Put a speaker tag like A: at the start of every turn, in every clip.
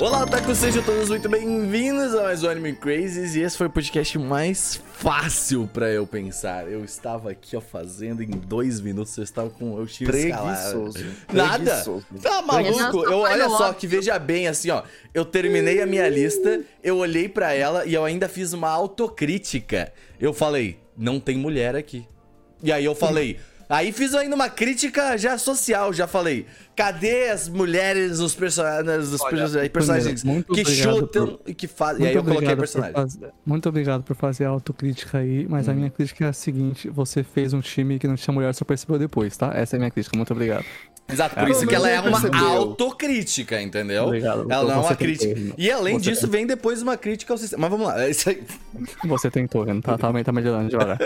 A: Olá, Otaku, sejam todos muito bem-vindos a mais um Anime Crazies e esse foi o podcast mais fácil pra eu pensar. Eu estava aqui, ó, fazendo em dois minutos, eu estava com... Eu tinha escalado.
B: Preguiçoso.
A: Nada?
B: Preguiçoso.
A: Tá maluco?
C: Nossa,
A: Eu, olha
C: olha
A: só,
C: o
A: que veja bem, assim, ó. Eu terminei a minha lista, eu olhei pra ela e eu ainda fiz uma autocrítica. Eu falei, não tem mulher aqui. E aí eu falei. Aí fiz ainda uma crítica já social, já falei. Cadê as mulheres, os personagens, os
B: Olha,
A: perso- personagens
D: muito
A: que
D: obrigado
A: chutam e que fazem. E aí eu coloquei
D: obrigado por
A: personagem. Uhum.
D: fazer- muito obrigado por fazer a autocrítica aí, mas a minha crítica é a seguinte: você fez um time que não tinha mulher, só percebeu depois, tá? Essa é a minha crítica, muito obrigado.
A: Exato, por
B: Ah,
A: isso que ela é
B: mas
A: uma
B: ele percebeu.
A: autocrítica, entendeu?
D: Obrigado,
A: Ela não é
D: você
A: uma
D: tem
A: crítica.
D: termo.
A: E além
D: Você-
A: disso, vem depois uma crítica ao sistema. Mas vamos lá, é isso aí.
D: Você tentou, Renan, tá, tá, tá melhorando devagar.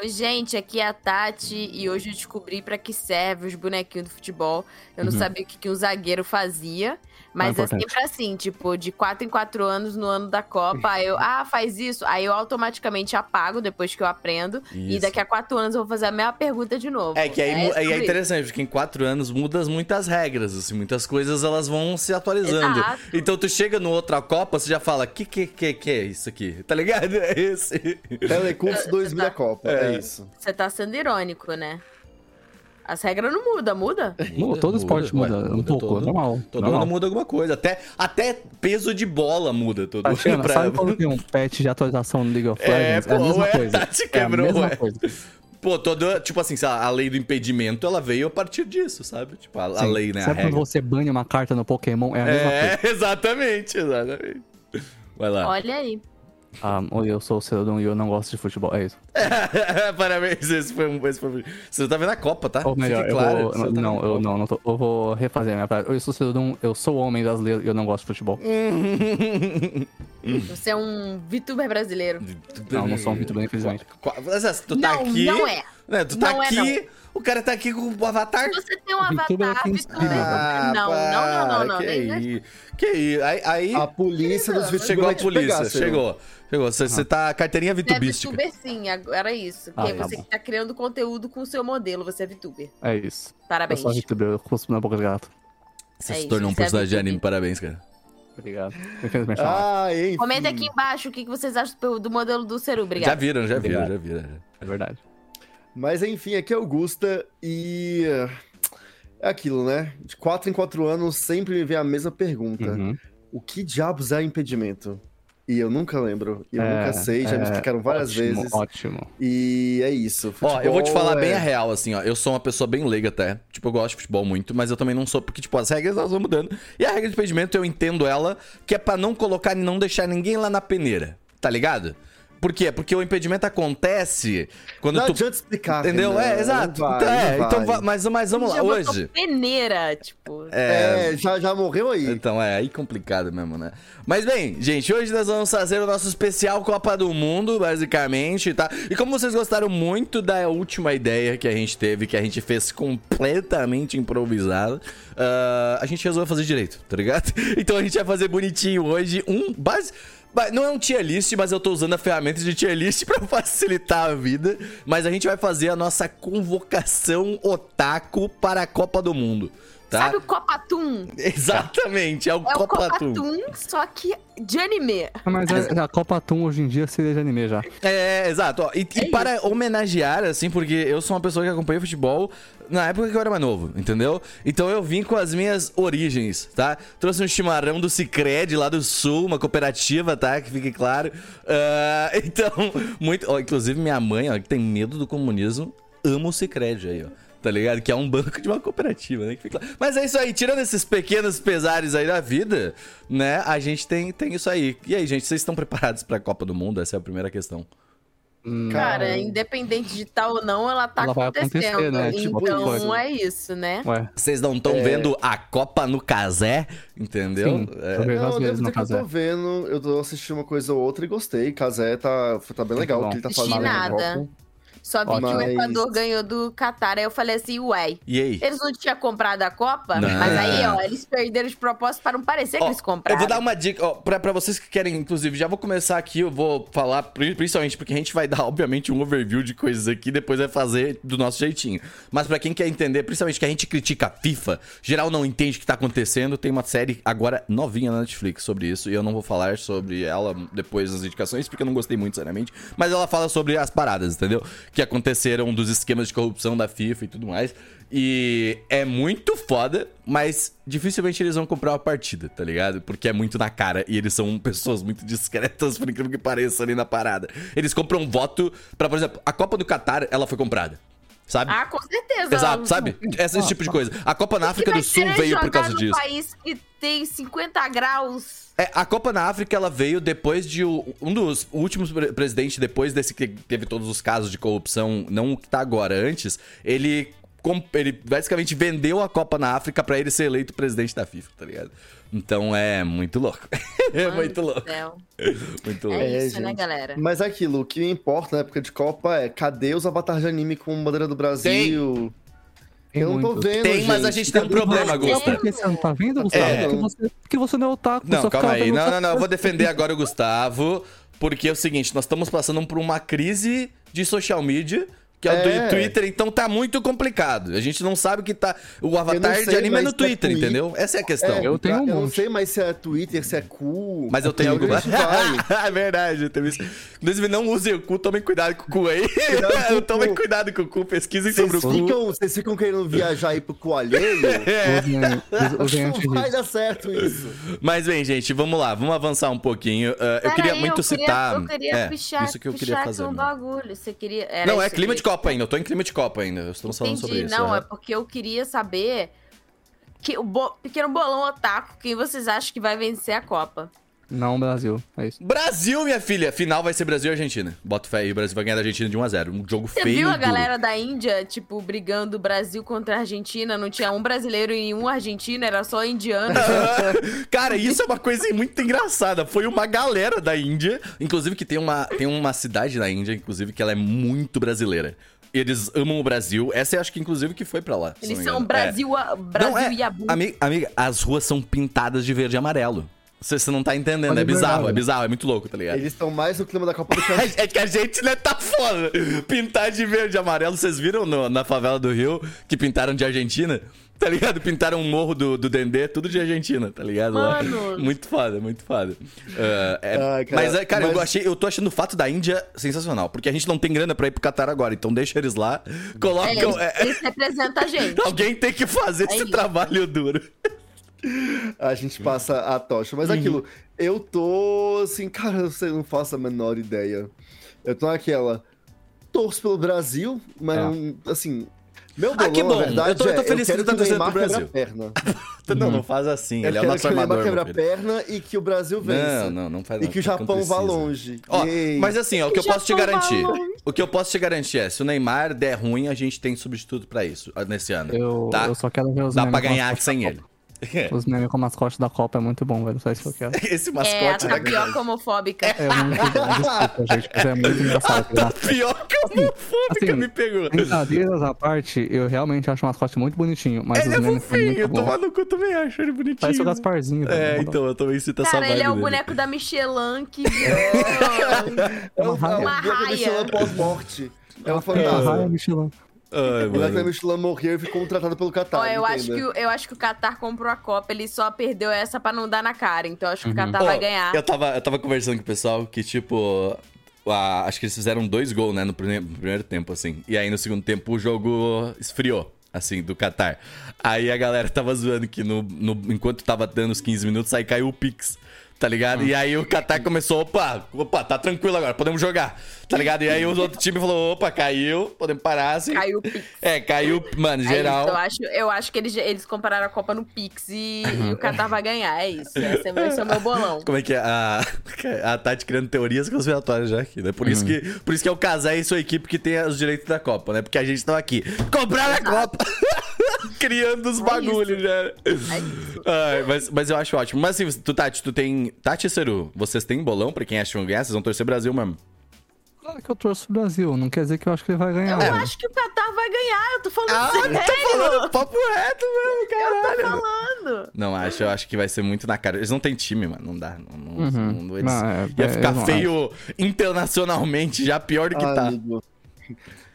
C: Oi, gente, aqui é a Tati e hoje eu descobri pra que serve os bonequinhos do futebol. Eu
A: Uhum.
C: não sabia o que, que um zagueiro fazia, mas
D: Ah,
C: é
D: importante.
C: sempre assim, tipo, de 4 em 4 anos no ano da Copa, aí eu, ah, faz isso, aí eu automaticamente apago depois que eu aprendo, e
A: Isso.
C: daqui a 4 anos eu vou fazer a mesma pergunta de novo.
A: É que aí, mu- aí é,
C: sobre
A: interessante, porque em quatro anos mudas muitas regras, assim, muitas coisas elas vão se atualizando.
C: Exato.
A: Então tu chega no outra Copa, você já fala, que que que que é isso aqui? Tá ligado? É esse.
B: Telecurso 2000 da Copa, é, isso.
C: Você tá sendo irônico, né? As regras não mudam, muda?
D: Muda, todo esporte muda,
A: ué,
D: um pouco,
A: todo,
D: normal.
A: Todo
D: normal.
A: ano muda alguma coisa, até, até peso de bola muda todo
D: Tá,
A: ano.
D: Xana, Sabe quando tem um patch de atualização do League of
A: É,
D: Legends? É, a
A: pô,
D: mesma
A: ué,
D: coisa.
A: tá, te
D: é a
A: quebrou,
D: mesma
A: ué.
D: coisa.
A: Pô, todo, tipo assim, sei lá, a lei do impedimento, ela veio a partir disso, sabe? Tipo, a, a
D: Sim.
A: lei, né? a
D: Sabe quando
A: regra.
D: você banha uma carta no Pokémon? É a mesma coisa.
A: É, exatamente, exatamente. Vai lá.
C: Olha aí.
D: Ah, oi, eu sou o Celadon e eu não gosto de futebol. É isso.
A: Parabéns, esse foi, um- esse foi um- Você tá vendo a Copa, tá?
D: Ou melhor,
A: Fique
D: eu
A: claro,
D: vou.
A: você tá
D: não,
A: vendo a
D: eu
A: Copa.
D: não, não tô. Eu vou refazer a minha frase. Oi, Eu sou o Celadon, eu sou o homem brasileiro e eu não gosto de futebol.
B: Hum.
C: Você é um VTuber brasileiro.
D: Não, não sou um VTuber, infelizmente.
A: Qua- Essas- Tu tá
C: Não,
A: aqui.
C: não é.
A: né, Tu tá
C: Não é,
A: aqui. O cara tá aqui com o avatar. Ah,
C: Você tem um
D: VTuber é
C: avatar, VTuber.
D: quem inspira.
C: não, não, não, não, não.
A: Que
C: nem- nem-
A: aí. Que aí. Aí. aí
D: Ah,
B: A polícia dos vídeos
A: chegou a polícia. chegou. Chegou. Você você tá. Carteirinha
C: Você é
A: vitubística.
C: VTuber sim, agora- era isso. Que
D: Ah,
C: é
D: tá
C: você
D: bom.
C: que tá criando conteúdo com o seu modelo, você é VTuber.
D: É isso. Eu
C: Parabéns.
D: sou VTuber, eu cuspo na boca do gato.
A: Você
C: É
A: se
C: isso,
A: tornou um
C: você é
A: personagem de
C: VTuber.
A: anime, parabéns, cara.
D: Obrigado. Infelizmente, não.
B: Ah, enfim.
C: Comenta aqui embaixo o que que vocês acham do- do modelo do Ceru,
A: Já
C: obrigado.
A: viram, já viram,
D: Obrigado.
A: já viram.
D: É verdade.
B: Mas enfim, aqui é Augusta e. É aquilo, né? De 4 em 4 anos sempre me vem a mesma pergunta:
D: Uhum.
B: O que diabos é impedimento? E eu nunca lembro, eu
D: É,
B: nunca sei, já me
D: é,
B: explicaram várias
D: ótimo,
B: vezes.
D: Ótimo.
B: E é isso.
A: Ó, eu vou te
B: Futebol
A: falar bem
B: é-
A: a real, assim, ó. Eu sou uma pessoa bem leiga até. Tipo, eu gosto de futebol muito, mas eu também não sou, porque, tipo, as regras elas vão mudando. E a regra de impedimento, eu entendo ela, que é pra não colocar e não deixar ninguém lá na peneira. Tá ligado? Por quê? Porque o impedimento acontece quando
B: Não
A: tu.
B: adianta explicar.
A: Entendeu?
B: Renan,
A: é,
B: não
A: exato.
B: vai,
A: então, é,
B: não
A: então,
B: vai.
A: va- mas, mas vamos lá,
C: Já botou
A: hoje.
C: peneira, tipo.
B: É, já, já morreu aí.
A: Então é aí complicado mesmo, né? Mas bem, gente, hoje nós vamos fazer o nosso especial Copa do Mundo, basicamente, tá? E como vocês gostaram muito da última ideia que a gente teve, que a gente fez completamente improvisado, ah, a gente resolveu fazer direito, tá ligado? Então a gente vai fazer bonitinho hoje um base. ba- Não é um tier list, mas eu tô usando a ferramenta de tier list pra facilitar a vida. Mas a gente vai fazer a nossa convocação otaku para a Copa do Mundo, tá?
C: Sabe o Copatum?
A: Exatamente, é o
C: É o
A: Copa Tum.
C: Copatum, só que de anime.
D: Ah, Mas
B: é-
D: a, a Copa Atum hoje em dia seria de anime já.
A: É, exato. ó, E, e para homenagear, assim, porque eu sou uma pessoa que acompanha futebol na época que eu era mais novo, entendeu? Então eu vim com as minhas origens, tá? Trouxe um chimarrão do Cicred lá do Sul, uma cooperativa, tá? Que fique claro. Ah, então, muito. ó, inclusive, minha mãe, ó, que tem medo do comunismo, ama o Cicred aí, ó. Tá ligado? Que é um banco de uma cooperativa, né? Que fica lá. Mas é isso aí, tirando esses pequenos pesares aí da vida, né? A gente tem, tem isso aí. E aí, gente, vocês estão preparados pra Copa do Mundo? Essa é a primeira questão.
D: Hum.
C: Cara, independente de tal ou não, ela tá
D: Ela vai acontecer,
C: acontecendo.
D: né? Tipo,
C: Então
D: coisa.
C: é isso, né?
D: Ué,
A: Vocês não estão vendo a Copa no Casé, entendeu?
D: sim. Eu
A: É,
D: vejo
B: Não,
D: às
B: eu
D: vezes
B: devo
D: no
B: dizer que eu
D: caso.
B: tô vendo, eu tô assistindo uma coisa ou outra e gostei. Casé tá, tá bem legal o que ele tá
C: Assisti
B: fazendo. na
C: nada.
B: Copa.
C: Só vi que o
B: Mas-
C: Equador ganhou do Catar. Aí eu falei assim, ué.
A: E aí?
C: Eles não tinham comprado a Copa,
A: Não.
C: mas aí, ó, eles perderam de propósito para não parecer que
A: Ó,
C: eles
A: eu
C: compraram.
A: vou dar uma dica, ó, pra, pra vocês que querem, inclusive, já vou começar aqui, eu vou falar, pri- principalmente porque a gente vai dar, obviamente, um overview de coisas aqui, depois vai fazer do nosso jeitinho. Mas pra quem quer entender, principalmente que a gente critica a FIFA, geral não entende o que tá acontecendo, tem uma série agora novinha na Netflix sobre isso, e eu não vou falar sobre ela depois das indicações, porque eu não gostei muito, sinceramente, mas ela fala sobre as paradas, entendeu? Que aconteceram dos esquemas de corrupção da FIFA e tudo mais. E é muito foda, mas dificilmente eles vão comprar uma partida, tá ligado? Porque é muito na cara e eles são pessoas muito discretas, por incrível que pareça, ali na parada. Eles compram voto pra, por exemplo, a Copa do Catar, ela foi comprada, sabe?
C: Ah, com certeza.
A: Exato,
C: ó,
A: sabe? Esse tipo de coisa. A Copa na
C: que
A: África
C: vai
A: do Sul
C: querer
A: veio por
C: jogar
A: causa
C: num
A: disso.
C: país que tem 50 graus.
A: É, a Copa na África ela veio depois de o- um dos últimos pre- presidentes depois desse que teve todos os casos de corrupção, não o que tá agora, antes, ele com- ele basicamente vendeu a Copa na África pra ele ser eleito presidente da FIFA, tá ligado? Então é muito louco. é muito
C: Mano do
A: louco.
C: céu.
A: Muito louco.
C: É,
B: É,
C: isso, né,
B: gente.
C: galera?
B: Mas é aquilo, o que importa na época de Copa é cadê os avatares de anime com bandeira do Brasil?
D: Tem
B: eu não tô
D: muito.
B: vendo,
A: Tem, mas a
B: gente. É,
A: gente tem um problema,
C: Mas tem
A: Gusta.
D: Por que você não tá vendo, Gustavo?
A: É.
D: Porque, você, porque você não é otaku.
A: Não,
D: só
A: calma
D: ficava
A: aí.
D: vendo
A: Não,
D: otaku.
A: não, não. Eu vou defender agora o Gustavo, porque é o seguinte: nós estamos passando por uma crise de social media. Que é o
B: É.
A: do Twitter, então tá muito complicado. A gente não sabe o que tá. O avatar
B: sei,
A: de anime é
B: mas
A: no
B: tá
A: Twitter,
B: Twitter.
A: entendeu? Essa é a questão.
B: É,
D: Eu tenho um
B: Eu não
D: monte.
B: sei mais se é Twitter, se é cu.
A: Mas eu tenho
B: alguma
A: alguma. é verdade, eu tenho isso. Inclusive, não usem o cu, tomem cuidado com o cu aí.
B: Cuidado com o
A: tomem
B: um cu.
A: cuidado com o cu, pesquisem sobre o
B: Vocês
A: cu.
B: ficam, vocês ficam querendo viajar aí pro cu alheio?
A: é.
D: Os ganhos- os- os ganhos de
B: Não vai
D: risco.
B: dar certo isso.
A: Mas bem, gente, vamos lá, vamos avançar um pouquinho. Uh, eu
C: Pera
A: queria
C: aí,
A: muito
C: eu queria-
A: citar.
C: eu queria
A: é,
C: pichar-
A: isso que eu
C: pichar
A: queria
C: aqui
A: fazer.
C: um
A: mano.
C: bagulho. Você queria... era
A: Não, é
C: isso
A: clima
C: que-
A: de Copa ainda. Eu tô em clima de Copa ainda. Estamos falando sobre isso.
C: não,
A: aham.
C: é porque eu queria saber que o bo- pequeno bolão otaku, quem vocês acham que vai vencer a Copa?
D: Não, Brasil. É isso.
A: Brasil, minha filha! Final vai ser Brasil e Argentina. Bota fé aí, o Brasil vai ganhar da Argentina de 1x0. Um jogo
C: Você
A: feio.
C: viu a
A: duro.
C: galera da Índia, tipo, brigando Brasil contra a Argentina? Não tinha um brasileiro e um argentino, era só indiano.
A: Cara, isso é uma coisa muito engraçada. Foi uma galera da Índia, inclusive que tem uma, tem uma cidade na Índia, inclusive, que ela é muito brasileira. Eles amam o Brasil. Essa eu acho que, inclusive, que foi pra lá. se não
C: Eles
A: me
C: são
A: engano. É.
C: Brasil, a- Brasil
A: não, é,
C: Yabu.
A: Ami- Amiga, as ruas são pintadas de verde e amarelo. Você você não tá entendendo,
D: Olha,
A: é bizarro,
D: verdade.
A: é bizarro, é muito louco, tá ligado?
B: Eles estão mais no clima da Copa do que a
A: É que a gente, né, tá foda. Pintar de verde e amarelo, vocês viram no- na favela do Rio que pintaram de Argentina? Tá ligado? Pintaram o morro do, do Dendê, tudo de Argentina, tá ligado? Lá.
C: Mano.
A: Muito foda, muito foda. Ah, é-
B: Ai, cara,
A: mas, é, cara, Eu,
B: mas-
A: achei, eu tô achando o fato da Índia sensacional, porque a gente não tem grana pra ir pro Catar agora, então deixa eles lá,
C: É,
A: colocam.
C: eles,
A: é,
C: eles representam a gente.
A: alguém tem que fazer esse
C: isso.
A: trabalho duro.
B: a
A: Uhum.
B: gente passa a tocha. Mas aquilo, eu tô assim, cara, eu sei, não faço a menor ideia. Eu tô naquela. Torço pelo Brasil, mas
D: Tá.
B: não- assim. Meu
A: É. Ah,
B: bolão,
A: que bom.
B: na verdade,
A: Eu tô- eu tô
B: é,
A: feliz que
B: quero
A: você tá
B: o
A: torcendo
B: Neymar
A: pro
B: quebre
A: Brasil.
B: a Perna.
A: Não, não faz assim.
B: Hum. Eu
A: Ele é o
B: quero
A: nosso
B: que o Neymar
A: armador.
B: quebra a
A: meu filho.
B: perna e que o Brasil vença.
A: Não, não, é não faz
B: E que
A: não
B: o Japão vá
A: precisa.
B: longe.
A: Ó,
B: Yay.
A: mas assim, ó, o que eu
C: Já né?
A: posso te
C: tô
A: garantir.
C: falando.
A: O que eu posso te garantir é, se o Neymar der ruim, a gente tem substituto pra isso ah, nesse ano.
D: Eu,
A: tá?
D: eu só quero ver os
A: Dá
D: memes
A: pra
D: com
A: ganhar
D: mascote
A: sem
D: da
A: ele.
D: Copa. É. Os memes com mascote da Copa é muito bom, velho. Só isso que eu quero.
A: Esse
C: É, a
A: mascote é,
C: tapioca homofóbica.
D: É muito bom, desculpa, gente, mas é muito engraçado. aquele
A: a
D: mascote.
A: tapioca homofóbica
D: assim,
A: me pegou.
D: Brincadeiras à parte, eu realmente acho o mascote muito bonitinho, mas
A: Ele é
D: os memes são
A: fofinho,
D: muito
A: eu tô
D: bons.
A: maluco, eu também acho ele bonitinho.
D: Parece o
A: né?
D: Gasparzinho, velho.
A: É,
D: na moral.
A: então, eu também sinto essa
C: Cara,
A: vibe
C: ele é o
A: dele.
C: boneco da Michelin que virou.
B: É o- é o
D: uma
B: Black
C: raia.
B: Michelin pós-morte. É um
D: Ah,
B: fantasma.
D: é Michelin.
A: Ai,
B: O Black
A: mano.
B: Michelin morreu e ficou contratado pelo Qatar.
A: Tá,
C: Ó, eu acho, que,
B: entenda?
C: o- eu acho que o Qatar comprou a Copa, ele só perdeu essa pra não dar na cara. Então eu acho que o Qatar
A: Uhum. Ó,
C: vai ganhar.
A: Eu tava, eu tava conversando com o pessoal que, tipo. a- acho que eles fizeram dois gols, né? No prime- no primeiro tempo, assim. E aí no segundo tempo o jogo esfriou. Assim, do Qatar. Aí a galera tava zoando que no, no- enquanto tava dando os 15 minutos, aí caiu o Pix, tá ligado? E aí o Qatar começou, opa, opa, tá tranquilo agora, podemos jogar, tá ligado? E aí o outro time falou, opa, caiu, podemos parar, assim.
C: Caiu o Pix.
A: É, caiu, mano,
C: É
A: geral.
C: isso, eu acho, eu acho que eles, eles compararam a Copa no Pix e,
A: Uhum.
C: e o Qatar vai ganhar. É isso. Esse é, meu- esse é o meu bolão.
A: Como é que é? A, a Tati criando teorias conspiratórias já aqui, né? Por,
D: Uhum.
A: isso que, por isso que é o Casé e sua equipe que tem os direitos da Copa, né? Porque a gente tava aqui comprando a Copa, criando os bagulhos, né?
C: É
A: Ai, mas, mas eu acho ótimo. Mas assim, tu, Tati, tu tem. Tati e Seru, vocês têm bolão pra quem acham que vão ganhar? Vocês vão torcer Brasil mesmo.
D: Claro que eu torço pro Brasil, não quer dizer que eu acho que ele vai ganhar. né?
C: Eu acho que o Qatar vai ganhar, eu tô
A: Ah,
C: falando sério.
A: tá falando papo reto, meu,
C: Eu tô
A: caralho.
C: falando.
A: Não acho, eu acho que vai ser muito na cara. Eles não têm time, mano. Não dá. Não, não-
D: Uhum.
A: não- eles-
D: Não, é,
A: ia
D: é, eu
A: ficar
D: não
A: feio internacionalmente, já pior do que
B: Ah,
A: tá.
B: amigo.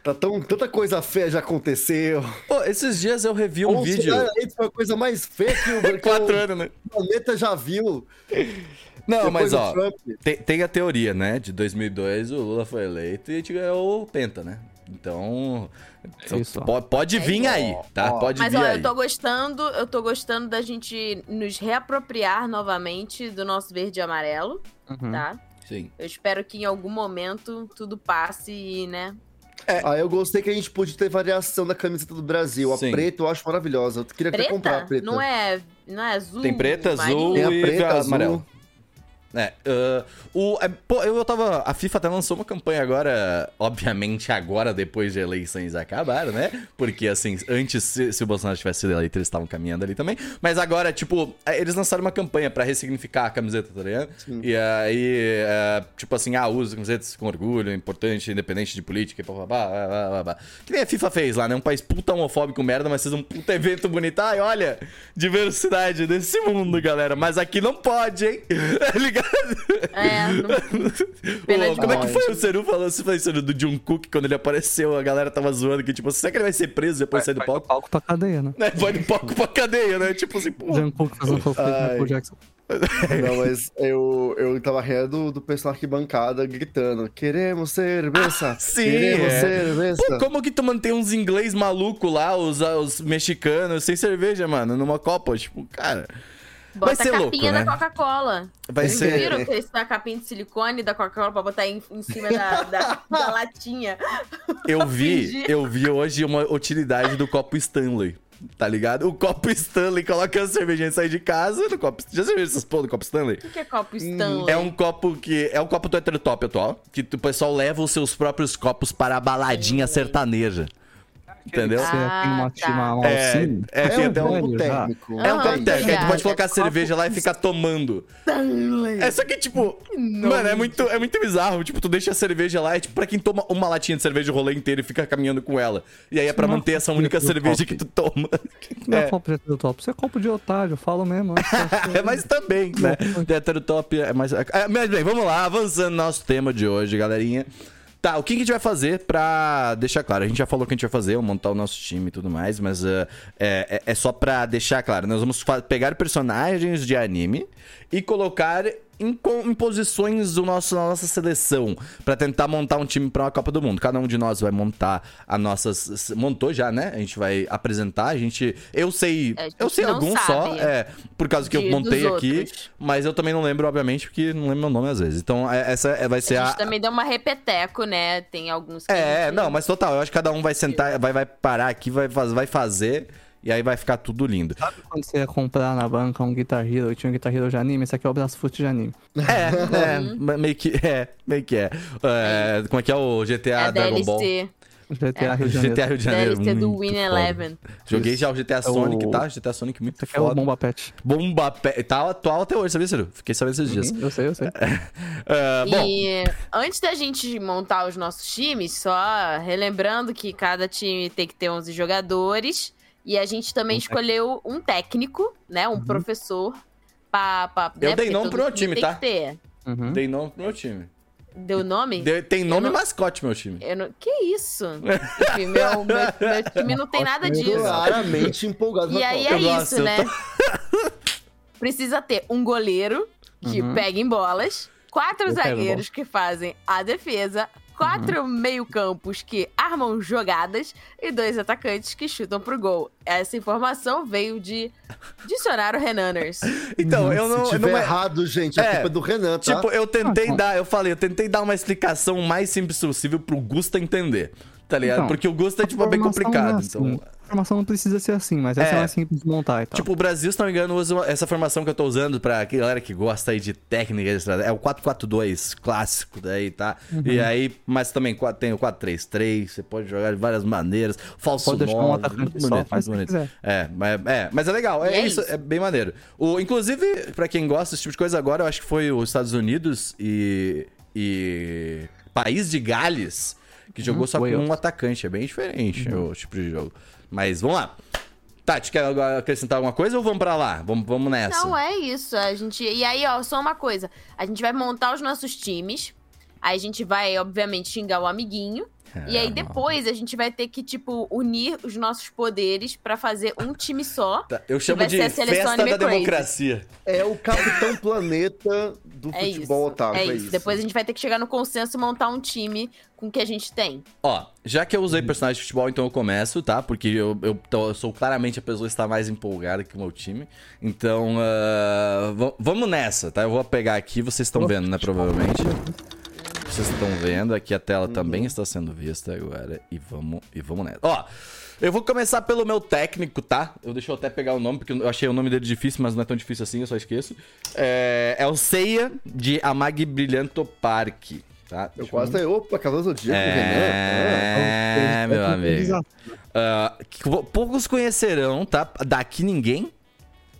B: Tá tão, tanta coisa feia já aconteceu.
A: Pô, esses dias eu revi um
B: Bolsonaro
A: vídeo.
B: aí foi a coisa mais feia que o, que
A: Quatro
B: o
A: anos, né?
B: planeta já viu.
A: Não,
B: Depois
A: mas
B: do
A: ó,
B: Trump.
A: tem, tem a teoria, né? De 2002 o Lula foi eleito e a gente ganhou o Penta, né? Então, então
D: É Isso, ó.
A: po- pode vir aí, tá?
B: ó.
A: Pode
C: Mas
A: vir
C: É ó,
A: aí.
C: eu tô gostando, eu tô gostando da gente nos reapropriar novamente do nosso verde e amarelo,
D: Uhum.
C: tá?
A: Sim.
C: Eu espero que em algum momento tudo passe e, né?
A: é-
B: Ah, eu gostei que a gente pôde ter variação da camiseta do Brasil. A
A: Sim.
B: preta eu acho maravilhosa. Eu queria até comprar a tá
C: Preta?
B: preta.
C: Não é, não é azul?
A: Tem preta, azul
B: Tem a
A: e
B: preta,
A: a
B: azul.
A: amarelo. É, ah, o, é, pô, eu tava. A FIFA até lançou uma campanha agora, obviamente agora, depois de eleições acabaram, né? Porque, assim, antes, se, se o Bolsonaro tivesse sido eleito, eles estavam caminhando ali também. Mas agora, tipo, eh, eles lançaram uma campanha pra ressignificar a camiseta, tá ligado? E aí, eh, tipo assim, ah, usa camisetas com orgulho, é importante, independente de política, e bababá, babá, babá. Que nem a FIFA fez lá, né? Um país puta homofóbico, merda, mas fez um puta evento bonito. Ai, olha, diversidade desse mundo, galera. Mas aqui não pode, hein? Tá ligado?
C: É, não- Pena
A: Ô,
C: de
A: como é que
B: morte.
A: foi o Seru falando? Você foi o Seru do Jungkook quando ele apareceu? A galera tava zoando que, tipo, será que ele vai ser preso depois de sair do palco?
D: palco pra cadeia, né?
A: Né? Vai do palco pra cadeia, né? Tipo assim, pô.
D: Jungkook fazendo fofoca com
B: Ai.
D: um Michael Jackson.
B: Não, mas eu, eu tava rindo do, do pessoal arquibancada gritando: Queremos cerveja!
A: sim,
B: Queremos
A: é. Pô,
B: cerveja!
A: como que tu mantém uns inglês maluco lá, os, os mexicanos, sem cerveja, mano, numa copa? Tipo, cara,
C: bota
A: ser
C: a
A: louco,
C: capinha
A: né?
C: da Coca-Cola.
A: vai
B: Sim.
A: ser.
C: Viram que eles têm a capinha de silicone da Coca-Cola pra botar em, em cima da, da- da latinha?
A: Eu vi,
C: Fingi.
A: eu vi hoje uma utilidade do copo Stanley. Tá ligado? O copo Stanley coloca a cervejinha e sai de casa no copo. Já serviu essas porra do copo Stanley?
C: O que é copo Stanley?
A: É um copo que. É um copo do heterotop atual. Que o pessoal leva os seus próprios copos para a baladinha sertaneja. Entendeu?
D: Você tem uma,
C: tá.
D: uma, uma
A: É,
D: alcine.
A: é, tem
B: É um
A: até um.
B: copo
D: velho já.
B: técnico.
A: É um copo
C: Ah,
A: técnico, aí tu
C: verdade.
A: pode colocar a cerveja lá e ficar tomando.
D: Tá
C: Stanley.
A: É só que, tipo, mano, é muito, é muito bizarro. Tipo, tu deixa a cerveja lá, é tipo pra quem toma uma latinha de cerveja o rolê inteiro e fica caminhando com ela. E aí é pra
D: Nossa,
A: manter essa única
D: que
A: cerveja
D: top.
A: que tu toma.
D: Não é copo de heterotop, isso é copo de otário, eu falo mesmo. né?
A: É, mas também, né? Hétero top é mais. é, Mas bem, vamos lá, avançando nosso tema de hoje, galerinha. Tá, o que que a gente vai fazer pra deixar claro? A gente já falou o que a gente vai fazer, montar o nosso time e tudo mais, mas ah, é, é- é só pra deixar claro. Nós vamos fa- pegar personagens de anime e colocar em, co- em posições do nosso, da nossa seleção pra tentar montar um time pra uma Copa do Mundo. Cada um de nós vai montar a nossa. Montou já, né? A gente vai apresentar. A gente. Eu sei.
C: É, a gente
A: eu sei
C: não
A: alguns só.
C: sabe.
A: É, é, por causa que eu
C: de-
A: montei
C: dos
A: aqui,
C: outros.
A: mas eu também não lembro, obviamente, porque não lembro meu nome às vezes. Então, é- essa é- vai ser
C: A
A: a.
C: gente também deu uma repeteco, né? Tem alguns que a
A: É, é,
C: gente-
A: não, mas total, eu acho que cada um vai sentar, vai, vai parar aqui, vai, faz- vai fazer, e aí vai ficar tudo lindo.
D: Quando você ia comprar na banca um Guitar Hero, eu tinha um Guitar Hero de anime, esse aqui é o braço foot de anime.
A: É, é,
C: Uhum.
A: ma- meio que é, meio que é. É, Como é que é o GTA
C: É
A: Dragon Ball?
C: DLC.
A: É.
D: GTA É Rio de Janeiro.
A: GTA Rio de Janeiro.
C: DLC do
A: muito
C: Win
A: foda.
C: Eleven.
A: Joguei já o GTA
D: Isso.
A: Sonic, tá? GTA Sonic muito
D: Isso aqui é o
A: foda.
D: Bomba Pet.
A: Bomba pé. Tá atual até hoje, sabia, Ciro? Fiquei sabendo esses dias.
D: Uhum. Eu sei, eu sei.
A: É, bom,
C: E antes da gente montar os nossos times, só relembrando que cada time tem que ter 11 jogadores. E a gente também escolheu um técnico, né? Um professor. Pra, pra,
A: Uhum. Eu dei
C: né, porque
A: nome
C: todo
A: pro meu time,
C: tem
A: tá?
C: que ter.
D: Uhum.
A: dei nome pro meu time.
C: Deu nome?
A: Deu- tem nome
C: Eu
A: e
C: não-
A: mascote, meu time.
C: Eu não... Que isso? Enfim, meu, meu, meu time não tem nada disso.
B: Claramente empolgado
C: E
B: na
C: aí
B: Copa.
C: é
A: Eu gosto,
C: isso,
A: eu
C: né? Precisa ter um goleiro que
D: Uhum.
C: pega em bolas, quatro
D: Eu pego
C: zagueiros que fazem a defesa, quatro meio-campos que armam jogadas e dois atacantes que chutam pro gol. Essa informação veio de Dicionário Renaners.
A: Então, eu não.
B: Se tiver
A: não é-
B: errado, gente, a
A: É,
B: culpa é do Renan, tá?
A: Tipo, eu tentei
D: Ah, tá.
A: dar, eu falei, eu tentei dar uma explicação mais simples possível pro Gusta entender. Tá ligado?
D: Então,
A: Porque o Gusta é, tipo, bem
D: Formação não
A: complicado.
D: é
A: Então,
D: assim. A formação não precisa ser assim, mas essa
A: É.
D: é, mais simples de montar e tal.
A: Tipo, o Brasil, se não me engano, usa uma- essa formação que eu tô usando pra que- galera que gosta aí de técnica, é o 4-4-2 clássico daí, tá? E
D: Uhum.
A: aí, mas também qua- tem o 4-3-3, você pode jogar de várias maneiras, falso
D: Pode deixar um
A: 9,
D: atacante
A: muito
D: só,
A: bonito,
D: faz
A: muito
D: o que
A: bonito. É, mas é, mas é legal, é,
C: E é
A: isso,
C: isso.
A: é bem maneiro. O, inclusive, pra quem gosta desse tipo de coisa agora, eu acho que foi os Estados Unidos e... e... país de Gales, que jogou só com
D: Wales.
A: um atacante. É bem diferente
D: Uhum.
A: o tipo de jogo. Mas vamos lá. Tati, quer agora acrescentar alguma coisa ou vamos pra lá? Vamos, vamos nessa.
C: Não é isso. A gente. E aí, ó, só uma coisa. A gente vai montar os nossos times. Aí a gente vai, obviamente, xingar o amiguinho.
A: É,
C: E aí depois a gente vai ter que, tipo, unir os nossos poderes pra fazer um time só.
A: Tá, Eu chamo
C: vai
A: de
C: ser a seleção
A: festa da
C: Anime Crazy.
A: democracia.
B: É o Capitão Planeta do
C: É isso.
B: futebol otaku.
C: é isso. Depois a gente vai ter que chegar no consenso e montar um time com o que a gente tem.
A: Ó, já que eu
B: Hum.
A: usei personagem de futebol, então eu começo, tá? Porque eu, eu, tô- eu sou claramente a pessoa que está mais empolgada que o meu time. Então, ah, va- vamos nessa, tá? Eu vou pegar aqui, vocês estão vendo, né? Provavelmente.
B: né?
A: Vocês estão vendo, aqui a tela
B: Uhum.
A: também está sendo vista agora. E vamos, e vamos nessa. Ó, eu vou começar pelo meu técnico, tá? Eu deixa eu até pegar o nome, porque eu achei o nome dele difícil, mas não é tão difícil assim, eu só esqueço. É, é o Seiya de Amag Brilhanto Park, tá?
B: Eu
A: Deixa
B: quase daí. Opa, Cavaleiro do Zodíaco, Renan. Ah.
A: é, meu
D: tipo,
A: amigo.
D: Exato.
A: Ah, que pou- poucos conhecerão, tá? Daqui ninguém,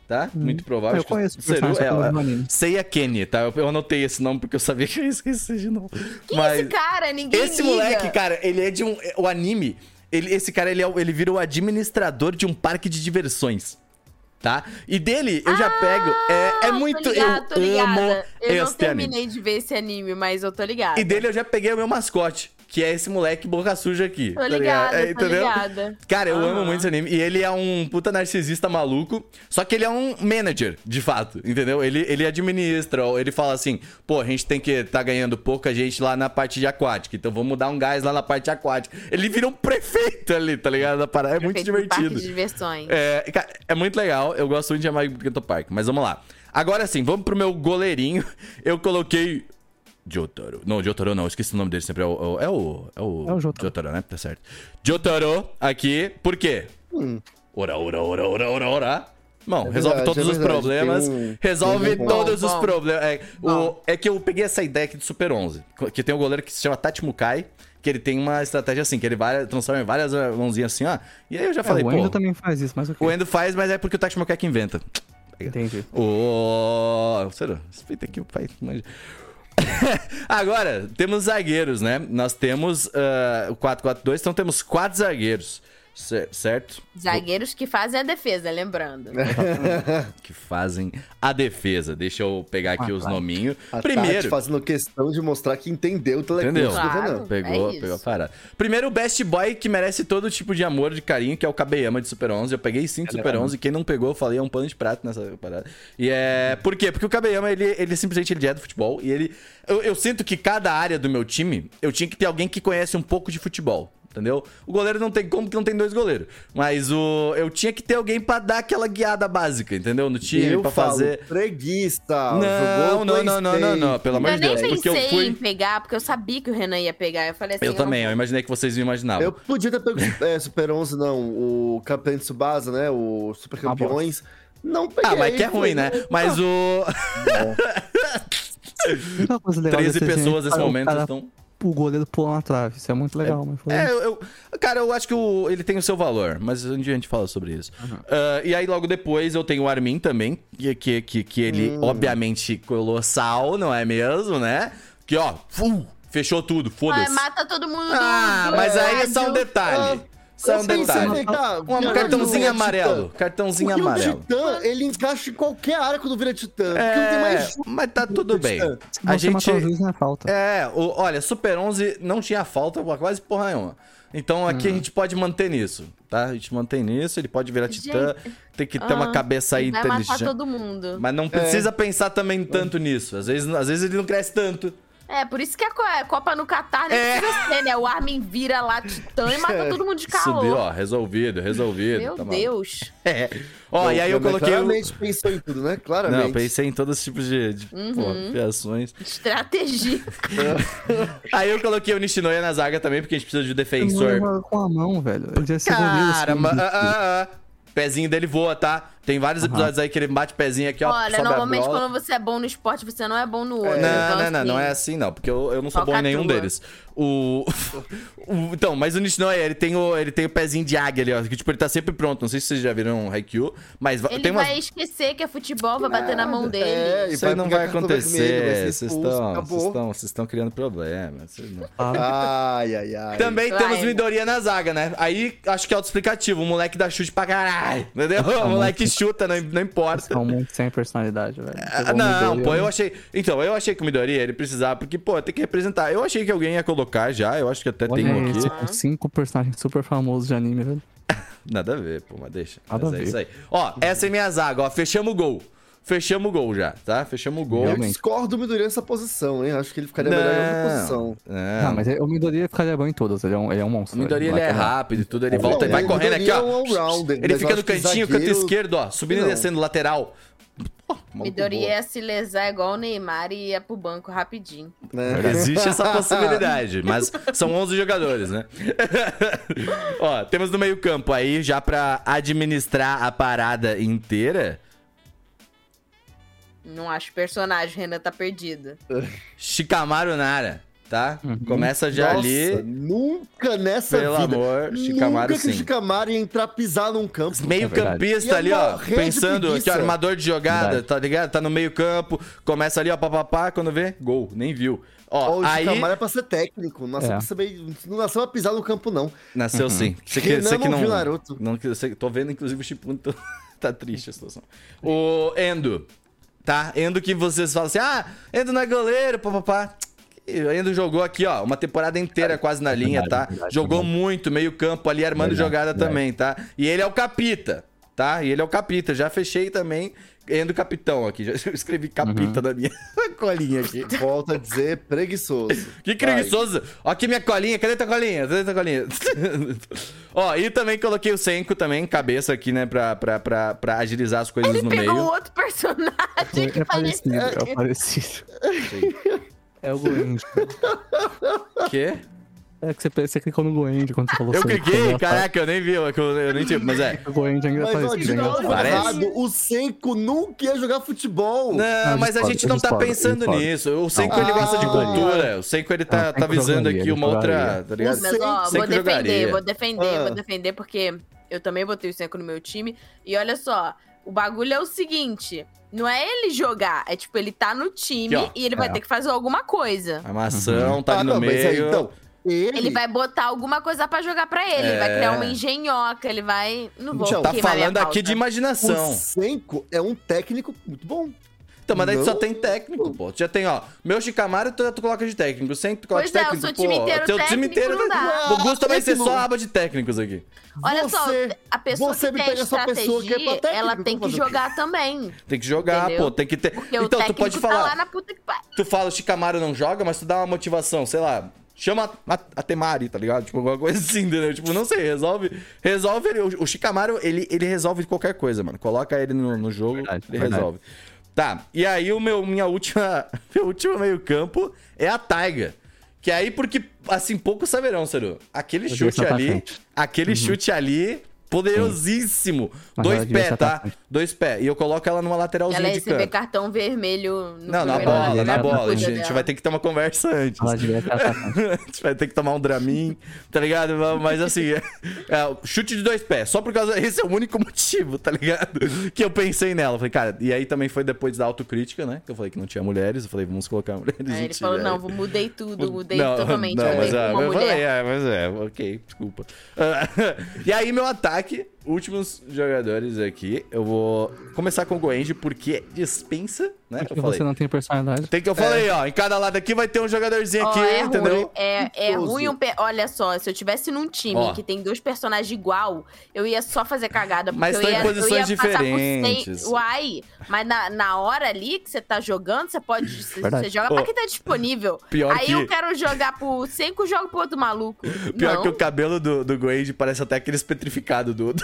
A: tá? Muito provável.
D: Hum. Eu
A: Acho que
D: conheço o
A: Seru
D: personagem, só que eu não vi no
A: é,
D: anime.
A: é, Seiya Kenny, tá? Eu, eu anotei esse nome porque eu sabia que eu ia esquecer de novo.
C: Quem é esse cara? Ninguém
A: esse
C: liga.
A: moleque, cara, ele é de um... O anime... Ele, esse cara, ele, é, o- ele vira o administrador de um parque de diversões. Tá? E dele, eu já pego. É, é
C: Ah, Tô
A: muito.
C: ligada, tô
A: eu amo
C: ligada. Eu não
A: este anime.
C: terminei de ver esse anime, mas eu tô ligada.
A: E dele eu já peguei o meu mascote, que é esse moleque boca suja aqui.
C: Tô
A: tá
C: ligada,
A: É,
C: tô ligada.
A: Cara, eu amo
C: Aham.
A: muito esse anime. E ele é um puta narcisista maluco, só que ele é um manager, de fato, entendeu? Ele, ele administra, ou ele fala assim, pô, a gente tem que tá ganhando pouca gente lá na parte de aquática, então vamos dar um gás lá na parte de aquática. Ele vira um prefeito ali, tá ligado? Da parada. É muito
C: Feito um Parque
A: divertido.
C: de diversões.
A: É, cara, é muito legal. Eu gosto muito de Amai Brinquedo Park. Mas vamos lá. Agora sim, vamos pro meu goleirinho. Eu coloquei. Jotaro. Não, Jotaro não. eu Esqueci o nome dele sempre. É o. É o, é o,
D: É o Jotaro.
A: né? Tá certo. Jotaro aqui. Por quê? Ora, ora, ora, ora, ora, ora. Bom, resolve
B: verdade,
A: todos
B: Hum. é
A: os
B: verdade.
A: problemas.
B: Tem um-
A: resolve
B: tem um bom-
A: todos os
C: Bom, bom.
A: problemas. É, o, é que eu peguei essa ideia aqui do Super 11, que tem um goleiro que se chama Tati Mukai, que ele tem uma estratégia assim, que ele vai, transforma em várias ah, mãozinhas assim, ó. E aí eu já
D: É,
A: falei,
D: o
A: pô,
D: Endo também faz isso, mas ok.
A: o Endo faz, mas é porque o Tati Moqueca inventa.
D: Entendi.
A: Ô, sério, respeita aqui o pai. manja. Agora, temos zagueiros, né? Nós temos ah, o 4-4-2, então temos quatro zagueiros, cer- certo?
C: Zagueiros que fazem a defesa, lembrando.
A: Que fazem a defesa. Deixa eu pegar aqui os nominhos.
B: A Tati
A: Primeiro,
B: fazendo questão de mostrar que entendeu o telecurso
A: Entendeu?
B: do
C: Claro.
B: Renan.
A: Pegou,
C: É isso.
A: pegou a parada. Primeiro, o best boy que merece todo tipo de amor, de carinho, que é o Kabeyama de Super 11. Eu peguei sim de Super 11. Quem não pegou, eu falei, é um pano de prato nessa parada. E é... Por quê? Porque o Kabeyama, ele, ele simplesmente ele é do futebol. E ele... Eu, eu sinto que cada área do meu time, eu tinha que ter alguém que conhece um pouco de futebol. Entendeu? O goleiro não tem como que não tem dois goleiros. Mas o eu tinha que ter alguém pra dar aquela guiada básica, entendeu? No
B: E
A: time,
B: eu
A: pra
B: falo,
A: fazer.
B: Preguiça.
A: Não,
B: jogou
A: não, não, não, não, não,
B: PlayStation.
A: pelo amor
C: eu
A: de
C: nem
A: Deus. Porque
C: pensei
A: eu
C: em
A: fui.
C: pegar, porque eu sabia que o Renan ia pegar. Eu falei assim.
A: Eu
C: não
A: também, eu imaginei que vocês me imaginavam.
B: Eu podia ter pego é, Super 11, não. O Capitão de Tsubasa, né? O Super Campeões. Não peguei.
A: Ah, mas que é ruim, né? Mas o.
D: Uma coisa legal
B: assim,
A: 13
D: desse desenho
A: pessoas
D: é
A: nesse
D: o
A: momento
D: cara-
A: estão.
D: O goleiro pulando na trave. Isso é muito legal, mas foi.
A: É, eu, eu- Cara, eu acho que o- ele tem o seu valor, mas um dia a gente fala sobre isso.
B: Uhum.
A: Ah, e aí, logo depois, eu tenho o Armin também, que, que, que, que ele,
B: Hum.
A: obviamente, colossal, não é mesmo, né? Que, ó, fu, fechou tudo,
C: Ai,
A: foda-se.
C: mata todo mundo.
A: Ah,
C: do
A: mas aí é só um
C: estádio.
A: detalhe.
B: Ah,
A: Só um
B: Eu sei,
A: detalhe.
B: você vai dar-
A: Um
B: Não,
A: cartãozinho
B: não é
A: amarelo.
B: Titã.
A: Cartãozinho
B: Porque
A: amarelo.
B: o Titã, ele encaixa em qualquer área quando vira Titã. Porque não tem
A: É,
B: mais
A: mas tá tudo bem.
B: Titã.
D: Se
A: A
D: você
A: gente.
D: matar o juiz não é falta.
A: É, o- olha, Super 11 não tinha falta pra quase porra nenhuma. Então aqui a gente pode manter nisso, tá? A gente mantém nisso, ele pode virar titã, tem que ter uma
C: Ah,
A: cabeça aí
C: Vai matar
A: inteligente.
C: todo mundo.
A: Mas não precisa pensar também tanto nisso. Às vezes, às vezes ele não cresce tanto.
C: É, por isso que a Co- a Copa no Catar nem
A: É.
C: precisa ser, né? O Armin vira lá titã e mata todo mundo de calor.
A: Subiu, ó, resolvido, resolvido.
C: Meu
A: tá maluco.
C: Deus.
A: É. Ó, e aí eu
B: Mas
A: coloquei. o-
B: Claramente pensou em tudo, né? Claramente.
A: Não, pensei em todos os tipos de, de porra,
C: Uhum.
A: criações.
C: Estratégia.
A: Aí eu coloquei o Nishinoya na zaga também, porque a gente precisa de um
D: Ele não
A: defensor.
D: joga com a mão, velho. Ele deve ser goleiro.
A: Cara,
D: assim,
A: ma-
D: de-
A: ah, ah, ah. pezinho dele voa, tá? Tem vários episódios aí que ele bate pezinho aqui, ó.
C: Olha,
A: sobe a
C: normalmente
A: bola.
C: quando você é bom no esporte, você não é bom no outro.
A: Não, não,
C: então,
A: não,
C: assim,
A: não é assim não, porque eu, eu não sou bom em nenhum
C: Falcatrua.
A: deles. O, o- Então, mas o Nishinoya, ele tem o, ele tem o pezinho de águia ali, ó. Que, tipo, ele tá sempre pronto. Não sei se vocês já viram um Haikyuu, mas va-
C: Ele
A: tem umas...
C: vai esquecer que é futebol, vai bater na mão dele.
B: É, e
A: Isso aí não
B: pegar
A: vai
B: cartão vermelho, vai ser
A: acontecer. Vocês
B: expulso,
A: estão-
B: acabou.
A: vocês estão- vocês estão criando problema. vocês não-
D: Fala.
B: Ai, ai, ai.
A: Também
C: Vai.
A: temos Midoriya na zaga, né? Aí acho que é autoexplicativo. O moleque dá chute pra caralho. Entendeu? O moleque chuta, não, não importa.
D: É um mundo sem personalidade, velho.
A: Ah, Não, pô, eu achei. Então, eu achei que o Midoriya ele precisava, porque, pô, tem que representar. Eu achei que alguém ia colocar já, eu acho que até tem um
D: Olha
A: aqui.
D: isso, pô, cinco personagens super famosos de anime, velho.
A: Nada a ver, pô, mas deixa.
D: Nada
A: mas
D: a
A: é
D: ver.
A: isso aí. Ó, essa é minha zaga, ó. Fechamos o gol. Fechamos o gol já, tá? Fechamos o gol.
B: Eu
D: Realmente.
B: discordo do Midoriya nessa posição, hein? Acho que ele ficaria melhor em outra posição.
A: Não,
D: Ah, mas é- o Midoriya ficaria bom em todas, ele é um, ele é um monstro.
A: O Midori ele
D: velho.
A: é
D: Vai tomar.
A: rápido e tudo, ele volta e
B: Não,
A: vai
B: o
A: correndo aqui,
B: Midoriya é um
A: ó.
B: all-rounder,
A: Ele
B: mas
A: fica no
B: eu acho que
A: cantinho, canto
B: zagueiro-
A: esquerdo, ó, subindo e
B: Não.
A: descendo, lateral. Pô, maluco
C: Midori é
A: voa.
C: ia se lesar igual o Neymar e ia pro banco rapidinho.
B: Né?
A: Existe essa possibilidade, mas são 11 jogadores, né? ó, temos no meio-campo aí, já pra administrar a parada inteira,
C: Não acho personagem, Renan tá perdido.
A: Shikamaru Nara, tá? Começa já
B: Uhum. Nossa,
A: ali,
B: Nunca nessa
A: pelo
B: vida.
A: amor, Shikamaru
B: nunca que o
A: sim.
B: Shikamaru ia entrar pisar num campo.
A: Meio-campista
B: É
A: ali,
B: verdade.
A: ó.
B: Ia morrer de
A: Pensando que
B: preguiça.
A: é armador de jogada,
D: Verdade.
A: tá ligado? Tá no meio-campo, começa ali, ó, papapá, quando vê, gol, nem viu. Ó,
B: Ó, o
A: aí.
B: Shikamaru é pra ser técnico. Nasceu
D: É.
B: pra saber. Não nasceu pra pisar no campo, não.
D: Uhum.
A: Nasceu sim. Você que,
B: Renan
A: você que
B: não
A: não.
B: viu Naruto.
A: não que- você- tô vendo, inclusive, o Shippuden. tô- tá triste a situação. O Endo. Tá? Endo que vocês falam assim: ah, Endo não é goleiro, papapá. Endo jogou aqui, ó, uma temporada inteira quase na linha,
D: Verdade,
A: tá?
D: verdade,
A: jogou
D: verdade.
A: muito, meio campo ali, armando
D: Verdade,
A: jogada
D: verdade.
A: também, tá? E ele é o capita, tá? E ele é o capita. Já fechei também, Endo capitão aqui. Já escrevi capita
D: Uhum.
A: na minha colinha aqui.
B: Volta a dizer preguiçoso.
A: Que preguiçoso! Ó aqui minha colinha, cadê tua colinha? Cadê tua colinha? Ó, e também coloquei o Senko também, cabeça aqui, né, pra, pra, pra, pra agilizar as coisas no
C: Pegou um
A: meio.
C: outro personagem
D: É
C: que faleceu.
D: parecido, é parecido. É o Goenji.
A: O quê?
D: É que você, você clicou no Goenji quando você falou
A: Eu
D: assim,
A: cliquei,
D: quando
A: caraca, eu nem vi, eu, eu nem tive, mas tá? é.
D: O Goenji é
B: Mas,
D: engraçado.
B: ó, de
D: é
B: novo,
D: engraçado.
A: Parece.
B: errado, o Senko nunca ia jogar futebol.
A: Não,
D: eu
A: mas a
D: discordo,
A: gente
D: eu
A: não tá
D: discordo, eu
A: pensando
D: discordo.
A: nisso. O Senko ele
B: Ah,
A: gosta de
B: jogaria.
A: cultura. O Senko ele
D: Não,
A: tá,
D: Senko
A: tá visando
D: jogaria,
A: aqui uma
D: ele
A: outra,
D: jogaria.
A: tá ligado?
C: Mas ó,
A: Sei
C: vou
A: que
C: defender,
A: jogaria.
C: vou defender,
B: Ah.
C: vou defender, porque eu também botei o Senko no meu time. E olha só, o bagulho é o seguinte: não é ele jogar, é tipo, ele tá no time
A: Aqui, ó.
C: e ele vai
D: É.
C: ter que fazer alguma coisa.
A: Armação, tá ali no
B: mas aí,
A: meio.
B: então, ele...
C: Ele vai botar alguma coisa pra jogar pra ele, ele vai
A: É.
C: criar uma engenhoca, ele vai. Não vou
B: Então,
A: Tá
C: queimar minha
A: falando aqui
C: pauta.
A: de
B: O
A: imaginação.
B: Senko é um técnico muito bom.
A: Então, mas daí tu só
B: Não.
A: tem técnico, pô. Tu já tem, ó, meu Shikamaru, tu, tu coloca de técnico. Sem tu coloca
C: Pois
A: de
C: é, o
A: técnico,
C: seu
A: pô.
C: time inteiro
A: teu time
C: técnico
A: inteiro
C: não dá.
A: O Gusta vai ser
B: Técnico.
A: só aba de técnicos aqui.
C: Olha
B: Você-
C: só, a pessoa
B: você
C: que
B: me
C: tem
B: pega essa pessoa que é pra
C: estratégia,
B: técnico,
C: ela tem que
B: vamos fazer o quê?
C: jogar também.
A: Tem que jogar,
C: Entendeu?
A: pô. Tem que ter.
C: Porque o
A: então, tu
C: técnico
A: pode
C: tá
A: falar.
C: lá na puta que pariu.
A: Tu fala, o Shikamaru não joga, mas tu dá uma motivação, sei lá. Chama a, a Temari, tá ligado? Tipo, alguma coisa assim, entendeu? Tipo, não sei, resolve. Resolve. ele- O, o Shikamaru, ele, ele resolve qualquer coisa, mano. Coloca ele no, no jogo,
D: Verdade,
A: ele
D: verdade.
A: resolve. Tá, e aí o meu, minha última, meu último meio-campo é a Taiga. Que aí, porque, assim, poucos saberão, Seru. Aquele
D: devia
A: chute
D: ser
A: ali,
D: atacante.
A: aquele chute ali, poderosíssimo.
D: Mas
A: Dois
D: ela Uhum. devia
A: pés,
D: ser
A: tá?
D: atacante.
A: Dois pés. E eu coloco ela numa lateralzinha
C: Ela é ia
A: de
C: receber
A: canto.
C: cartão vermelho no
A: Não, na
C: primeiro né?
A: bola,
C: lance,
A: na
D: ela
C: alguma
A: bola. A
C: coisa
A: gente
C: dela.
A: vai ter que ter uma conversa antes.
D: Ela devia ser atacante.
A: a gente vai ter que tomar um Dramin, tá ligado? Mas assim, é, é, chute de dois pés. Só por causa. Esse é o único motivo, tá ligado? Que eu pensei nela. Falei, cara, e aí também foi depois da autocrítica, né? Que eu falei que não tinha mulheres. Eu falei, vamos colocar mulheres.
C: Aí
A: e
C: É, ele falou,
A: tiver.
C: não, vou- mudei tudo, mudei
A: Não,
C: totalmente.
A: Não,
C: mudei
A: mas,
C: pra
A: é,
C: uma
A: eu falei,
C: mulher.
A: é, mas é, ok, desculpa. Ah, e aí, meu ataque, últimos jogadores aqui. Eu vou começar com o Goenji, porque dispensa, né? Eu
D: Porque você não tem personalidade.
A: tem que eu falei,
D: É.
A: ó. Em cada lado aqui vai ter um jogadorzinho
C: Ó,
A: aqui,
C: é
A: entendeu?
C: ruim, é, é
B: Incluso.
C: ruim um pe- Olha só, se eu tivesse num time
A: Ó.
C: que tem dois personagens igual, eu ia só fazer cagada. Porque
A: Mas
C: eu
A: tão em
C: ia, eu
A: posições
C: ia passar por
A: diferentes.
C: 100 Uai, mas na, na hora ali que você tá jogando, você pode. Você,
D: Verdade.
C: você joga
A: Ó.
C: pra quem tá disponível.
A: Pior
C: Aí
A: que-
C: eu quero jogar pro Senko, jogo pro outro maluco.
A: Pior
C: Não.
A: que o cabelo do, do Grade parece até aqueles petrificados do, do,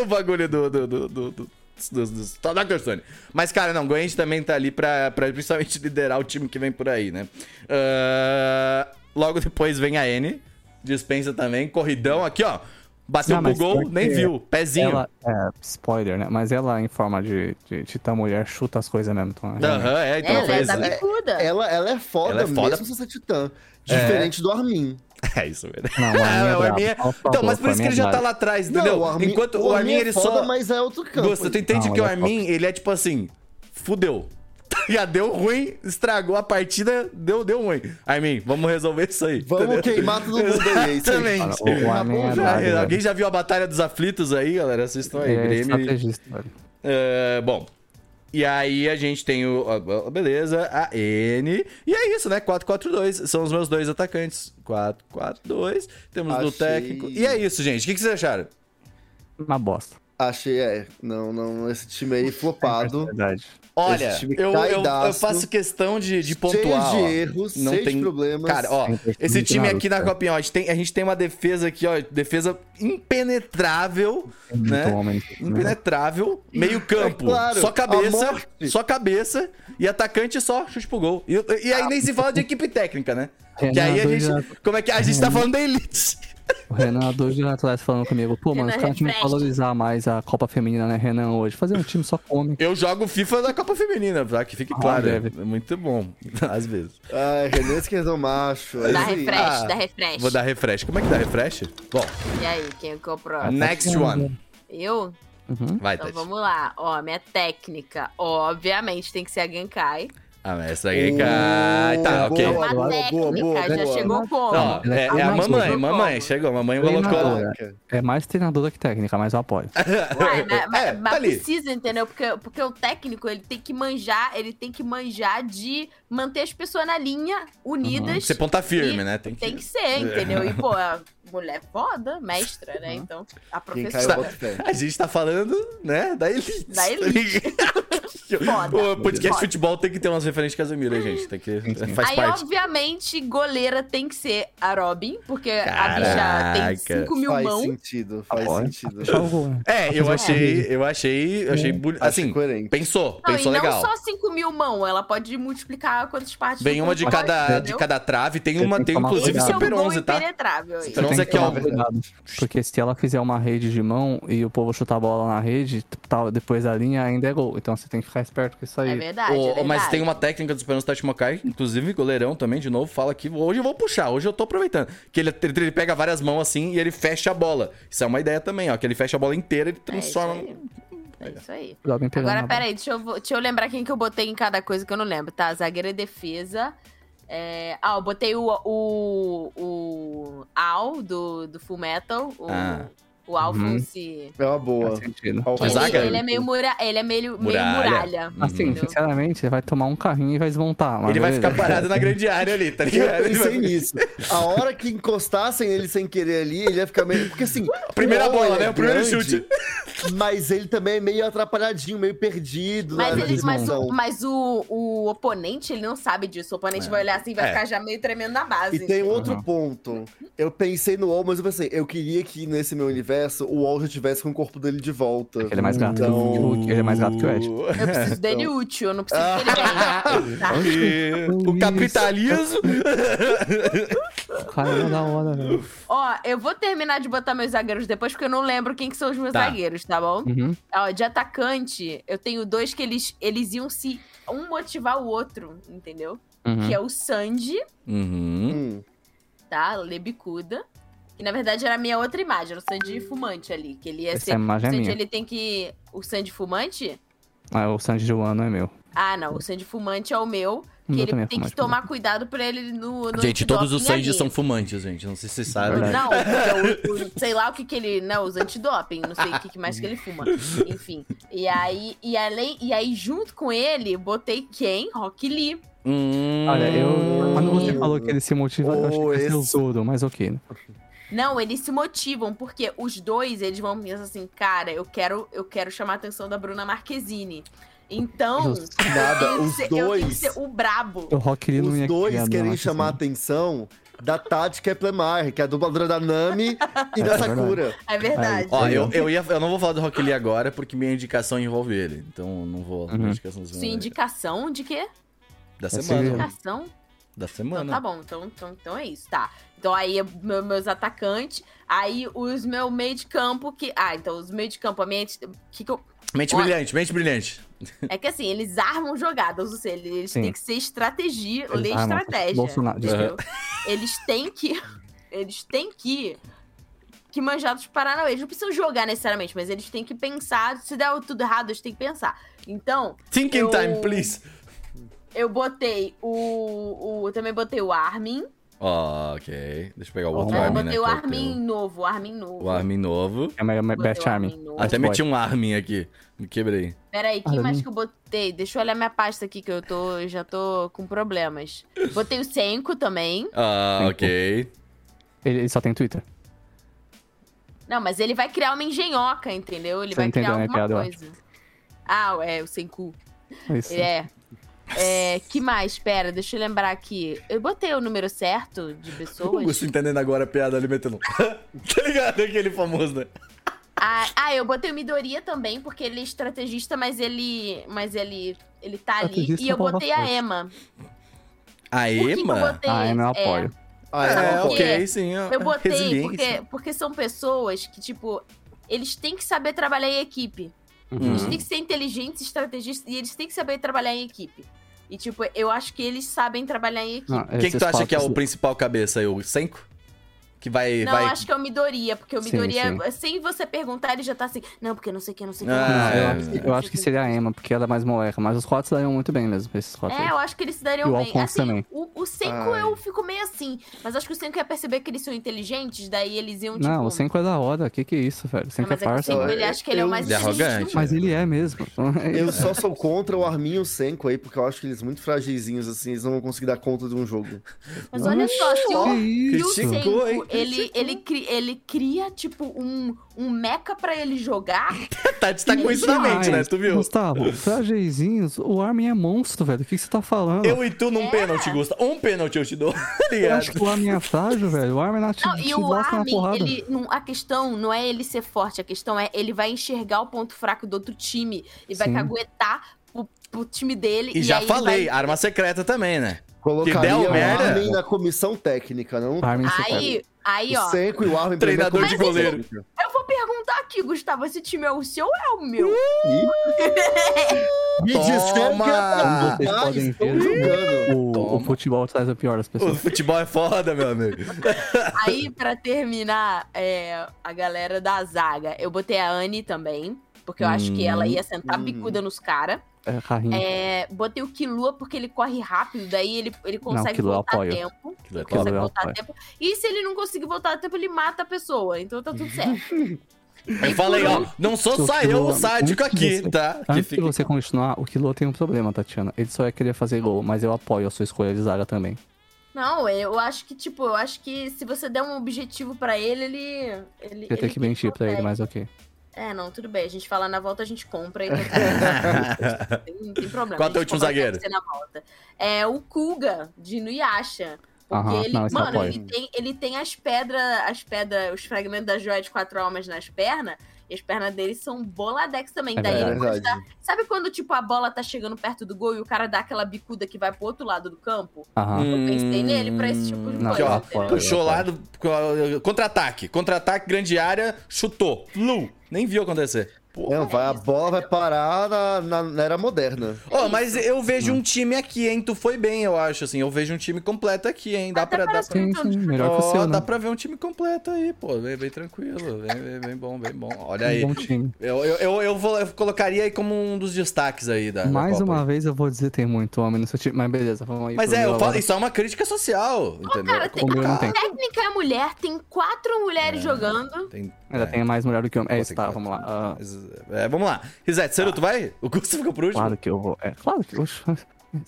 A: do bagulho do. do, do, do, do... Dos, dos, tá da Crestone. Mas, cara, não, o Goenji também tá ali pra, pra principalmente liderar o time que vem por aí, né? Ah, logo depois vem a N, dispensa também, corridão aqui, ó. Bateu
D: Não,
A: pro
D: mas
A: gol,
D: porque
A: nem viu. Pezinho.
D: Ela, é, spoiler, né? Mas ela, em forma de, de titã mulher, chuta as coisas mesmo. Então,
A: Aham, é, então
C: ela é
A: fez.
C: da
A: É,
C: bicuda.
B: Ela, ela é foda
A: Ela é foda. É.
B: mesmo sem ser titã. Diferente do Armin.
A: isso mesmo.
D: Não, o Armin é
A: Ah, o Armin é-
D: brabo. Por favor,
A: Então, mas por
D: o
A: isso que
D: Armin
A: ele já
D: é
A: tá
D: brabo.
A: lá atrás,
B: Não,
A: entendeu?
B: o Armin,
A: Enquanto
B: o Armin,
A: ele
B: é foda,
A: só.
B: mas é outro campo.
A: Gusta, tu entende
D: Não,
A: que o
D: ele é
A: Armin, ele é tipo assim, fudeu. Já deu ruim, estragou a partida, deu, deu ruim. Armin, vamos resolver isso aí.
B: Vamos
A: entendeu?
B: queimar todo mundo aí, é isso aí.
A: Exatamente.
D: Cara, o- o
B: Tá
D: Armin
B: bom,
D: é
B: já.
A: Ah,
D: brabo, velho.
A: Alguém já viu a Batalha dos Aflitos aí, galera? Assistam aí,
D: Ele é
A: Grêmio.
D: estrategista, velho.
A: É, bom. E aí a gente tem o. a- a- Beleza, a N. E é isso, né? 4-4-2. São os meus dois atacantes. 4-4-2. Temos do
B: Achei.
A: técnico. E é isso, gente. O que, que vocês acharam?
D: Uma bosta.
B: Achei, é. Não, não, esse time aí
A: é,
B: flopado.
D: Verdade.
A: Olha,
B: Esse time
A: eu, eu, eu
B: caidaço.
A: faço questão de, de pontuar.
B: Cheio
A: ó.
B: de erros,
A: Não
B: cheio
A: tem-
B: de problemas.
A: Cara, ó,
D: Tem que ter
A: esse
D: muito
A: time
D: Naruto,
A: aqui na
D: cara.
A: Copinha, ó, a gente, tem, a gente tem uma defesa aqui, ó, defesa impenetrável,
D: Tem muito
A: né?
D: homem.
A: Impenetrável, meio campo,
B: É claro,
A: só
B: a
A: cabeça,
B: morte.
A: só cabeça, e atacante só chute pro gol. E, e
B: Ah.
A: aí nem se fala de equipe técnica, né?
D: É,
A: que aí a
D: não,
A: gente,
D: dois
A: como é que é? a gente tá falando da elite?
D: O Renan, há dois dias atrás, falando comigo, pô, mano, os
C: Renan,
D: caras tinham que
C: refresca.
D: valorizar mais a Copa Feminina, né, Renan, hoje. Fazer um time só com homem.
A: Eu jogo FIFA da Copa Feminina, pra que fique
D: Ah,
A: claro, é
D: deve.
A: muito bom, às vezes.
B: Ai, Renan Esquerdão Macho. é
C: Dá
B: isso aí.
C: refresh,
A: Ah,
C: dá refresh.
A: Vou dar refresh. Como é que dá refresh? Bom,
C: E aí, quem é comprou?
D: Ah, tá
A: next one.
C: Eu?
D: Uhum.
A: Vai,
C: Então
A: Tati.
C: vamos lá. Ó, minha técnica, obviamente, tem que ser a Gankai.
A: Ah, mas essa aí cai. Tá, ok.
B: Uh, Boa,
C: Uma
B: boa,
C: técnica,
B: boa, boa,
C: já
B: boa.
C: chegou como?
A: Ó,
D: ela tá
A: é,
D: caiu
A: é a
D: na
A: mamãe,
C: boa.
A: mamãe, chegou, a mamãe colocou.
D: Treinadora.
B: Caraca.
D: É mais treinadora que técnica, mas eu apoio.
C: Uai, mas, né, mas-
A: É,
C: mas
A: tá ali.
C: precisa, entendeu? Porque, porque o técnico, ele tem que manjar, ele tem que manjar de manter as pessoas na linha, unidas.
A: Uhum. Você ponta firme, né? Tem que.
C: Tem que ser, entendeu? E, pô, a mulher é foda, mestra,
A: Uhum.
C: né? Então, a
B: Quem caiu,
C: professora.
B: bota fé.
A: A gente tá falando, né? Da elite.
C: Da elite. é Foda.
A: o podcast
C: Foda.
A: futebol tem que ter umas referências de Casemiro, hein, gente? Tem que... Faz
C: Aí,
A: parte.
C: obviamente, goleira tem que ser a Robin, porque a bicha tem
A: Caraca.
C: 5 mil
B: Faz
C: mãos.
B: sentido, faz
D: Apoio.
B: sentido.
D: Achar o gol, né?
A: É, eu
D: Fazer
A: achei, eu achei, eu achei, boni-
B: Acho
A: assim,
B: coerente.
A: pensou,
C: Não,
A: pensou
C: e não
A: legal.
C: só 5 mil mãos, ela pode multiplicar quantas partes
A: Vem
C: do
A: uma de
C: corpo
A: cada,
C: pode,
A: de
C: entendeu?
A: cada trave, tem
D: Você
A: uma,
D: tem que
A: tem
D: tomar
A: inclusive
C: Esse é um
A: Super
C: bom
A: 11, tá?
C: impenetrável aí.
A: Super Então,
D: Tem
A: Zé
D: que tomar
A: Kelvin.
D: cuidado, Porque se ela fizer uma rede de mão e o povo chutar a bola na rede, tá depois da linha ainda é gol. Então você tem que ficar esperto com isso aí.
C: É verdade, é
A: Ô,
C: verdade.
A: mas tem uma técnica do Super Tati Mokai, inclusive goleirão também, de novo, fala que hoje eu vou puxar, hoje eu tô aproveitando. Que ele, ele- ele pega várias mãos assim e ele fecha a bola. Isso é uma ideia também, ó, que ele fecha a bola inteira e ele
C: É isso
A: transforma.
C: aí. É isso aí.
D: Cuidado em pegar
C: Agora,
D: na
C: peraí, deixa eu, vo- deixa eu lembrar quem que eu botei em cada coisa que eu não lembro, tá? Zagueira e defesa. É, Ah, eu botei o, o, o Al do, do Full Metal, o,
A: Ah.
C: o Alphonse.
B: É uma
D: bola.
B: boa.
D: Faz sentido.
B: Alphonse.
A: Mas
C: Ele,
A: zaga?
C: ele é meio, mura... ele é meio, meio
A: Muralha.
C: muralha.
D: Assim,
C: entendeu?
D: sinceramente, vai tomar um carrinho e vai desmontar. mas
A: Uhum. Ele vai
D: beleza.
A: ficar parado na grande área ali, tá ligado?
B: Eu
A: Ele vai-
B: pensei nisso. A hora que encostassem ele sem querer ali, ele ia ficar meio. Porque assim.
A: Primeira
B: o Owen
A: bola,
B: é
A: né? O primeiro
B: grande,
A: chute.
B: Mas ele também é meio atrapalhadinho, meio perdido. né,
C: Mas,
B: na- na
C: ele, mas,
B: direção.
C: o, mas o, o oponente, ele não sabe disso. O oponente vai olhar assim e vai
A: É.
C: ficar já meio tremendo na base.
B: E tem um-
C: entendeu?
B: outro
D: Uhum.
B: ponto. Eu pensei no Wall, mas eu pensei, eu queria que nesse meu universo o Wall já tivesse com o corpo dele de volta. Então,
D: Ele é mais gato que
A: Uhum.
D: o Hulk, ele é mais gato que o Ed.
C: Eu preciso dele útil, eu não preciso que ele venha. tá?
A: E o
D: Isso.
A: capitalismo.
D: Caramba, é da hora, velho.
C: Ó, eu vou terminar de botar meus zagueiros depois, porque eu não lembro quem que são os meus
A: Tá.
C: zagueiros, tá bom?
D: Uhum.
C: Ó, de atacante, eu tenho dois que eles, eles iam se um motivar o outro, entendeu?
D: Uhum.
C: Que é o Sanji,
A: Uhum.
B: Hum,
C: tá? Lebicuda. Que na verdade era a minha outra imagem, era o Sanji fumante ali. Que ele ia
D: Essa
C: ser. O
D: imagem é
C: Sanji,
D: minha.
C: ele tem que. O Sanji fumante?
D: Ah, o Sanji Joano é meu.
C: Ah, não. O Sanji fumante é o meu. Que
D: meu
C: ele
D: também é
C: tem que
D: fumante,
C: tomar cuidado pra ele no. no
A: Gente, todos os
C: antidoping
A: Sanji
C: ali.
A: são fumantes, gente. Não sei se vocês sabem.
D: Verdade.
C: Não, porque o- o- sei lá o que que ele, né, os antidoping, não sei o que, que mais que ele fuma. Enfim. E aí, e além, e aí junto com ele, botei quem? Rock Lee.
A: Hum.
D: Olha, eu. Quando você
B: Hum.
D: falou que ele se motiva, eu achei que ia ser
B: Oh,
D: o
B: esse-
D: Zoro, mas ok. né?
C: Não, eles se motivam porque os dois, eles vão pensar assim, cara, eu quero, eu quero chamar a atenção da Bruna Marquezine. Então, eu
D: Justo.
B: Nada,
C: tenho que
B: os
C: ser- eu tenho que
B: dois.
C: ser o brabo. É
D: O Rock Lee não ia
B: Os dois
D: criar
B: querem
D: nada,
B: chamar a
D: assim.
B: atenção da Tati Keplemar, que é a dubladora da Nami e da
D: É verdade.
B: Sakura.
C: É verdade.
A: Ó, eu, eu, ia, eu não vou falar do Rock Lee agora, porque minha indicação envolve ele. Então, não vou.
D: Uhum.
A: Minha indicação da
C: Sua
A: semana,
C: indicação de quê?
A: da
D: Essa
A: semana.
D: é-
C: Indicação?
A: Da
C: Então
A: semana.
C: tá bom, então, então, então é isso, tá. Então aí é meu- meus atacantes, aí os meu meio de campo que. Ah, então os meio de campo, a minha. Que que eu-
A: Mente
C: Olha-
A: brilhante, mente brilhante.
C: É que assim, eles armam jogadas, ou seja, eles
D: Sim.
C: têm que ser estratégia,
D: Eles
C: ler
D: armam.
C: estratégia.
D: Bolsonaro,
C: entendeu? Eles têm que. Eles têm que. Que manjar dos Paranauê. Eles não precisam jogar necessariamente, mas eles têm que pensar. Se der tudo errado, eles têm que pensar. Então,
A: Thinking
C: Eu-
A: time, please.
C: eu botei o. o eu também botei o Armin.
A: Ó, ok. Deixa eu pegar o outro
D: Ó,
C: eu
A: Armin,
C: botei
A: né? que
C: o
A: é teu.
C: Armin novo, o Armin novo.
A: O Armin novo.
D: É a minha
C: Botei
D: Best
C: o
D: Armin.
C: Armin novo.
A: Até
D: Boy.
A: meti um Armin aqui. Me quebrei.
C: Peraí, quem
D: Armin.
C: mais que eu botei? Deixa eu olhar minha pasta aqui, que eu tô, eu já tô com problemas. Botei o Senko também.
A: Ah,
D: Sim,
A: ok.
D: Ele, ele só tem Twitter.
C: Não, mas ele vai criar uma engenhoca, entendeu? Ele
D: Você
C: vai criar
D: entendeu a minha
C: alguma
D: piada, eu
C: coisa. Ah, é, o Senku.
D: É Isso.
C: Ele é. É, que mais? Pera, deixa eu lembrar aqui. Eu botei o número certo de
A: O
C: pessoas?
A: Gusto entendendo agora a piada ali metendo. tá ligado? Aquele famoso, né?
C: Ah, ah, eu botei o Midoriya também, porque ele é estrategista, mas ele. Mas ele. Ele tá ali.
D: Estrategista
C: E eu
D: é uma
C: botei a
D: palavra
C: Emma.
A: A
C: Por que que eu
A: Ema?
C: botei?
D: Ah, eu não
C: é,
D: apoio.
B: Ah,
A: É,
B: não,
C: Por quê?
A: ok, sim. ó,
C: Eu botei
A: resiliência.
C: porque, porque são pessoas que, tipo, eles têm que saber trabalhar em equipe.
A: Uhum.
C: Eles têm que ser inteligentes, estrategistas, e eles têm que saber trabalhar em equipe. E, tipo, eu acho que eles sabem trabalhar em equipe.
D: Não,
A: Quem que
D: Ah, esses
A: tu acha que é o
D: papos-
A: principal cabeça aí? O Senko? Que vai.
C: Não,
A: vai...
C: acho que é o Midoriya, porque o
D: Sim,
C: Midoriya, sem você perguntar, ele já tá assim, não, porque não sei o que, não sei o que.
A: Ah,
C: não
D: Não,
C: sei
D: eu,
A: é.
C: o que,
D: acho
C: não sei o
D: que, eu acho que seria a Emma, porque ela é mais moleca. Mas os quatro se dariam muito bem mesmo, esses quatro
C: É,
D: aí.
C: eu acho que eles se
D: E
C: dariam
D: o
C: bem.
D: Alphonse
C: Assim,
D: também.
C: o, o Senko
B: Ai.
C: eu fico meio assim, mas acho que o Senko ia perceber que eles são inteligentes, daí eles iam, tipo...
D: Não, o Senko é da hora. Que que é isso, velho? O
C: Ah,
D: Senko é
C: mas é que o
D: parça.
C: Senko,
D: mano.
C: ele acha que ele é o mais
A: Ele é
C: inteligente do
A: arrogante.
D: Mas ele é mesmo.
B: Eu só sou contra o Armin e o Senko aí, porque eu acho que eles muito fragilizinhos, assim, eles não vão conseguir dar conta de um jogo.
C: Mas olha só, se
D: Que
C: o, se o
D: isso?
A: Criticou,
C: Senko,
A: hein?
C: ele, ele, cri- ele cria, tipo, um, um meca pra ele jogar.
A: Tati tá com isso na mente, né?
D: Mas,
A: Tu viu?
D: Gustavo, frageizinhos, o Armin é monstro, velho. O que que você tá falando?
A: Eu e tu num
C: É.
A: pênalti, Gusta. Um pênalti eu te dou. Tá
D: Eu acho
A: ligado?
D: que o Armin é frágil, velho. O Armin lá te,
C: Não,
D: te
C: e o
D: lasca na
C: Armin,
D: porrada.
C: ele, não, a questão não é ele ser forte, a questão é ele vai enxergar o ponto fraco do outro time e vai
D: Sim.
C: caguetar pro, pro time dele.
A: E já
C: aí ele
A: falei,
C: vai-
A: arma secreta também, né?
B: Colocaria
A: der
B: o
A: merda.
B: Armin na comissão técnica, não?
D: O Armin se
C: Aí, aí,
B: O
C: ó,
B: Senko e o Armin pra mim, é
A: Treinador de
B: comissão
A: goleiro.
B: técnica.
C: eu vou perguntar aqui, Gustavo, esse time é o seu ou é o meu?
B: Me disseram que
A: Toma!
B: é pra mudar,
D: Vocês podem
B: estão
D: ver.
B: jogando.
D: O, o
A: Toma.
D: futebol traz o pior das
A: O
D: pessoas.
A: futebol é foda, meu amigo.
C: Aí, pra terminar, é, a galera da zaga, eu botei a Anne também, porque eu acho que ela ia sentar
B: Hum.
C: bicuda nos caras.
D: É, carrinho.
C: É, botei o Kilua porque ele corre rápido, daí ele, ele consegue
D: Killua eu
C: voltar a
D: apoio.
C: tempo.
A: Killua eu
C: Ele consegue
D: apoio.
C: voltar a
D: Apoio.
C: tempo. E se ele não conseguir voltar a tempo, ele mata a pessoa. Então tá tudo certo.
A: Eu falei, ó, não sou
D: Seu
A: só eu o
D: filho,
A: sádico
D: antes de
A: aqui,
D: você-
A: tá? Que
D: Antes de
A: fica...
D: você continuar, o Kilo tem um problema, Tatiana. Ele só ia querer fazer gol, mas eu apoio a sua escolha de zaga também.
C: Não, eu acho que, tipo, eu acho que se você der um objetivo pra ele, ele. ele
D: Eu ia ter que mentir pra ele,
C: consegue.
D: mas ok.
C: É, não, tudo bem. A gente fala na volta, a gente compra e tá tudo bem. não tem problema.
A: Qual é o
C: A gente
A: teu último
C: conversa
A: zagueiro?
C: com você na volta. É o Kuga, de Nuyasha. Porque
D: Aham,
C: ele,
D: não, esse eu
C: mano,
D: apoio.
C: ele tem, ele tem as pedras, as pedras, os fragmentos da joia de quatro almas nas pernas, e as pernas dele são boladex também.
D: É
C: Daí ele
B: É
C: pode dar-
B: verdade.
C: Sabe quando, tipo, a bola tá chegando perto do gol e o cara dá aquela bicuda que vai pro outro lado do campo?
D: Aham.
C: Eu pensei nele pra esse tipo de
A: Hum,
D: Não,
A: Aqui, ó,
C: coisa, entendeu?
A: puxou lá do... Contra-ataque. Contra-ataque, grande área, chutou. Lu, nem viu acontecer. Pô.
B: Não, vai, a bola vai parar na, na- na era moderna.
A: Ó, mas eu vejo um time aqui, hein? Tu foi bem, eu acho, assim. Eu vejo um time completo aqui, hein? Dá
C: Até
A: pra... Dá
C: parece
A: pra...
D: Sim, sim, melhor que o
A: Ó,
D: seu, né?
A: dá pra ver um time completo aí, pô. Bem, bem tranquilo. Bem, bem, bem bom, bem bom. Olha aí.
D: Um bom time.
A: Eu, eu, eu, eu vou, eu colocaria aí como um dos destaques aí da. da
D: Mais
A: Copa.
D: uma vez eu vou dizer tem muito homem no seu time, mas beleza, vamos aí.
A: Mas
D: pro
A: é,
D: meu
A: eu falo,
D: agora.
A: isso é uma crítica social, entendeu? É
C: cara, tem-
D: O meu não tem.
C: Técnica é mulher, tem quatro
B: É.
C: mulheres
D: um
C: jogando.
A: Tem-
D: Ainda tem mais mulher do que homem. É
A: Pô,
D: isso,
A: tem
D: tá,
A: quatro.
D: vamos lá. Ah,
A: É, vamos lá. Rizete, Seru, tu vai? O Gusto fica por último?
D: Tá. Claro que eu vou. É, claro que eu.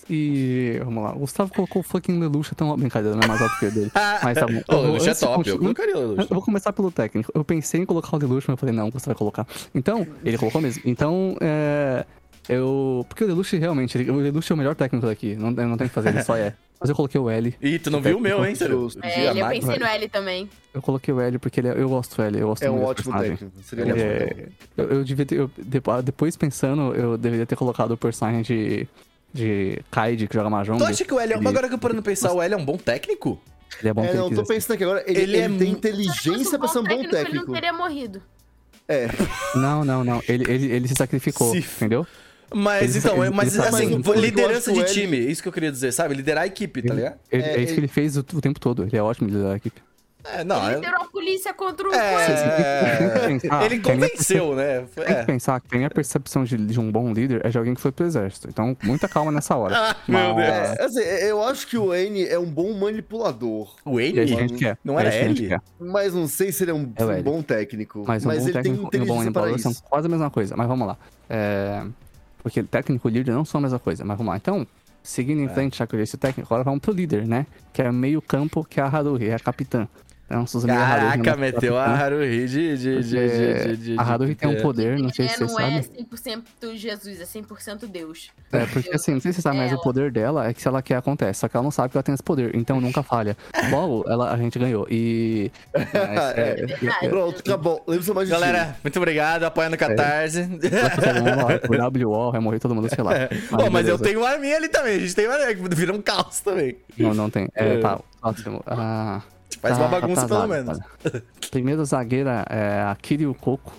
D: E vamos lá. O Gustavo colocou o fucking Lelouch tão brincadeira, não é mais alto que o dele. Mas tá bom.
A: Ô, o Lelouch é
D: Antes de
A: top, eu
D: continuar-
A: colocaria o
D: Eu
A: Lelouch.
D: vou começar pelo técnico. Eu pensei em colocar o Deluxe, mas eu falei, não, você vai colocar. Então, ele colocou mesmo. Então, é. Eu. Porque o Deluxe realmente, ele- o Deluxe é o melhor técnico daqui. Não, não tem o que fazer, ele só é. Mas eu coloquei o L.
A: Ih, tu não viu o meu, hein, Seru?
B: Justo.
C: É, ele, eu
A: Diamante.
C: pensei no L também.
D: Eu coloquei o L porque ele é- eu gosto do L. Eu gosto
B: É um
D: muito desse
B: ótimo
D: personagem.
B: técnico. Seria um
D: Ele
B: ótimo
D: é-
B: técnico.
D: Eu, eu devia ter. eu- depo- depois pensando, eu deveria ter colocado o personagem de. de Kaid que joga Mahjong.
A: Tu acha que o L é...
D: ele-
A: Agora que eu parando pra pensar, o L é um bom técnico?
D: Ele é bom
B: É, não, eu tô
D: técnico.
B: pensando aqui agora. Ele,
A: Ele é
B: ele tem
A: mu-
B: inteligência pra ser um bom
C: Ele não
B: técnico.
C: teria morrido.
B: É.
D: Não, não, não. Ele, ele, ele se sacrificou,
A: Se-
D: entendeu?
A: Mas
D: Ele-
A: então,
D: ele-
A: é- mas
D: ele tá sabe
A: assim,
B: muito.
A: liderança
B: Eu
A: de
B: acho que o
A: time, isso que eu queria dizer, sabe? Liderar a equipe, tá ligado?
D: Ele-
B: É,
D: é, isso que ele fez o, o tempo todo. Ele é ótimo de liderar a equipe.
A: É, não.
C: ele
A: É,
C: liderou a polícia contra o coisa.
A: é,
D: Tem que pensar,
A: ele
D: tem a minha-
A: convenceu, né? Foi-
D: Tem que
A: é.
D: pensar que a minha percepção de, de um bom líder é de alguém que foi pro exército. Então, muita calma nessa hora.
A: Ah, meu
D: Mas-
B: É, assim, eu acho que o N é um bom manipulador.
A: O
D: E é isso que a
A: N?
D: gente quer.
A: Não
D: É
A: era
D: isso que a gente
A: ele?
D: quer.
B: Mas não sei se ele é um,
D: É o
B: um
D: L.
B: bom técnico.
D: Mas,
B: Mas,
D: um bom
B: ele tem
D: técnico e um bom
B: inteligência para
D: limpador são
B: isso.
D: quase a mesma coisa. Mas vamos lá. É, Porque técnico e líder não são a mesma coisa. Mas vamos lá. Então, seguindo
A: É.
D: em frente, já que eu disse o técnico, agora vamos pro líder, né? Que é meio campo, que é a Haruhi, é a capitã. É um Suzumiya Haruhi, é
A: Caraca,
D: nossa
A: meteu a
D: capitã,
A: Haruhi de. de, de, de,
D: porque
A: de, de-
D: a Haruhi tem um
A: de-
D: poder, não sei se
C: É,
D: você
C: não é
D: sabe.
C: 100% Jesus, é 100% Deus.
D: É, porque assim, não sei se você sabe, mas
C: Ela.
D: o poder dela é que se ela quer, acontece. Só que ela não sabe que ela tem esse poder, então nunca falha. Logo, ela, a gente ganhou. E. Mas, é,
C: verdade.
B: Pronto, acabou. Lembra-se mais de time.
A: Galera, muito obrigado, apoia no Catarse.
D: é, o WO vai morrer todo mundo, sei lá.
A: Bom, mas eu
D: beleza.
A: tenho uma arminha ali também, a gente tem uma arminha, vira um caos também.
D: Não, não tem. É,
A: É.
D: tá, ótimo. Ah,
A: Faz uma
D: tá
A: bagunça pelo
D: atrasado,
A: menos.
D: cara. Primeira zagueira é a Kiri Coco.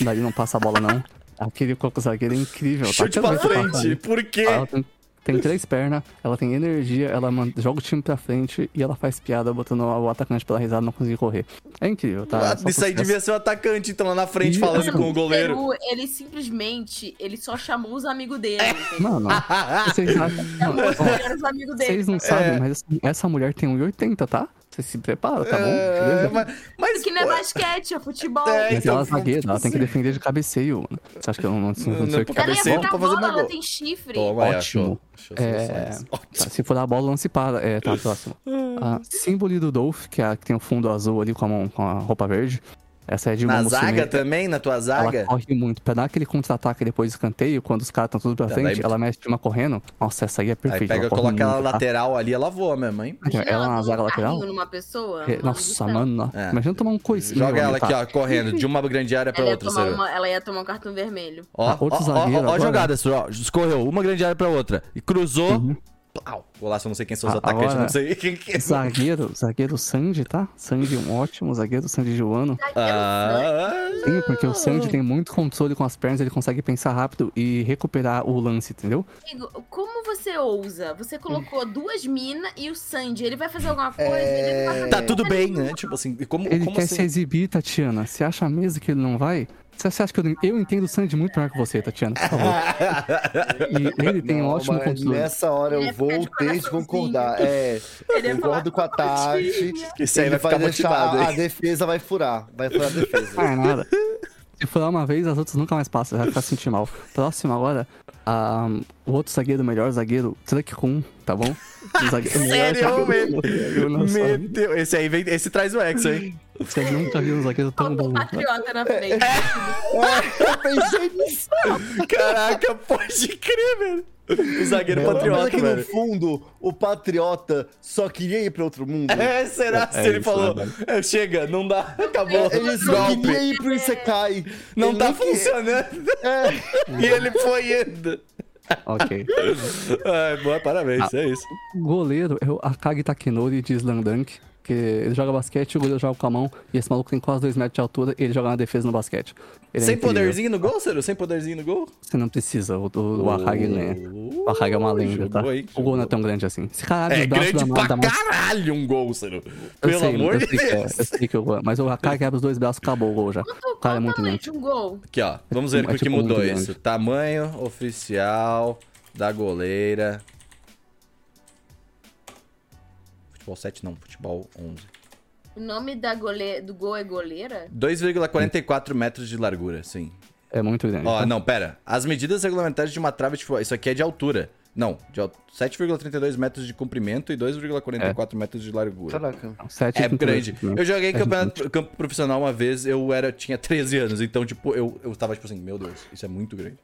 D: Dali não passa a bola, não. A Kiri Coco zagueira é incrível.
A: Chute
D: tá
A: pra
D: muito
A: frente, por quê?
D: Ela tem, tem três pernas, ela tem energia, ela man- joga o time pra frente e ela faz piada botando o atacante pela risada não conseguir correr. É incrível, tá?
A: Ah, Isso aí devia ser o atacante, então, lá na frente,
D: Ih,
A: falando
D: não.
A: com o goleiro.
C: Peru, ele simplesmente, ele só chamou os amigos dele.
A: É.
C: entendeu?
D: Não, não.
A: Ah,
D: Vocês sabem, não,
C: Chamou os
D: ó,
C: melhores amigos dele.
A: É.
D: vocês não sabem, mas assim, essa mulher tem 1,80, tá? Você se prepara, tá bom?
A: É,
D: Beleza?
A: mas, mas,
C: Que não é
A: pô,
C: basquete, é futebol.
A: É,
D: Mas
A: então,
D: ela é zagueira,
A: tipo
D: ela tem que
A: assim.
D: defender de cabeceio. né? Você acha que eu não, não, não,
A: Não,
D: sei
A: não,
D: o que
A: pra
D: é
C: Ela ia
A: cabeceio,
D: futebol?
C: pegar a
A: pra fazer
C: bola,
A: gol.
C: ela tem chifre.
A: Toma, é,
D: Ótimo.
A: show, show,
D: É,
A: sucesso. Ótimo.
D: tá, se for dar a bola, não se para. É, tá, próximo. A símbolo do Dolph, que, é a que tem o fundo azul ali com a, mão, com a roupa verde. Essa é de uma
A: Na
D: Musume.
A: zaga também, na tua
D: Ela
A: zaga?
D: corre muito. Pra dar aquele contra-ataque depois do escanteio, quando os caras estão tudo pra
A: Tá,
D: frente,
A: daí-
D: ela mexe de uma correndo. Nossa, essa aí é
A: Aí
D: perfeita.
A: pega,
D: corre
A: coloca ela
D: muito, tá?
A: lateral ali, ela voa mesmo, hein?
D: Então,
C: Imagina
D: Ela na
C: dando
D: zaga
C: um
D: lateral.
C: carrinho numa pessoa,
D: É,
C: mano do
D: Nossa,
C: céu.
D: mano. não.
A: É.
D: Imagina tomar um coicinho.
A: Joga ela
D: ali,
A: aqui,
D: tá?
A: ó, correndo, de uma grande área pra
C: Ela ia,
A: outra,
C: tomar
A: Ciro.
C: uma- ela ia tomar um cartão vermelho.
A: Ó, ó,
D: Ah, outro
A: ó,
D: zagueiro
A: ó, ó,
D: agora,
A: jogada, Ciro, ó, escorreu, uma grande área pra outra, e cruzou, pau. Golaço, eu não sei quem são os
D: Uhum. Ah,
A: atacantes, eu
D: agora-
A: não sei quem que é.
D: Zagueiro, zagueiro Sandy, tá? Sandy, um ótimo zagueiro, Sandy Joano.
A: É. Ah,
D: Sim, porque o Sandy tem muito controle com as pernas, ele consegue pensar rápido e recuperar o lance, entendeu?
C: Amigo, como você ousa? Você colocou duas minas e o Sandy, ele vai fazer alguma coisa? Ele não vai
B: Hum. É.
C: fazer
A: tá tudo
C: porra
A: bem,
C: nenhuma.
A: né? Tipo assim, e como,
D: Ele
A: como
D: quer se
A: assim?
D: exibir, Tatiana. Você acha mesmo que ele não vai? Você você acha que eu, eu entendo o Sandy muito melhor que você, Tatiana? Por favor. E ele tem um
B: Não,
D: ótimo
B: mas
D: controle.
B: Nessa hora
C: Ele
B: eu
C: ia
B: vou
C: ficar de
B: ter de
C: coraçãozinho.
B: concordar. É,
C: Ele ia
B: concordo com a Tati.
A: Esse aí vai
B: Ele
A: ficar
B: deixar,
A: motivado,
B: a, a
A: hein?
B: defesa vai furar. Vai furar a defesa.
D: Não é nada. Se for lá uma vez, as outras nunca mais passam, já vai ficar se sentir mal. Próximo agora, ah, o outro zagueiro, o melhor zagueiro, Truck Kun, tá bom? O zagueiro- o melhor
A: Sério,
D: zagueiro que eu não sou.
A: Meu Deus, esse aí vem, esse traz o ex, hein?
D: Você nunca viu um zagueiro tão
C: Falta
D: bom.
C: um
A: tá
C: patriota na frente.
B: eu pensei nisso.
A: Caraca, pode crer, velho. O zagueiro
B: Mas
A: patriota,
B: é que no
A: velho.
B: fundo, o patriota só queria ir pra outro mundo.
A: É, será?
D: É
A: Se ele
D: isso,
A: falou,
D: né,
A: "É, chega, não dá, acabou.
B: Ele É só
A: Golpe,
B: queria ir pro Isekai.
A: É. não
B: Ele
A: tá
B: nem queria-
A: funcionando.
B: É.
A: E ele foi indo.
D: Ok.
A: Ai, boa, parabéns, é isso.
D: O goleiro é o Akagi Takenori de Slandank, que ele joga basquete, o goleiro joga com a mão, e esse maluco tem quase 2 metros de altura e ele joga na defesa no basquete. Ele é
A: Sem
D: incrível.
A: poderzinho no gol, Ciro? Sem poderzinho no gol?
D: Você não precisa, o, o, o Akagi ganha. O Akagi é uma lenda, tá?
A: Jogou aí,
D: o gol não é
A: jogou.
D: tão grande assim. Esse cara abre
A: É
D: os braços
A: grande
D: da mão,
A: pra
D: da mão
A: caralho um gol, Ciro.
D: Eu
A: Pelo
D: sei,
A: amor
D: eu
A: de
D: sei que é,
A: Deus.
D: eu sei que eu gosto. Mas o Hakai quebra os dois braços, acabou o gol já. O
C: Quanto,
D: cara é
C: qual o
D: muito
C: tamanho
D: lento.
C: de um gol?
A: Aqui, ó. Vamos ver
D: É
A: o que
D: tipo
A: mudou
D: muito
A: isso.
D: grande.
A: Tamanho oficial da goleira. Futebol 7 não, futebol 11.
C: O nome da gole... do gol é goleira?
A: 2,44 metros de largura, sim.
D: É muito grande.
A: Ó,
D: tá?
A: não, pera. As medidas regulamentares de uma trave de futebol. Isso aqui é de altura. Não, de al- 7,32 metros de comprimento e 2,44 metros de largura.
B: Caraca.
D: Sete
A: É
D: e trinta e dois,
A: grande.
D: né?
A: Eu joguei
D: Sete e trinta e
A: campeonato, campo profissional uma vez, eu era, tinha 13 anos, então, tipo, eu, eu tava tipo assim, meu Deus, isso é muito grande.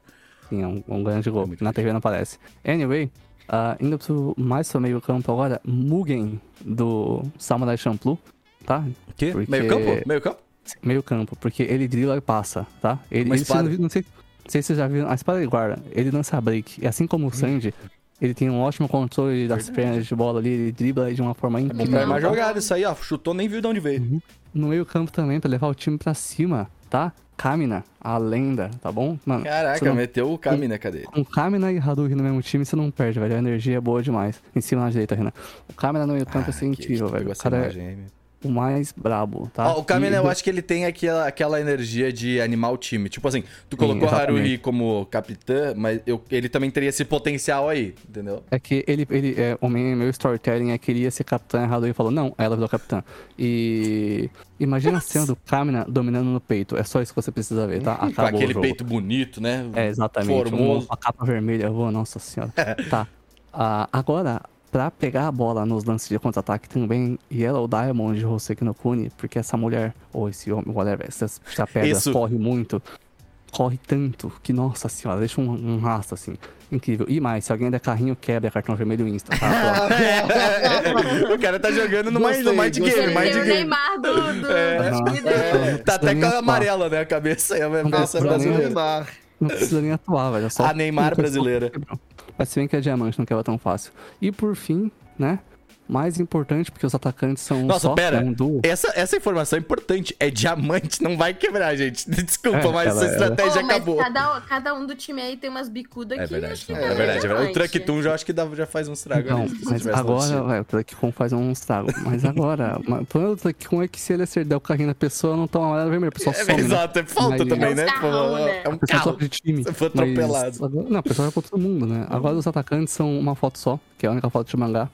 D: Sim, é um, um grande gol. Na TV não aparece. Anyway, ah, indo pro mais pro meio campo agora, Mugen do Samurai Champloo, tá?
A: Que?
D: Porque-
A: Meio campo? Meio campo?
D: Meio campo, porque ele drila e passa, tá? Ele,
A: Uma
D: ele se não,
A: espada.
D: não sei, Não sei se vocês já viram. A espada de guarda, ele lança a break. E assim como o Sandy, ele tem um ótimo controle das pernas de bola ali, ele dribla de uma forma
A: É
D: incrível.
A: Comprar mais jogada, isso aí, ó. Chutou, nem viu de onde veio.
D: No meio campo também, pra levar o time pra cima, tá? Kamina, a lenda, tá bom? Mano, você
A: Caraca,
D: não...
A: meteu o caminho na cadeia.
D: Com Kamina e Hadouken no mesmo time, você não perde, velho. A energia é boa demais. Em cima na direita, Renan. O Kamina no meio campo é
A: Ah, que-
D: incrível,
A: que
D: velho.
A: pegou
D: O
A: essa
D: cara
A: imagem aí, meu.
D: é o mais brabo, tá?
A: Ó, o Kamina,
D: E-
A: eu acho que ele tem aquela, aquela energia de animar o time. Tipo assim, tu colocou a
D: exatamente.
A: Haruhi como capitã, mas eu- ele também teria esse potencial aí, entendeu?
D: É que ele, ele é, o meu, meu storytelling é que ele ia ser capitã errado e falou, não, aí ela virou capitã. E. Imagina a cena do Kamina dominando no peito. É só isso que você precisa ver, tá? Acabou
A: Com aquele
D: o jogo.
A: peito bonito, né?
D: É, exatamente.
A: Formoso.
D: Um, uma capa vermelha, eu vou, nossa senhora. tá. Ah, agora, pra pegar a bola nos lances de contra-ataque também, Yellow Diamond de Hoseki no Kuni, porque essa mulher, ou esse homem, whatever, essa, essa pedra
A: Isso.
D: corre muito. Corre tanto que, nossa senhora, deixa um, um rastro assim. Incrível. E mais, se alguém der carrinho, quebra cartão vermelho insta. Tá?
A: o cara tá jogando no
B: Gostei,
A: mind, no mind
B: gostei.
A: game,
C: Ele
A: mind
C: tem o
A: game.
C: Neymar do. do...
D: Aham.
A: É, tá até com
D: Neymar.
A: a amarela, né? A cabeça é a cabeça
D: Não, pra mim-
A: brasileira.
B: Neymar.
D: Não precisa nem atuar, velho. é Só
A: A Neymar brasileira.
D: Mas se bem que é diamante, não quebra tão fácil. E por fim, né? Mais importante, porque os atacantes são um
A: Nossa,
D: só,
A: pera.
D: é um duo.
A: Essa, essa informação é importante. É diamante, não vai quebrar, gente. Desculpa,
D: É,
A: mas
D: ela-
A: essa estratégia
C: Pô, mas
A: acabou.
C: Cada, cada um do time aí tem umas bicudas
A: É
C: aqui.
A: verdade,
C: acho que
A: é
C: não
A: verdade, é verdade. O
C: relevante.
A: Truck Toon já acho que dá, já faz um estrago
D: Não,
A: ali, se
D: mas
A: tivesse
D: agora,
A: lançado.
D: velho, o Tlecon faz um estrago. Mas agora, ma- o problema do Tlecon é que se ele acertar o carrinho da pessoa, não toma amarelo e vermelho, a pessoa
A: É,
D: some. né?
A: exato, é falta
D: Mas-
A: também, né?
C: É um carrão, né?
A: É um
D: A pessoa
A: carro.
D: sobe de time.
A: Você foi
D: mas-
A: atropelado. Uhum.
D: agora- Não, a pessoa vai pra todo mundo, né? Agora os atacantes são uma foto só, que é a única foto de mangá.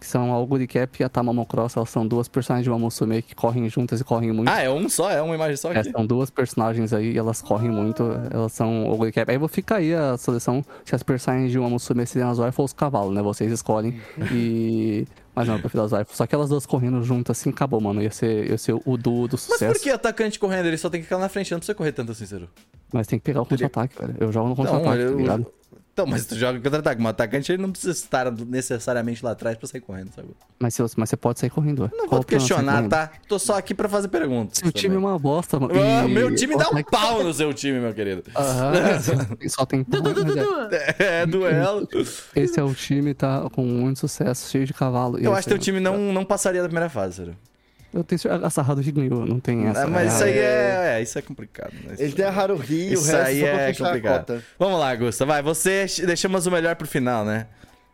D: Que são a Oguri Cap e a Tamamo Cross. Elas são duas personagens de uma Musume que correm juntas e correm muito.
A: Ah, é um só? É uma imagem só
D: É,
A: aqui?
D: são duas personagens aí, elas correm muito, elas são o Ogre Cap. Aí vou ficar aí a seleção se as personagens de uma Musume seriam as waifus ou os cavalos, né? Vocês escolhem. E. Mas não, eu prefiro as waifus. Só que elas duas correndo juntas assim, acabou, mano. Ia ser, ia ser o duo do
A: Mas
D: sucesso.
A: por que atacante correndo? Ele só tem que ficar na frente, não precisa correr tanto assim, Ciro.
D: Mas tem que pegar o contra-ataque, velho. Eu jogo no
A: Não,
D: contra-ataque,
A: eu-
D: tá ligado?
A: Então, mas tu joga contra-ataque. Mas o atacante ele não precisa estar necessariamente lá atrás pra sair correndo, sabe?
D: Mas, se você- mas você pode sair correndo, velho.
A: Não vou te questionar, tá? Tô só aqui pra fazer perguntas.
D: Seu time é
A: também.
D: uma bosta, mano.
A: Ah,
D: E-
A: Meu time dá um
D: Ataque-
A: pau no seu time, meu querido.
D: Aham, é, só tem- só tem pau, mas é-
A: É, duelo.
D: Esse é o time, tá? Com muito sucesso, cheio de cavalo. E
A: Eu
D: esse
A: acho que teu
D: é-
A: time não, não passaria da primeira fase, Ciro.
D: Eu tenho certeza. A Sarrado de ganhou, não tem essa.
A: Ah, mas
D: né?
A: isso aí é... é, Isso é complicado. né?
B: Ele tem a Haruhi e o
A: Isso
B: resto
A: aí
B: só pra
A: é
B: fechar a
A: complicado.
B: cota.
A: Vamos lá, Gusta. Vai, você deixamos o melhor pro final, né?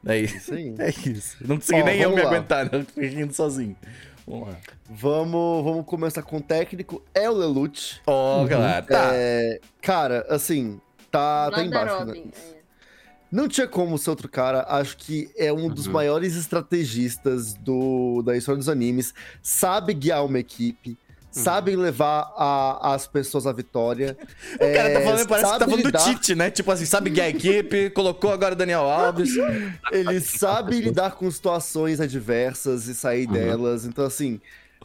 A: É isso.
B: aí.
A: É isso. Eu Não consegui
B: Ó,
A: nem eu
B: vamos
A: me
B: lá.
A: aguentar, né? Eu Fiquei rindo sozinho. Vamos lá.
B: Vamos, vamos começar com o técnico, é o Lelouch.
A: Ó, galera. Tá.
B: É, cara, assim, tá, tá embaixo, né?
C: Robin. é.
B: Não tinha como ser outro cara. Acho que é um dos maiores estrategistas do, da história dos animes. Sabe guiar uma equipe. Sabe levar a- as pessoas à vitória. É,
A: o cara tá falando, parece que tá falando do
B: Tite.
A: Tite, né? Tipo assim, sabe que é a equipe, colocou agora o Daniel Alves.
B: Ele sabe lidar com situações adversas e sair delas. Então, assim,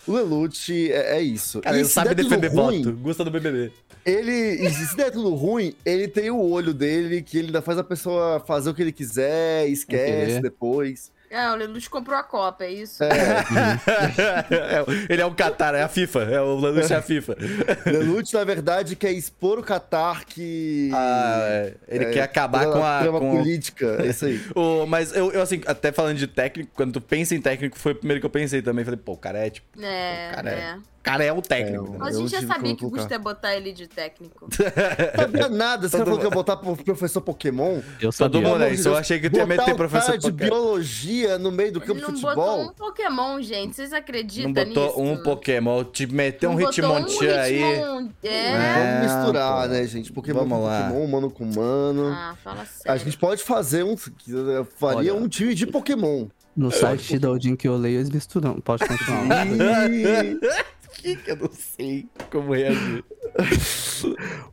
B: o Lelouch é, é isso.
A: Cara,
B: E
A: ele
B: se
A: sabe
B: der tudo
A: defender
B: ruim,
A: voto. Gusta do BBB.
B: Ele, e se der tudo ruim, ele tem o olho dele, que ele ainda faz a pessoa fazer o que ele quiser, esquece
D: Entender.
B: depois.
C: Ah, o Lelouch comprou a Copa, é isso?
B: É,
A: É, ele é o Qatar, é a FIFA. É o Lanúcio é a FIFA.
B: Lelouch, na verdade, quer expor o Qatar que.
A: Ah, ele
B: é,
A: quer acabar
B: toda
A: com a.
B: trama
A: com-
B: política, é isso aí.
A: Ô, mas eu, eu, assim, até falando de técnico, quando tu pensa em técnico, foi o primeiro que eu pensei também. Falei, pô, o cara é tipo.
C: É,
A: Cara, é.
C: é.
A: O cara é o técnico.
B: É,
A: né?
C: Mas a
B: Eu
C: gente já
B: tive que
C: sabia que o
B: colocar.
C: Gusta ia botar ele de técnico.
B: Sabia nada, você
A: Todo
B: falou que ia botar pro professor Pokémon?
A: Todo
D: Eu sabia.
A: mundo
B: Pelo
A: é
B: amor de
A: isso. Eu
B: Deus,
A: achei que tu ia
B: botar
A: meter
B: o
A: professor
B: cara de biologia no meio do campo
C: Ele
B: de
C: não botou um
B: futebol?
C: Pokémon, gente. Vocês acreditam
A: Não
C: nisso?
A: botou um Pokémon, te meteu
C: Não
A: um
C: botou
A: Hitmonchan aí.
C: Hitmon- É.
A: É,
B: Vamos misturar,
A: pô.
B: né, gente? Pokémon
A: Vamos
B: com
A: lá.
B: Pokémon, humano com humano.
C: Ah, fala sério.
B: a gente pode fazer um. eu Faria
D: Olha.
B: um time de Pokémon.
D: No site do Odin que eu leio, eles misturam. Pode continuar.
A: que que eu não sei como reagir.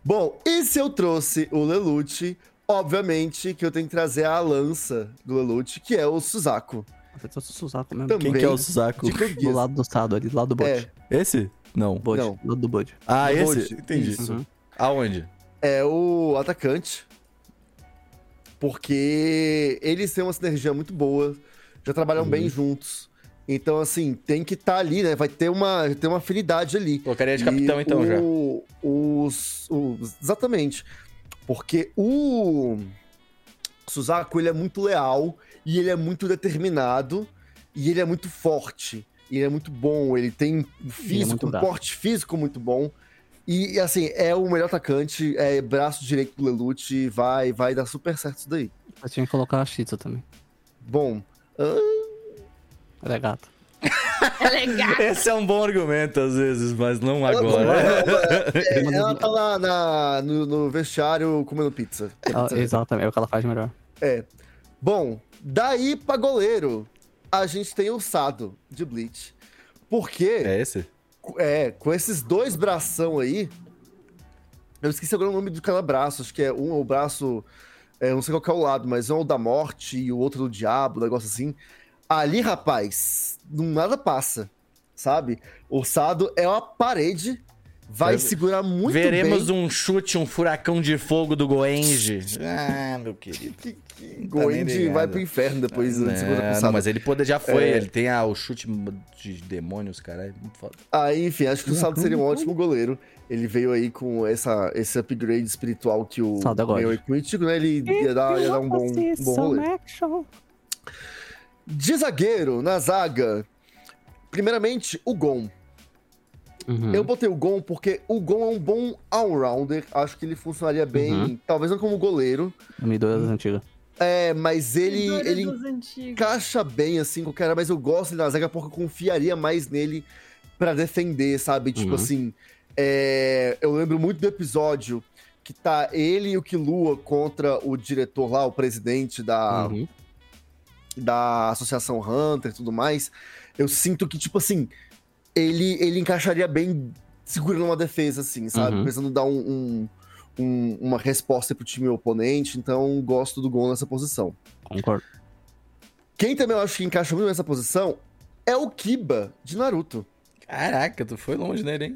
B: Bom, e se eu trouxe o Lelouch, obviamente que eu tenho que trazer a lança do Lelouch, que é o Suzaku.
D: Você trouxe o Suzaku mesmo.
B: Também.
A: Quem que é o Suzaku?
B: De Code
D: Do
B: Geass.
D: lado do estado ali, do lado do bode.
B: É,
A: Esse? Não.
D: Bode,
B: não.
D: do lado do bode.
A: Ah,
B: Do
A: esse?
B: Bolt.
A: Entendi.
B: Isso.
D: Uhum.
A: Aonde?
B: é o atacante. Porque eles têm uma sinergia muito boa, já trabalham bem juntos. Então, assim, tem que estar ali, né? Vai ter uma, ter uma afinidade ali.
A: Colocaria de então,
B: E
A: capitão então já.
B: o- os- os- exatamente. Porque o Suzaku, ele é muito leal e ele é muito determinado e ele é muito forte. Ele é muito bom, ele tem um físico,
D: muito
B: um
D: bravo.
B: porte físico muito bom. E assim, é o melhor atacante, é braço direito do Lelouch, vai, vai dar super certo isso daí.
D: Eu tinha que colocar a Shih Tzu também.
B: Bom,
D: Ela é gata.
C: Ela é gata.
A: Esse é um bom argumento, às vezes, mas não
B: Ela,
A: agora.
D: é
A: É,
B: ela- ela tá lá na- no, no vestiário comendo pizza.
D: Ela- exatamente, é o que ela faz melhor.
B: É. Bom, daí pra goleiro, a gente tem o Sado de Bleach. Porque,
A: É esse?
B: é, com esses dois bração aí. Eu esqueci agora o nome do cada braço, acho que é um é o braço. é, eu não sei qual que é o lado, mas um é o da morte e o outro do diabo, um negócio assim. Ali, rapaz, não nada passa, sabe? O Sado é uma parede, vai
A: Deve-
B: segurar muito bem.
A: Veremos um chute, um furacão de fogo do Goenji. Ah, meu querido.
B: que, que
A: Tá nem
B: Goenji
A: ligado.
B: vai pro inferno depois
A: não,
B: de segunda
A: não,
B: cruzada.
A: É, mas ele pode, já foi.
B: É.
A: Ele tem ah, o chute de demônios, cara. É muito foda.
B: Aí, Ah, enfim, acho que o Sado seria um ótimo goleiro. Ele veio aí com essa, esse upgrade espiritual que o
D: Sado é God.
B: meu crítico, né? Ele ia
A: Ah,
B: dar,
A: é
B: ia dar um bom, um bom
D: né?
B: rolê. De zagueiro, na zaga, primeiramente, o Gon.
D: Uhum.
B: Eu botei o Gon porque o Gon é um bom all-rounder. Acho que ele funcionaria bem,
D: Uhum.
B: talvez não como goleiro,
D: Me dou das antigas.
B: é, mas ele,
C: Dores
B: ele
C: dos antigos.
B: encaixa bem assim com o cara, mas eu gosto dele na zaga porque eu confiaria mais nele pra defender, sabe? Tipo
D: Uhum.
B: assim, é, eu lembro muito do episódio que tá ele e o Kilua contra o diretor lá, o presidente
A: Ah.
B: da,
D: Uhum.
B: da Associação Hunter e tudo mais. Eu sinto que, tipo assim, ele, ele encaixaria bem segurando uma defesa, assim, sabe?
D: Uhum.
B: Precisando dar um- um- um- uma resposta pro time oponente, então gosto do Gon nessa posição.
D: Concordo.
B: Quem também eu acho que encaixa muito nessa posição é o Kiba de Naruto.
A: Caraca, tu foi longe nele, hein?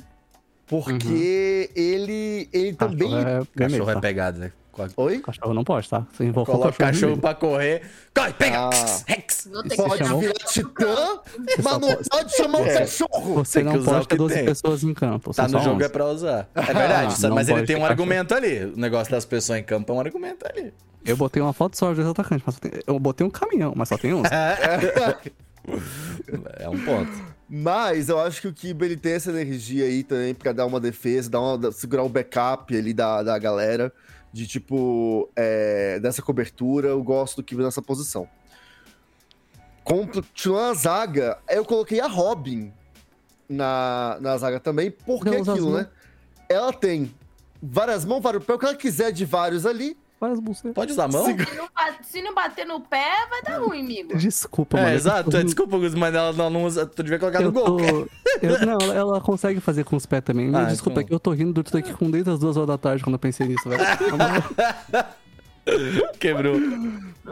B: Porque ele, ele
A: Tá
B: também.
D: Cachorro é vermelho,
A: Cachorro é
D: tá?
A: pegado, né? Corre.
B: Oi?
D: Cachorro não pode, tá? Se envolver
A: Coloca o
D: vermelho.
A: cachorro pra correr. Corre, pega! Tá
B: Ah.
A: Rex, Rex!
C: Vou ter que
B: Pode
D: chamou?
B: virar titã,
D: Você só
B: mas não
D: pode-
B: pode chamar um
A: É.
B: cachorro!
D: Você
A: Tem que
D: não
A: usar o
D: pode
A: que
D: ter 12
A: tem.
D: pessoas em campo.
A: Tá
D: são
A: no
D: só
A: jogo é
D: 11.
A: pra usar. É verdade, sabe?
D: Não
A: mas ele
D: pode
A: tem um
D: ficar
A: argumento ali. O negócio das pessoas em campo é um argumento ali.
D: Eu botei uma foto só dos atacantes, mas só tem... eu botei um caminhão, mas só tem 11.
A: É um ponto.
B: Mas eu acho que o Kiba ele tem essa energia aí também pra dar uma defesa, dar uma, da- segurar o backup ali da, da galera, de tipo, é, dessa cobertura. Eu gosto do Kiba nessa posição. Com- Continuando a zaga, eu coloquei a Robin na, na zaga também, porque
D: Não,
B: é
D: as
B: aquilo,
D: mãos.
B: né? Ela tem várias mãos, vários pés, o que ela quiser de vários ali.
D: Várias bolseiras.
A: Pode usar a mão?
C: Se não, ba- se não bater no pé, vai dar ruim, amigo.
D: Desculpa, mano.
A: É,
D: eu-
A: exato. É, desculpa, Gus, mas ela ela não usa. Tu devia colocar no
D: Eu
A: gol.
D: tô... eu- não, ela- ela consegue fazer com os pés também. Mas
A: Ah,
D: desculpa,
A: então.
D: é que eu tô rindo do tudo aqui com desde as duas horas da tarde quando eu pensei nisso, velho. É
A: Quebrou.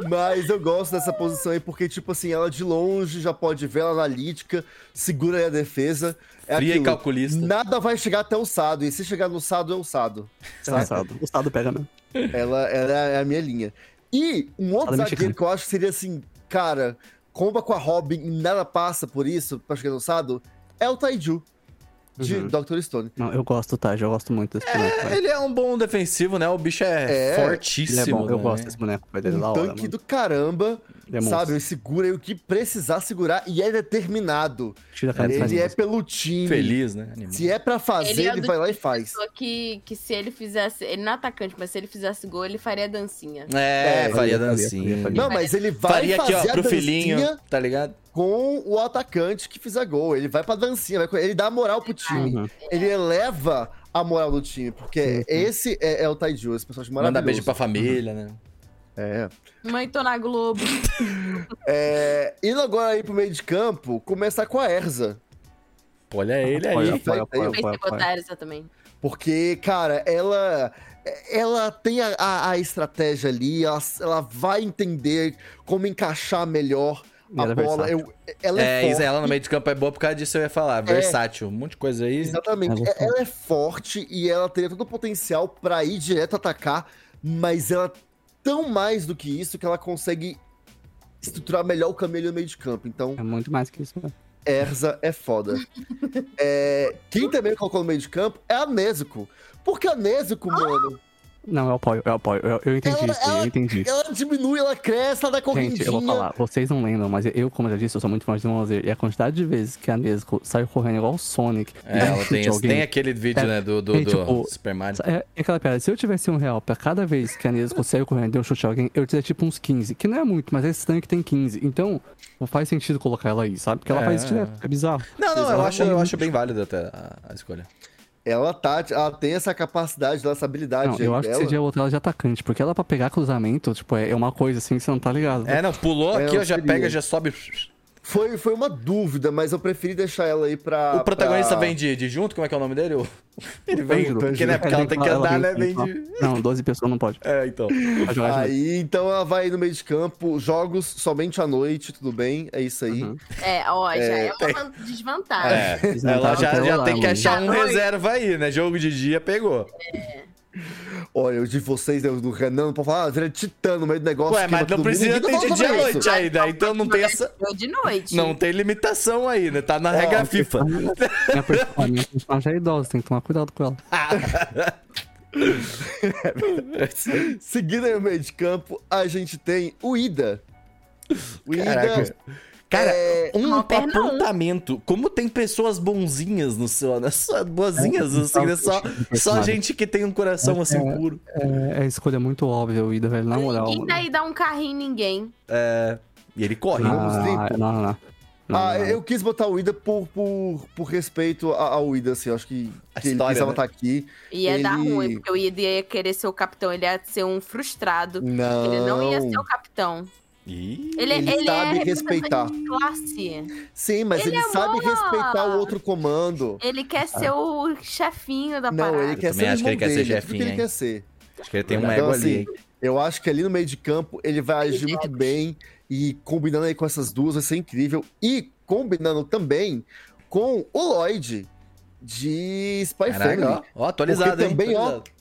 B: Mas eu gosto dessa posição aí, porque, tipo assim, ela de longe já pode ver ela analítica, segura aí a defesa. É
A: Fria e
B: aquilo.
A: calculista.
B: Nada vai chegar até o Sado, e se chegar no Sado, é o Sado.
D: É assado. O Estado pega né? mesmo.
B: Ela, ela é a minha linha. E um outro
D: Fala,
B: zagueiro
D: mexicano.
B: que eu acho que seria assim, cara, comba com a Robin e nada passa por isso, pra chegar no Sado, é o Taiju, de
D: Uhum.
B: Dr. Stone.
D: Não, eu gosto, tá? Eu gosto muito desse boneco, velho.
A: Ele é um bom defensivo, né? O bicho é,
B: É,
A: fortíssimo.
D: Ele é bom, eu
A: né?
D: gosto desse boneco, velho. Ele é
B: Um
D: da hora,
B: tanque
D: mano.
B: do caramba,
D: Ele é
B: sabe?
D: monstro.
B: Ele segura aí o que precisar segurar e é determinado.
D: Tira a cara
B: ele é
D: é...
B: pelo time.
A: Feliz, né? animal?
B: Se é pra fazer,
C: Ele
B: ele,
C: é do
B: vai lá e
C: tipo de
B: faz.
C: Só que, que se ele fizesse. Ele não é atacante, mas se ele fizesse gol, ele faria dancinha.
A: É, faria
B: É,
D: faria, faria,
A: dancinha.
D: faria, faria.
B: Não, mas ele vai
A: faria aqui,
B: fazer
A: ó,
B: a
A: pro
B: dancinha
A: filhinho, tá ligado?
B: com o atacante que fizer gol. Ele vai pra dancinha, vai co- ele dá moral pro time.
D: Uhum.
B: Ele eleva a moral do time, porque esse é, é o Taiju, esse personagem
A: Uhum. Manda
B: maravilhoso.
A: beijo pra família, né?
B: É.
C: Mãe, tô na Globo.
B: É, Indo agora aí pro meio de campo, começar com a Erza.
A: Pô, Olha ele
D: Apoia,
A: aí.
D: apoia,
C: Pensei
D: apoia, apoia,
C: em
D: apoia.
C: botar essa também.
B: Porque, cara, ela ela tem a, a- a estratégia ali, ela, ela vai entender como encaixar melhor
D: E
B: a
D: ela é
B: bola.
D: versátil.
B: Eu- ela é,
A: É,
B: forte.
A: ela no meio de campo é boa por causa disso, eu ia falar. Versátil, um monte de coisa aí.
B: Exatamente.
D: Ela é
B: É- Ela é forte e ela teria todo o potencial pra ir direto atacar, mas ela tão mais do que isso que ela consegue estruturar melhor o caminho ali no meio de campo. Então,
D: É muito mais que isso, velho.
B: Erza é foda. É, quem também colocou no meio de campo é a Nezuko. Porque a Nezuko, mano,
D: Não, eu apoio, eu apoio. é Eu, eu Ah, entendi
B: Ela-
D: isso, aí, eu entendi.
B: Ela diminui, ela cresce, ela dá correntinha.
D: Gente, eu vou falar, vocês não lembram, mas eu, como eu já disse, eu sou muito fã de Demon Slayer. E a quantidade de vezes que a Nezuko sai correndo igual o Sonic.
A: É,
D: dá um
A: ela
D: chute
A: tem,
D: em
A: esse- tem aquele vídeo,
D: É,
A: né, do, do,
D: tem,
A: do
D: tipo,
A: Super Mario.
D: É, é aquela piada, se eu tivesse um real pra cada vez que a Nesco saiu correndo e deu um chute a alguém, eu teria tipo uns 15, que não é muito, mas é estranho que tem 15. Então, não faz sentido colocar ela aí, sabe? Porque ela
A: É.
D: faz isso direto, é bizarro.
A: Não, não, eu
D: Ela
A: acho,
D: tem
A: eu
D: muito-
A: acho bem válido até a, a escolha.
B: Ela, tá, ela tem essa capacidade, essa habilidade.
D: Não,
B: aí
D: eu acho que
B: dela.
D: seria outra ela de atacante, porque ela pra pegar cruzamento, tipo, é é uma coisa assim que você não tá ligado.
A: É, não, pulou
B: É,
A: aqui,
B: eu
A: ó, já
B: seria.
A: pega, já sobe.
B: Foi, foi uma dúvida, mas eu preferi deixar ela aí pra.
A: O protagonista
B: pra...
A: vem de, de junto, como é que é o nome dele? O- Ele vem,
D: Tanjiro.
A: porque, né, porque
D: Ela
A: ela tem que
D: é ela
A: andar, né,
D: vem então.
A: vem
D: com-
A: de...
D: Não, 12 pessoas não pode.
A: É, então.
D: Pra jogar junto.
B: Aí, então ela vai no meio de campo, jogos somente à noite, tudo bem, é isso aí.
D: Uhum.
C: É, ó, já é, uma van- desvantagem.
A: É,
D: Desvantagem
A: ela já,
D: pela
A: já
D: lá,
A: tem que
D: mano.
A: achar um
C: Tá doido.
A: reserva aí, né? Jogo de dia pegou.
B: Olha, o de vocês, né, o do Renan, não pode falar, ah, vira titã no meio do negócio.
A: Ué, mas
B: queima
A: não
B: todo
A: precisa
B: mundo,
A: ter
B: ninguém
A: de
B: fala
A: dia à
B: sobre
A: noite
B: isso.
A: ainda, então não tem essa...
C: Eu de noite.
A: Não tem limitação aí, né? Tá na regra FIFA.
D: Minha perso- ó, minha personagem é idosa, tem que tomar cuidado com ela.
A: é.
B: Seguindo aí o meio de campo, a gente tem o Ida. O Ida.
A: Caraca. Cara,
B: É,
A: um
C: uma perna, um.
A: apontamento. Como tem pessoas bonzinhas no seu, né? Só boazinhas,
D: É,
A: assim, né? Só,
D: então,
A: só
D: personagem.
A: gente que tem um coração assim
D: É.
A: puro.
D: É, é escolha muito óbvia, o Ida, velho, na moral.
C: Ninguém
D: mano.
C: daí dá um carrinho em ninguém.
A: E ele corre.
D: Não,
B: Vamos limpo.
D: não, Ah, não, não, não. Não,
B: ah,
D: não.
B: eu quis botar o Ida por, por, por respeito a- ao Ida, assim, eu acho que,
A: A
B: que ele
A: história,
B: precisava
A: né?
B: estar aqui.
C: Ia dar
B: Ele-
C: ruim, porque o Ida ia querer ser o capitão, ele ia ser um frustrado.
B: Não.
C: Ele não ia ser o capitão.
A: Ih,
C: Ele,
B: Ele
C: ele
B: sabe
C: é representante
B: respeitar.
C: de classe.
B: Sim, mas ele,
C: Ele é
B: sabe
C: mó-
B: respeitar o outro comando.
C: Ele quer ser o chefinho da
B: Ah. Não,
C: parada.
B: ele quer
A: Eu
B: ser
A: também
B: o
A: acho que
B: irmão
A: ele quer ser
B: dele, é tudo que
A: chefinho,
B: ele
A: hein?
B: quer ser.
A: acho que ele tem um
B: Então,
A: ego
B: assim,
A: ali, hein?
B: Eu acho que ali no meio de campo ele vai agir muito bem e combinando aí com essas duas vai ser incrível. E combinando também com o Lloyd de Spy
A: Caraca,
B: Family.
A: ó, ó, atualizado,
B: Porque
A: hein?
B: também, ó,
A: Atualizado.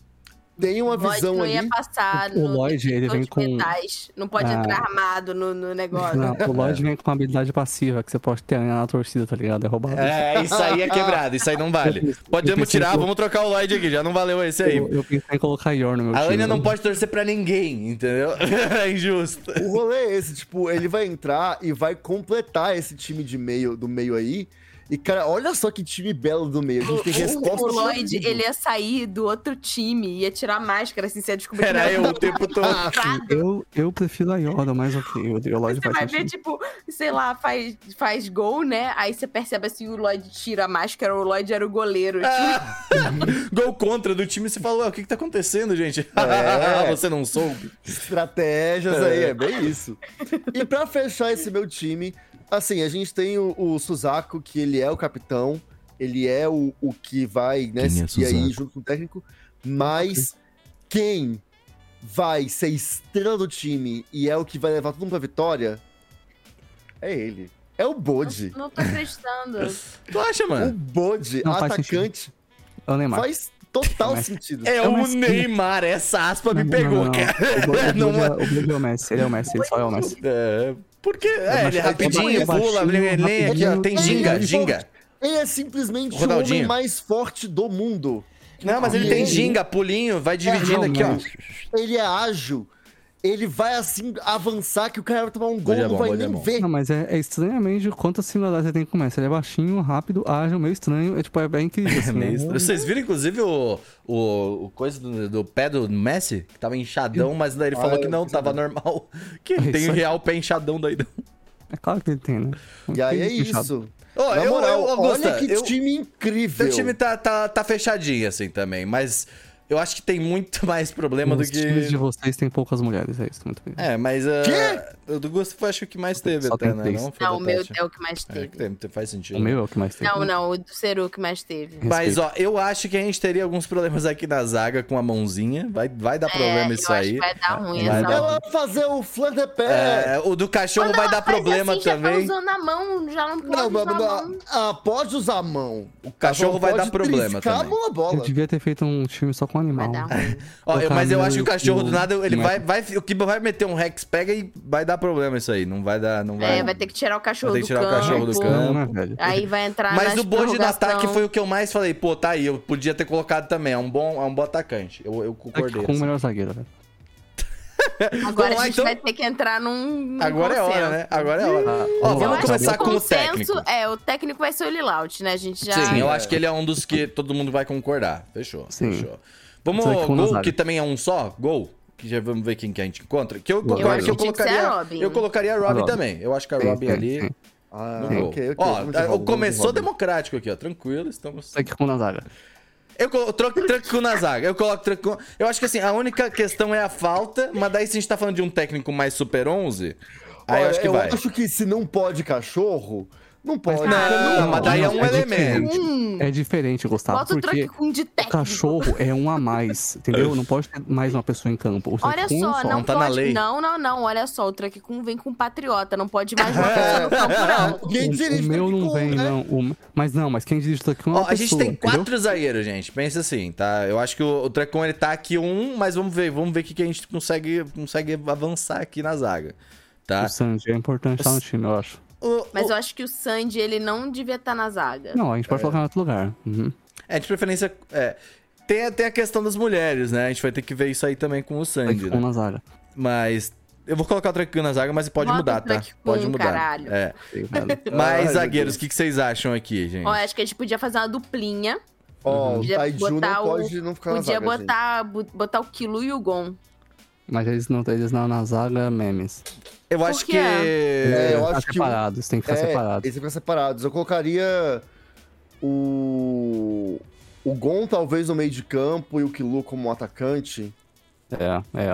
B: Tem uma
C: O Lloyd
B: visão
C: Ah, não
B: ali.
C: ia passar
D: O
C: no
D: Lloyd, ele
C: detector
D: vem
C: de
D: com-
C: metais. Não pode
D: Ah.
C: entrar armado no, no negócio.
D: Não, o Lloyd vem com uma habilidade passiva que você pode ter na torcida, tá ligado? É roubado.
A: É, isso aí é quebrado, isso aí não vale. Podemos tirar, vamos trocar o Lloyd aqui, já não valeu esse aí.
D: Eu, eu pensei em colocar Yor no meu
A: A
D: time.
A: Anya não
D: né?
A: pode torcer pra ninguém, entendeu? É injusto.
B: O rolê é esse, tipo, ele vai entrar e vai completar esse time de meio do meio aí. E, cara, olha só que time belo do meio. A gente tem
C: O,
B: resposta.
C: o
B: pra
C: Lloyd,
B: tudo.
C: ele ia sair do outro time, ia tirar a máscara, assim, você ia descobrir que
A: Era
C: não
A: eu o tempo todo.
B: Ah,
C: Claro,
D: Eu, eu prefiro a Yoda, mas ok, o, o
C: Você
D: Lloyd faz
C: vai ver,
D: sentido.
C: tipo, sei lá, faz, faz gol, né? Aí você percebe assim, o Lloyd tira a máscara, o Lloyd era o goleiro.
A: Gol contra do time, você falou, "Ué, o que que tá acontecendo, gente?
B: É.
A: Você não soube.
B: Estratégias aí, é bem isso. E pra fechar esse meu time, assim, a gente tem o, o Suzaku, que ele é o capitão, ele é o, o que vai, né,
A: Quem é
B: seguir aí
A: Suzaku?
B: junto com o técnico, mas quem vai ser estrela do time e é o que vai levar todo mundo pra vitória é ele. É o Bode.
C: Não tô acreditando.
A: Tu acha,
B: O
A: mano?
B: Bode,
D: É. Não faz
B: atacante,
D: É o Neymar.
B: faz total
D: Mas-
B: sentido.
A: É o
D: Não, mas-
A: Neymar, essa aspa me
D: Não,
A: pegou,
D: não, não, não.
A: cara.
D: O Lloyd-
A: Não
D: o Lloyd é- o Lloyd é o Messi, ele é o Messi, ele só é o Messi.
A: É, porque, é, ele é
D: baixinho,
A: rapidinho,
D: é
A: pula,
D: baixinho,
A: ele nem aqui, ó,
D: rapidinho.
A: tem
D: É,
A: ginga,
B: ele
A: ginga.
B: Ele é simplesmente o
A: Ronaldinho.
B: homem mais forte do mundo.
A: Não, mas ele
B: E
A: tem
B: ele-
A: ginga, pulinho, vai dividindo
D: não,
A: aqui, ó.
D: mas-
B: ele é ágil. Ele vai assim avançar que o cara vai tomar um gol,
A: Hoje é
B: não
A: bom,
B: vai
A: hoje é
B: nem
A: bom.
B: ver.
D: Não, mas é, é estranhamente o quantas similaridades ele tem com o Messi. Ele é baixinho, rápido, ágil, meio estranho. É tipo, é, é incrível.
A: É
D: Assim,
A: meio
D: né?
A: estranho. Vocês viram, inclusive, o, o, o coisa do, do pé do Messi? Que tava inchadão, mas daí ele
B: Ah,
A: falou que
B: eu
A: não,
B: vi
A: tava normal. Que ele
D: É
A: tem
D: isso
A: o
D: aí.
A: real pé inchadão daí.
D: É claro que ele tem, né?
B: E aí é
D: Puxado.
B: isso.
A: Ô,
B: Na
A: eu,
B: moral,
A: eu, Augusta,
B: olha que
A: eu,
B: time
A: teu
B: incrível.
A: time tá, tá, tá fechadinho, assim, também. Mas eu acho que tem muito mais problema
D: Os
A: do que...
D: times de vocês têm poucas mulheres, é isso. Muito bem.
A: É, mas... Uh, o do Gusto foi, acho que o que mais teve
D: Só
A: até,
D: tem
A: né?
D: três.
A: Não, foi
C: Não, o
A: da
C: meu
A: Tati.
C: é o que mais
A: É, que
C: teve.
A: tem- tem- faz sentido.
D: O meu é o que mais tem.
C: Não, não, o do Seru que mais teve.
A: Mas,
D: Respeito.
A: ó, eu acho que a gente teria alguns problemas aqui na zaga com a mãozinha. Vai, vai dar problema
C: é,
A: isso
C: eu
A: aí.
C: Acho que vai dar ruim
A: Vai
C: essa
A: dar
C: hora.
B: Ela vai fazer o flan de pé.
A: tá É, o do cachorro
C: Quando
A: vai
C: ela
A: dar
C: faz
A: problema
C: assim,
A: também.
C: Já tá usando a mão, já não pode
B: Não, mas
C: usar a mão.
B: não, ah, pode usar a mão.
A: O cachorro vai dar problema também.
B: Acabou a bola.
D: Eu devia ter feito um time só com com o animal.
C: Vai dar ruim.
A: Ó, eu- mas eu acho que o cachorro do nada, ele
D: Não é-
A: vai, vai. O Kiba vai meter um Rex, pega e vai dar problema isso aí. Não vai dar. Não vai,
C: É, vai ter que tirar o cachorro
A: Vai
C: do
A: ter que
C: campo.
A: tirar o cachorro do campo.
D: Não, né, velho?
C: Aí vai entrar
A: Mas
C: nas
A: o bojo do
C: prorrogação.
A: ataque foi o que eu mais falei. Pô, tá aí, eu podia ter colocado também. É um bom, é um bom atacante. Eu, eu concordei.
D: Tá com o
A: assim.
D: melhor zagueiro, né? velho.
C: Agora
A: Vamos
C: a
A: lá,
C: gente
A: então.
C: vai ter que entrar num. num
A: Agora é hora,
C: consenso.
A: né? Agora é hora.
D: Ah,
A: Ó,
D: vamos lá.
A: vamos
C: Eu acho
A: começar
C: que o
A: com o
C: consenso
A: técnico.
C: é, o técnico vai ser o Lilaut, né? A gente já.
A: Sim, eu
B: é.
A: acho que ele é um dos que todo mundo vai concordar. Fechou,
D: Sim.
A: fechou. Vamos,
D: Só que com o
A: gol,
D: Nazário.
A: que também é um só, gol. Que já vamos ver quem que a gente encontra. Que eu
C: Eu
A: concordo
C: acho
A: que eu
C: que tinha que ser
A: colocaria.
C: a Robin.
A: Eu colocaria a Robin
D: Robin.
A: também. Eu acho que a
D: Sim,
A: Robin
D: sim,
A: ali.
D: sim.
B: Ah,
A: No gol.
B: ok, ok.
A: ó,
B: vamos de
A: tá-
B: Robin,
A: começou
B: vamos de Robin.
A: democrático aqui, ó. Tranquilo, estamos.
D: Segue com o Nazário.
A: Eu coloco troco- tranco na zaga. Eu coloco tranco. Eu acho que assim, a única questão é a falta, mas daí se a gente tá falando de um técnico mais Super 11, aí eu
B: Olha,
A: acho que vai.
B: acho que se não pode cachorro, não pode.
D: Não,
B: canoa.
A: Não, mas daí é um
D: É
A: elemento.
C: Hum,
D: É diferente,
A: tá,
D: Gustavo,
C: bota o
D: porque
C: truque com de
D: o
C: técnico.
D: cachorro é um a mais, entendeu? Não pode ter mais uma pessoa em campo. O
C: Olha
D: Truncun
C: só, não
A: tá na
C: pode.
A: lei.
C: Não, não, não. Olha só, o truque com vem com patriota. Não pode mais uma
A: É.
C: pessoa no campo, não.
B: Alguém
D: O, o
B: dirige
D: meu não
B: com-
D: vem,
B: né?
D: não. O- mas não, mas quem dirige o Truncun é uma
A: Ó, a gente
D: pessoa,
A: tem
D: entendeu?
A: quatro zagueiros, gente. Pensa assim, tá? Eu acho que o, o Trecon ele tá aqui um, mas vamos ver, vamos ver o que, que a gente consegue, consegue avançar aqui na zaga, tá?
D: O Sanji é importante lá no time, eu acho.
A: O-
C: Mas
A: o-
C: eu acho que o Sandy, ele não devia estar na zaga.
D: Não, a gente pode colocar em outro lugar. Uhum.
A: É, de preferência. É, tem, a- tem a questão das mulheres, né? A gente vai ter que ver isso aí também com o Sandy,
D: Segue com
A: né?
D: o Nazário.
A: Mas. Eu vou colocar o Trecon na zaga, mas pode
C: Bota o
A: mudar, tá?
C: Trecon,
A: Pode mudar.
C: caralho.
A: É.
B: Ai,
A: Mas,
B: meu
A: zagueiros, o que, que vocês acham aqui, gente?
C: Ó, acho que a gente podia fazer uma duplinha.
B: Ó, o
C: Podia
B: Taiju
C: botar
B: não
C: o-
B: pode não
A: é
B: ficar na
C: Podia
B: zaga, gente.
C: botar, bo- botar o Kilo e o Gon.
D: Mas eles não eles não na zaga memes.
A: Eu
C: Por
A: acho
C: quê?
A: que.
B: É, eu
D: Tem
B: acho
D: que ficar
B: que o-
D: separados, tem que ficar
B: É,
D: separados.
B: Eles ficam separados. Eu colocaria o. O Gon talvez no meio de campo e o Kilu como atacante.
D: É, é,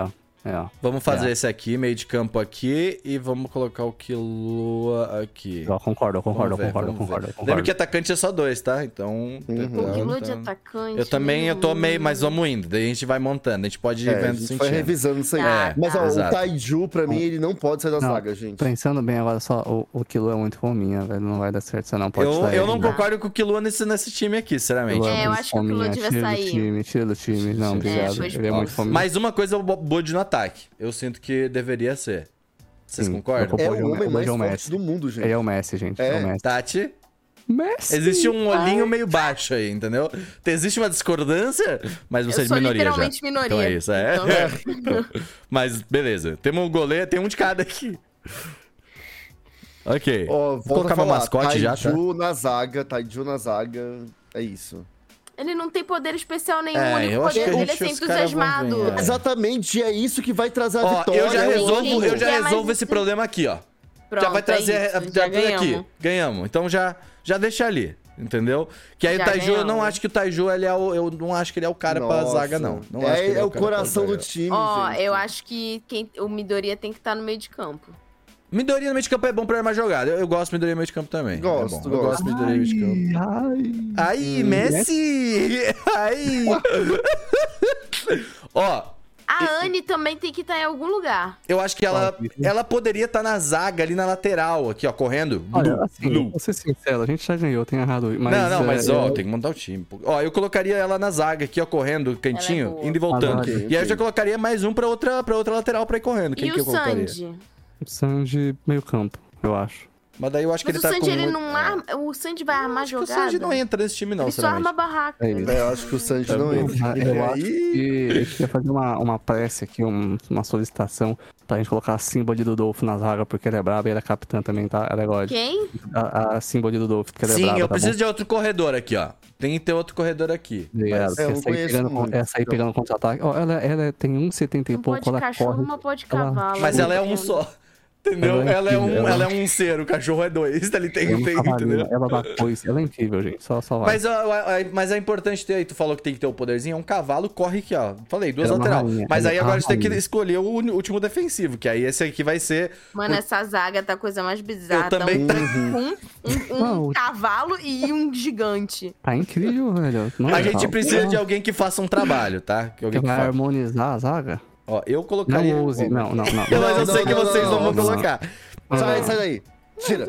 D: é.
A: Vamos fazer
D: É.
A: esse aqui, meio de campo aqui, e vamos colocar o Kilua aqui.
D: Eu concordo, eu concordo,
A: Vamos ver,
D: eu concordo, eu
A: vamos ver.
D: concordo, eu
A: Lembra
D: concordo.
A: que atacante é só dois, tá? Então.
C: O Kilo de
A: então-
C: atacante.
A: Eu também eu tô
C: hum.
A: meio, mas vamos indo. Daí a gente vai montando, a gente pode ir
B: É, a
A: vendo
B: gente foi
A: sentindo.
B: revisando isso aí.
C: Tá,
B: Mas ó,
A: Exato.
B: o Taiju, pra mim, ele não pode sair da
D: Não.
B: zaga, gente.
D: Pensando bem agora só, o, o Kilo é muito fominha, velho. Não vai dar certo, você não pode
A: Eu,
D: sair.
A: eu não
D: né?
A: concordo com o Kilua nesse, nesse time aqui, sinceramente.
D: Kilo
C: É, eu
D: muito
C: acho que o
D: fominha,
C: Kilo devia
D: tira
C: sair.
D: Do time, tira do time, não,
A: Sim,
D: obrigado.
C: foi
D: Ele é
A: Ó,
D: muito fominha.
A: mas uma coisa é o Bo- Bode no ataque. Eu sinto que deveria ser. Vocês
D: Sim,
A: concordam?
D: eu
B: É
D: Hoje
B: o
D: o-
B: homem
D: hoje
B: mais
D: é o
B: forte
D: Messi.
B: do mundo, gente.
D: Ele é o Messi, gente.
B: É.
D: É, o Messi.
A: Tati?
D: Messi!
A: Existe um olhinho meio baixo aí, entendeu? Tem- Existe uma discordância, mas você é
C: Eu
A: de
C: sou
A: minoria já.
C: literalmente minoria.
A: Então é isso, é.
C: Então,
A: Então, mas beleza. Temos um goleiro, tem um de cada aqui. Ok.
B: Ó,
A: Vou
B: volta
A: colocar
B: a
A: meu
B: falar,
A: mascote já, tá?
B: Taiju na zaga, Taiju na zaga. É isso.
C: Ele não tem poder especial nenhum.
A: É,
C: o único
A: eu acho
C: poder
A: que-
C: dele é
A: acho que
C: ser
A: os caras vão
C: entusiasmado.
A: ganhar.
B: Exatamente, é isso que vai trazer a
A: Ó,
B: vitória.
A: eu já
B: é o
A: resolvo,
B: jogo.
A: eu já
C: Ninguém
A: resolvo
C: mais- um?
A: esse problema aqui, ó.
C: Pronto,
A: já vai trazer
C: é isso,
A: a- já
C: já
A: tudo aqui.
C: ganhamos.
A: Ganhamos. Então já, já deixa ali, entendeu? Que aí
C: Já
A: o Taiju, eu não
C: ganhamos.
A: acho que o Taiju ele é o, eu não acho que ele é o cara pra
B: Nossa.
A: zaga não. Não acho que
B: é,
A: ele
B: é
A: cara
B: o
A: pra
B: coração
A: zaga.
B: do time,
C: Ó,
B: gente.
C: eu acho que quem, o Midoriya tem que estar no meio de campo.
A: Midoriya no meio de campo é bom pra armar jogada. Eu, eu gosto do Midoriya no meio de campo também.
B: Gosto,
A: é bom. Eu
B: gosto.
A: gosto do Midoriya no meio de campo.
D: Ai,
A: Aí, Messi! Aí! Ó,
C: A Anne também tem que estar em algum lugar.
A: eu acho que ela,
D: Ó,
A: ela poderia estar na zaga, ali na lateral, aqui, ó, correndo.
D: Olha,
A: Blu,
D: assim,
A: blu.
D: vou ser sincero, a gente já ganhou, tem errado. Mas,
A: não, não,
D: é,
A: mas ó,
D: eu-
A: tem que montar o time. pô. Ó, eu colocaria ela na zaga aqui, ó, correndo,
C: Ela é
A: cantinho,
C: boa.
A: indo e voltando.
D: Ah, ok,
A: E aí eu
B: ok.
A: já colocaria mais um pra outra, pra outra lateral pra ir correndo. Quem
C: e
A: que eu
C: o
A: colocaria?
C: Sandy?
D: Precisamos de meio campo, eu acho.
A: Mas daí eu acho que
C: Mas
A: ele
C: o
A: tá
C: Sandy,
A: com...
C: ele
A: muito-
C: não arma. O Sandy vai armar
A: Acho que o
C: jogada.
A: Sanji não entra nesse time, não,
C: Ele só arma
A: sinceramente.
C: a barraca.
D: É isso.
B: É, eu acho que o Sanji
D: Tá
B: não
D: bom.
B: entra.
D: Ah, eu
B: É,
D: acho
B: aí-
D: E eu queria fazer uma, uma prece aqui, um- uma solicitação pra gente colocar a Simba de Dudolfo na zaga, porque ele é brabo e ele é capitã também, tá? Ela é God.
C: Quem? Um
D: A, a Simba de Dudolfo, porque ela é
A: Sim,
D: braba,
A: eu
D: tá
A: preciso
D: bom?
A: de outro corredor aqui, ó. Tem que ter outro corredor aqui.
D: Obrigado.
A: Mas-
B: É, eu não
D: essa, aí
B: conheço
D: pegando, con-
B: muito,
D: essa aí
B: então.
D: pegando contra-ataque. Ó, ela, ela é, tem 1,70 e
C: Uma
D: pouco,
C: pode
D: ela
C: cachorro,
D: corre.
C: uma pode
D: ela-
C: cavalo.
A: Mas ela é
C: Entendo.
A: um só. Entendeu?
D: Ela é
A: Ela é um,
D: incrível,
A: ela é
D: ela-
A: um ser, o cachorro é dois. Ele tem,
D: Ela, é um
A: tem
D: cavalinho,
A: entendeu?
D: ela dá coisa, ela é incrível, gente. Só, só vai.
A: Mas, ó, ó, ó, mas é importante ter aí, tu falou que tem que ter o poderzinho, é um cavalo, corre aqui, ó. Falei, duas
D: Ela é uma
A: lateral.
D: rainha,
A: Mas
D: ela
A: aí
D: é uma
A: agora a gente tem que
D: rainha.
A: escolher o uni- último defensivo, que aí esse aqui vai ser.
C: Mano, essa zaga tá a coisa mais bizarra.
A: Eu
C: Tá
A: também-
C: um, um, um
D: Não.
C: cavalo e um gigante.
D: Tá incrível, velho. é
A: A gente precisa de alguém que faça um trabalho, tá? Que
D: alguém
A: alguém que
D: vai
A: faça.
D: harmonizar a zaga?
A: Ó, eu colocaria.
D: é
A: um
D: Não use, não, não, não.
A: Eu- Mas eu
B: Não,
A: sei
B: não,
A: que
B: não,
A: vocês não,
B: não,
A: vão
D: não.
A: colocar.
D: Não,
B: Sai,
D: não.
B: sai daí. Tira.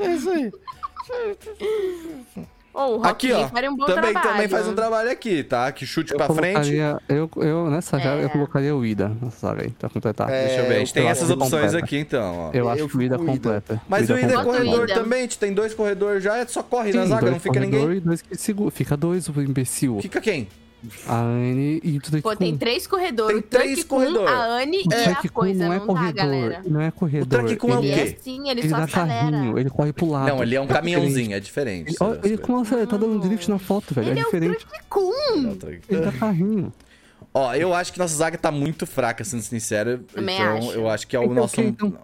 C: Ou o Rock
A: Aqui, ó.
C: Lee faria um bom
A: também,
C: trabalho.
A: também faz um trabalho aqui, tá? Que chute pra frente.
D: colocaria, eu, eu, nessa já,
C: É.
D: eu colocaria o Ida nessa saga aí, pra completar.
B: É,
A: Deixa eu ver. A gente tem
D: eu
A: essas
D: acho que
A: opções
D: completa.
A: aqui, então, ó.
D: Eu
B: Eu
D: acho que
B: fico
D: o Ida
B: com o Ida.
D: completa.
A: Mas o Ida é
C: Bota o
A: corredor
C: Ida.
A: também, a gente tem dois corredor já, é só corre na
D: Sim,
A: zaga,
D: dois
A: não fica
D: corredor
A: ninguém.
D: E dois que segura. Fica dois, o imbecil.
A: Fica quem?
D: A Anne e tudo
C: Pô, tem três corredores.
A: Tem
C: o Tuck
A: três
C: Kun,
A: corredor.
C: a Anne
D: O
C: e
D: Track
C: a
D: Kun
C: coisa.
D: não
C: Não,
D: é
C: dá,
D: corredor.
C: galera.
D: Não é corredor.
A: Track Kun é o
D: ele
C: Ele é
A: quê?
C: sim, ele,
D: Ele tá
C: só
D: dá
C: acelera.
D: carrinho, ele corre pro lado.
A: Não, ele é um
D: diferente.
A: caminhãozinho, é diferente.
D: tá. Ele- Olha, ele,
A: Essas
D: como você tá dando drift na foto, velho.
C: Ele
D: é
C: é o
D: diferente.
C: Track Kun.
A: coisas. Não, tá-
D: Ele dá carrinho.
A: Ó, eu acho que nossa zaga tá muito fraca, sendo sincero.
C: Também
A: então,
C: acho.
A: eu acho que é o
D: Então,
A: nosso.
D: ok, então.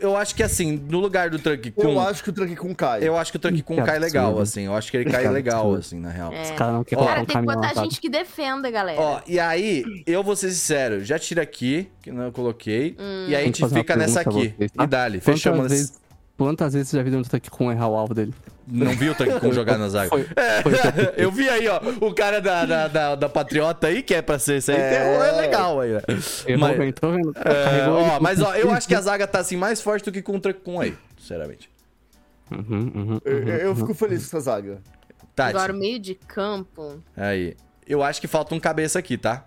A: Eu acho que assim, no lugar do Trunk
B: Eu
A: Kun,
B: acho que o Truck Kun cai.
A: eu acho que o Trunk Kun
D: Que
A: cai legal,
D: absurdo.
A: assim. Eu acho que ele cai
D: Que
A: legal,
D: absurdo.
A: assim, na real.
C: É.
D: Esse cara não quer colocar
C: Cara,
D: um
C: tem que
D: caminhão
C: botar
D: na
C: gente que defenda, galera.
A: Ó, e aí, eu vou ser sincero, já tira aqui, que não eu coloquei.
C: Hum.
A: E aí a
D: Tem que
A: gente
D: fazer uma
A: fica nessa
D: pergunta a
A: aqui.
D: vocês, tá?
A: E dali,
D: Quantas
A: fechamos.
D: Vezes, quantas vezes você já viu um Tuck com errar o alvo dele?
A: Não viu o Tanque Kun jogar na zaga?
D: Foi-
A: É, eu vi aí, ó, o cara da, da, da, da Patriota aí, que é pra ser isso aí,
B: É.
A: é, é legal aí, né?
D: Errou
A: Mas-
D: bem, tô vendo.
A: É,
D: Carregou ele
A: ó,
D: pro-
A: mas ó, eu acho que a zaga tá assim mais forte do que com o Trancon aí, sinceramente.
D: Uhum, uhum.
B: Eu, eu- eu fico feliz com essa zaga.
A: Tati,
C: Agora, o meio de campo.
A: aí. Eu acho que falta um cabeça aqui, tá?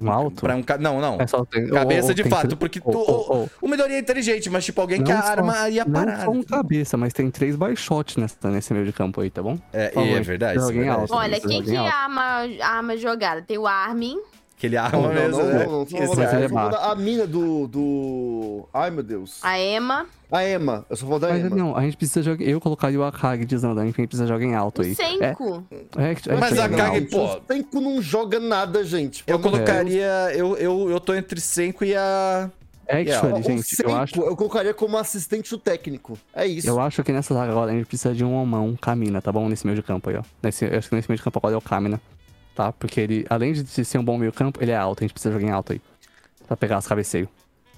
D: Um alto?
A: Pra um ca... Não, não.
D: É só tem-
A: Cabeça
D: ou- ou
A: de
D: tem
A: fato,
D: tre-
A: porque tu.
D: ou- ou- ou.
A: O melhor é inteligente, mas tipo alguém que
D: Não só-
A: armaria a
D: Não
A: parada.
D: só um cabeça, mas tem três baixotes nessa, nesse meio de campo aí, tá bom?
A: É,
D: Por favor,
A: é verdade,
D: tem
A: isso é
D: alguém
A: verdade.
D: alto,
C: Olha,
D: tem
C: quem que
D: alguém alto.
C: arma, arma jogada? Tem o Armin.
A: Que ele arma
B: Não, não,
A: mesmo.
B: não,
A: né?
B: não, não, não,
A: Esse
B: não,
A: cara-
D: ele é
B: eu só vou
D: baixo.
B: dar a mina do, do. Ai, meu Deus.
C: A Emma,
B: A Emma. Eu só vou dar a
D: Mas
B: Emma.
D: não, a gente precisa jogar. Eu colocaria o Akagi de Zandan, a gente precisa jogar alguém alto
C: o
D: aí.
C: Senko.
D: É, é, que- é, que
A: Mas
D: joga
A: a
D: alguém
A: Akagi,
D: alto.
A: pô.
B: O Senko não joga nada, gente.
A: Eu
D: um
B: Pelo amor de
A: colocaria. Eu, eu, eu tô entre 5 e a.
D: É
A: Yeah.
D: Actually,
B: Deus. O
D: gente, eu
B: Senko
D: acho,
B: eu colocaria como assistente técnico. É isso.
D: eu acho que nessa zaga agora a gente precisa de um homão Camina, tá bom? Nesse meio de campo aí, ó. Nesse, eu acho que nesse meio de campo agora é o Camina, tá? Porque ele, além de ser um bom meio campo, ele é alto, a gente precisa de alguém alto aí. Pra pegar os cabeceios.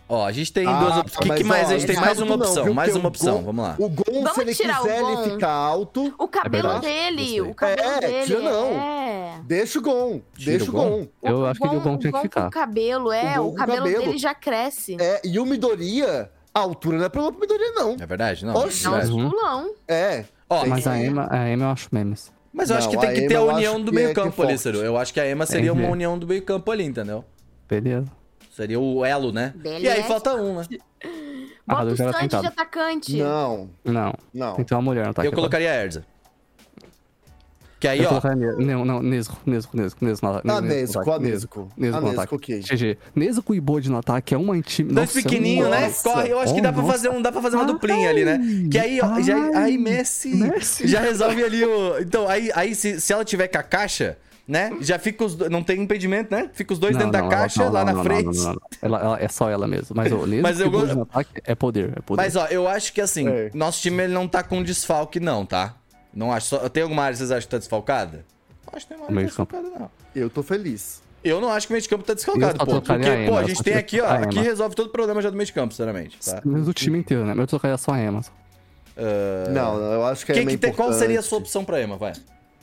A: Ó, a gente tem
B: Ah,
A: duas opções. O que,
B: mas,
A: que mais?
B: ó,
A: a gente tem
B: esse
A: mais
B: caso
A: uma
B: não,
A: opção.
B: viu?
A: mais
B: Porque
A: uma
B: o
A: opção,
B: Gon-
A: vamos lá.
B: O Gon,
C: Vamos
B: se ele
C: tirar o
B: quiser,
C: Gon.
B: ele fica alto.
C: O cabelo
D: É verdade,
C: dele.
A: gostei.
C: O cabelo
B: É,
C: dele.
B: tira não.
C: É.
B: Deixa o Gon.
A: Tira
B: deixa
A: o
B: o
A: Gon?
B: Gon.
D: Eu acho que o Gon tinha que
C: com
D: ficar.
C: O cabelo, é.
B: O Gon
C: O,
B: com
C: cabelo,
B: cabelo.
C: dele já cresce. É.
B: É, e o Midoria, a altura não é problema pro Midoriya, não.
A: É verdade? Não.
B: Oxe.
A: é
C: um
A: verdade.
D: Uhum.
C: esculão.
B: É.
A: Ó,
D: Mas a Emma, a Emma eu acho memes.
A: Mas eu acho
B: Não,
A: que tem
B: a
A: que
B: Emma
A: ter a
B: eu acho
A: união do
B: que
A: meio
B: é que
A: campo ali,
B: forte.
A: Ciro. Eu acho que a Emma seria uma
D: Entendi.
A: união do meio campo ali, entendeu?
D: Beleza.
A: Seria o elo, né?
C: Beleza.
A: E aí falta um, né?
D: Ah,
C: Bota
D: eu
C: o
D: já era
C: Sandy de
D: tentado.
C: atacante.
B: Não,
D: Não.
B: não.
D: Tem Tá, que ter uma mulher no ataque.
A: Eu colocaria a Erza. Que aí,
D: Eu
A: ó, Tá
D: colocaria Ne- Não, não, Nesco, Nesco, Nesco, Nesco. na-
B: A Nesco, a
D: ataque.
B: Nesco.
D: Nesco
B: A
D: no
B: Nesco,
D: ataque.
B: ok.
D: GG. Nesco e Bode no ataque é uma intimidade.
A: dois pequenininhos, né?
B: nossa.
A: Corre, eu acho que dá pra
D: Nossa.
A: fazer, um, dá pra fazer uma duplinha ali, né? Que aí, ó, já,
D: Ai.
A: aí Messi,
D: Messi.
A: já resolve ali o... Então, aí, aí se, se ela tiver com a caixa, né? Já fica os dois... Não tem impedimento, né? Fica os dois
D: Não,
A: dentro da
D: não, ela-
A: caixa,
D: não,
A: lá
D: não,
A: na
D: não,
A: frente.
D: Não, não, não, não. Ela, ela- é só ela mesmo. Mas o Nesco
A: Mas eu
D: e Bode
A: gosto-
D: no ataque é poder, é poder.
A: Mas, ó, eu acho que, assim,
B: É.
A: nosso time ele não tá com desfalque, não, tá? Não acho. Só, tem alguma área que vocês acham que tá desfalcada? Acho que tem uma área
D: Meio
A: que tá
D: de campo.
A: desfalcada, não.
B: Eu tô feliz.
A: Eu não acho que o meio de campo tá
D: Eu
A: desfalcado,
D: só
A: pô. Porque,
D: trocaria a
A: pô,
D: Emma,
A: a gente
D: só
A: tem aqui, ó.
D: trocaria a
A: Aqui
D: Emma.
A: resolve todo o problema já do meio de campo, sinceramente. Tá?
D: Mas o time inteiro, né? Mas eu trocaria só a Emma.
B: Não, não, eu acho que a
A: Quem
B: Emma é
A: que tem- qual
B: importante.
A: seria a sua opção pra Ema, vai?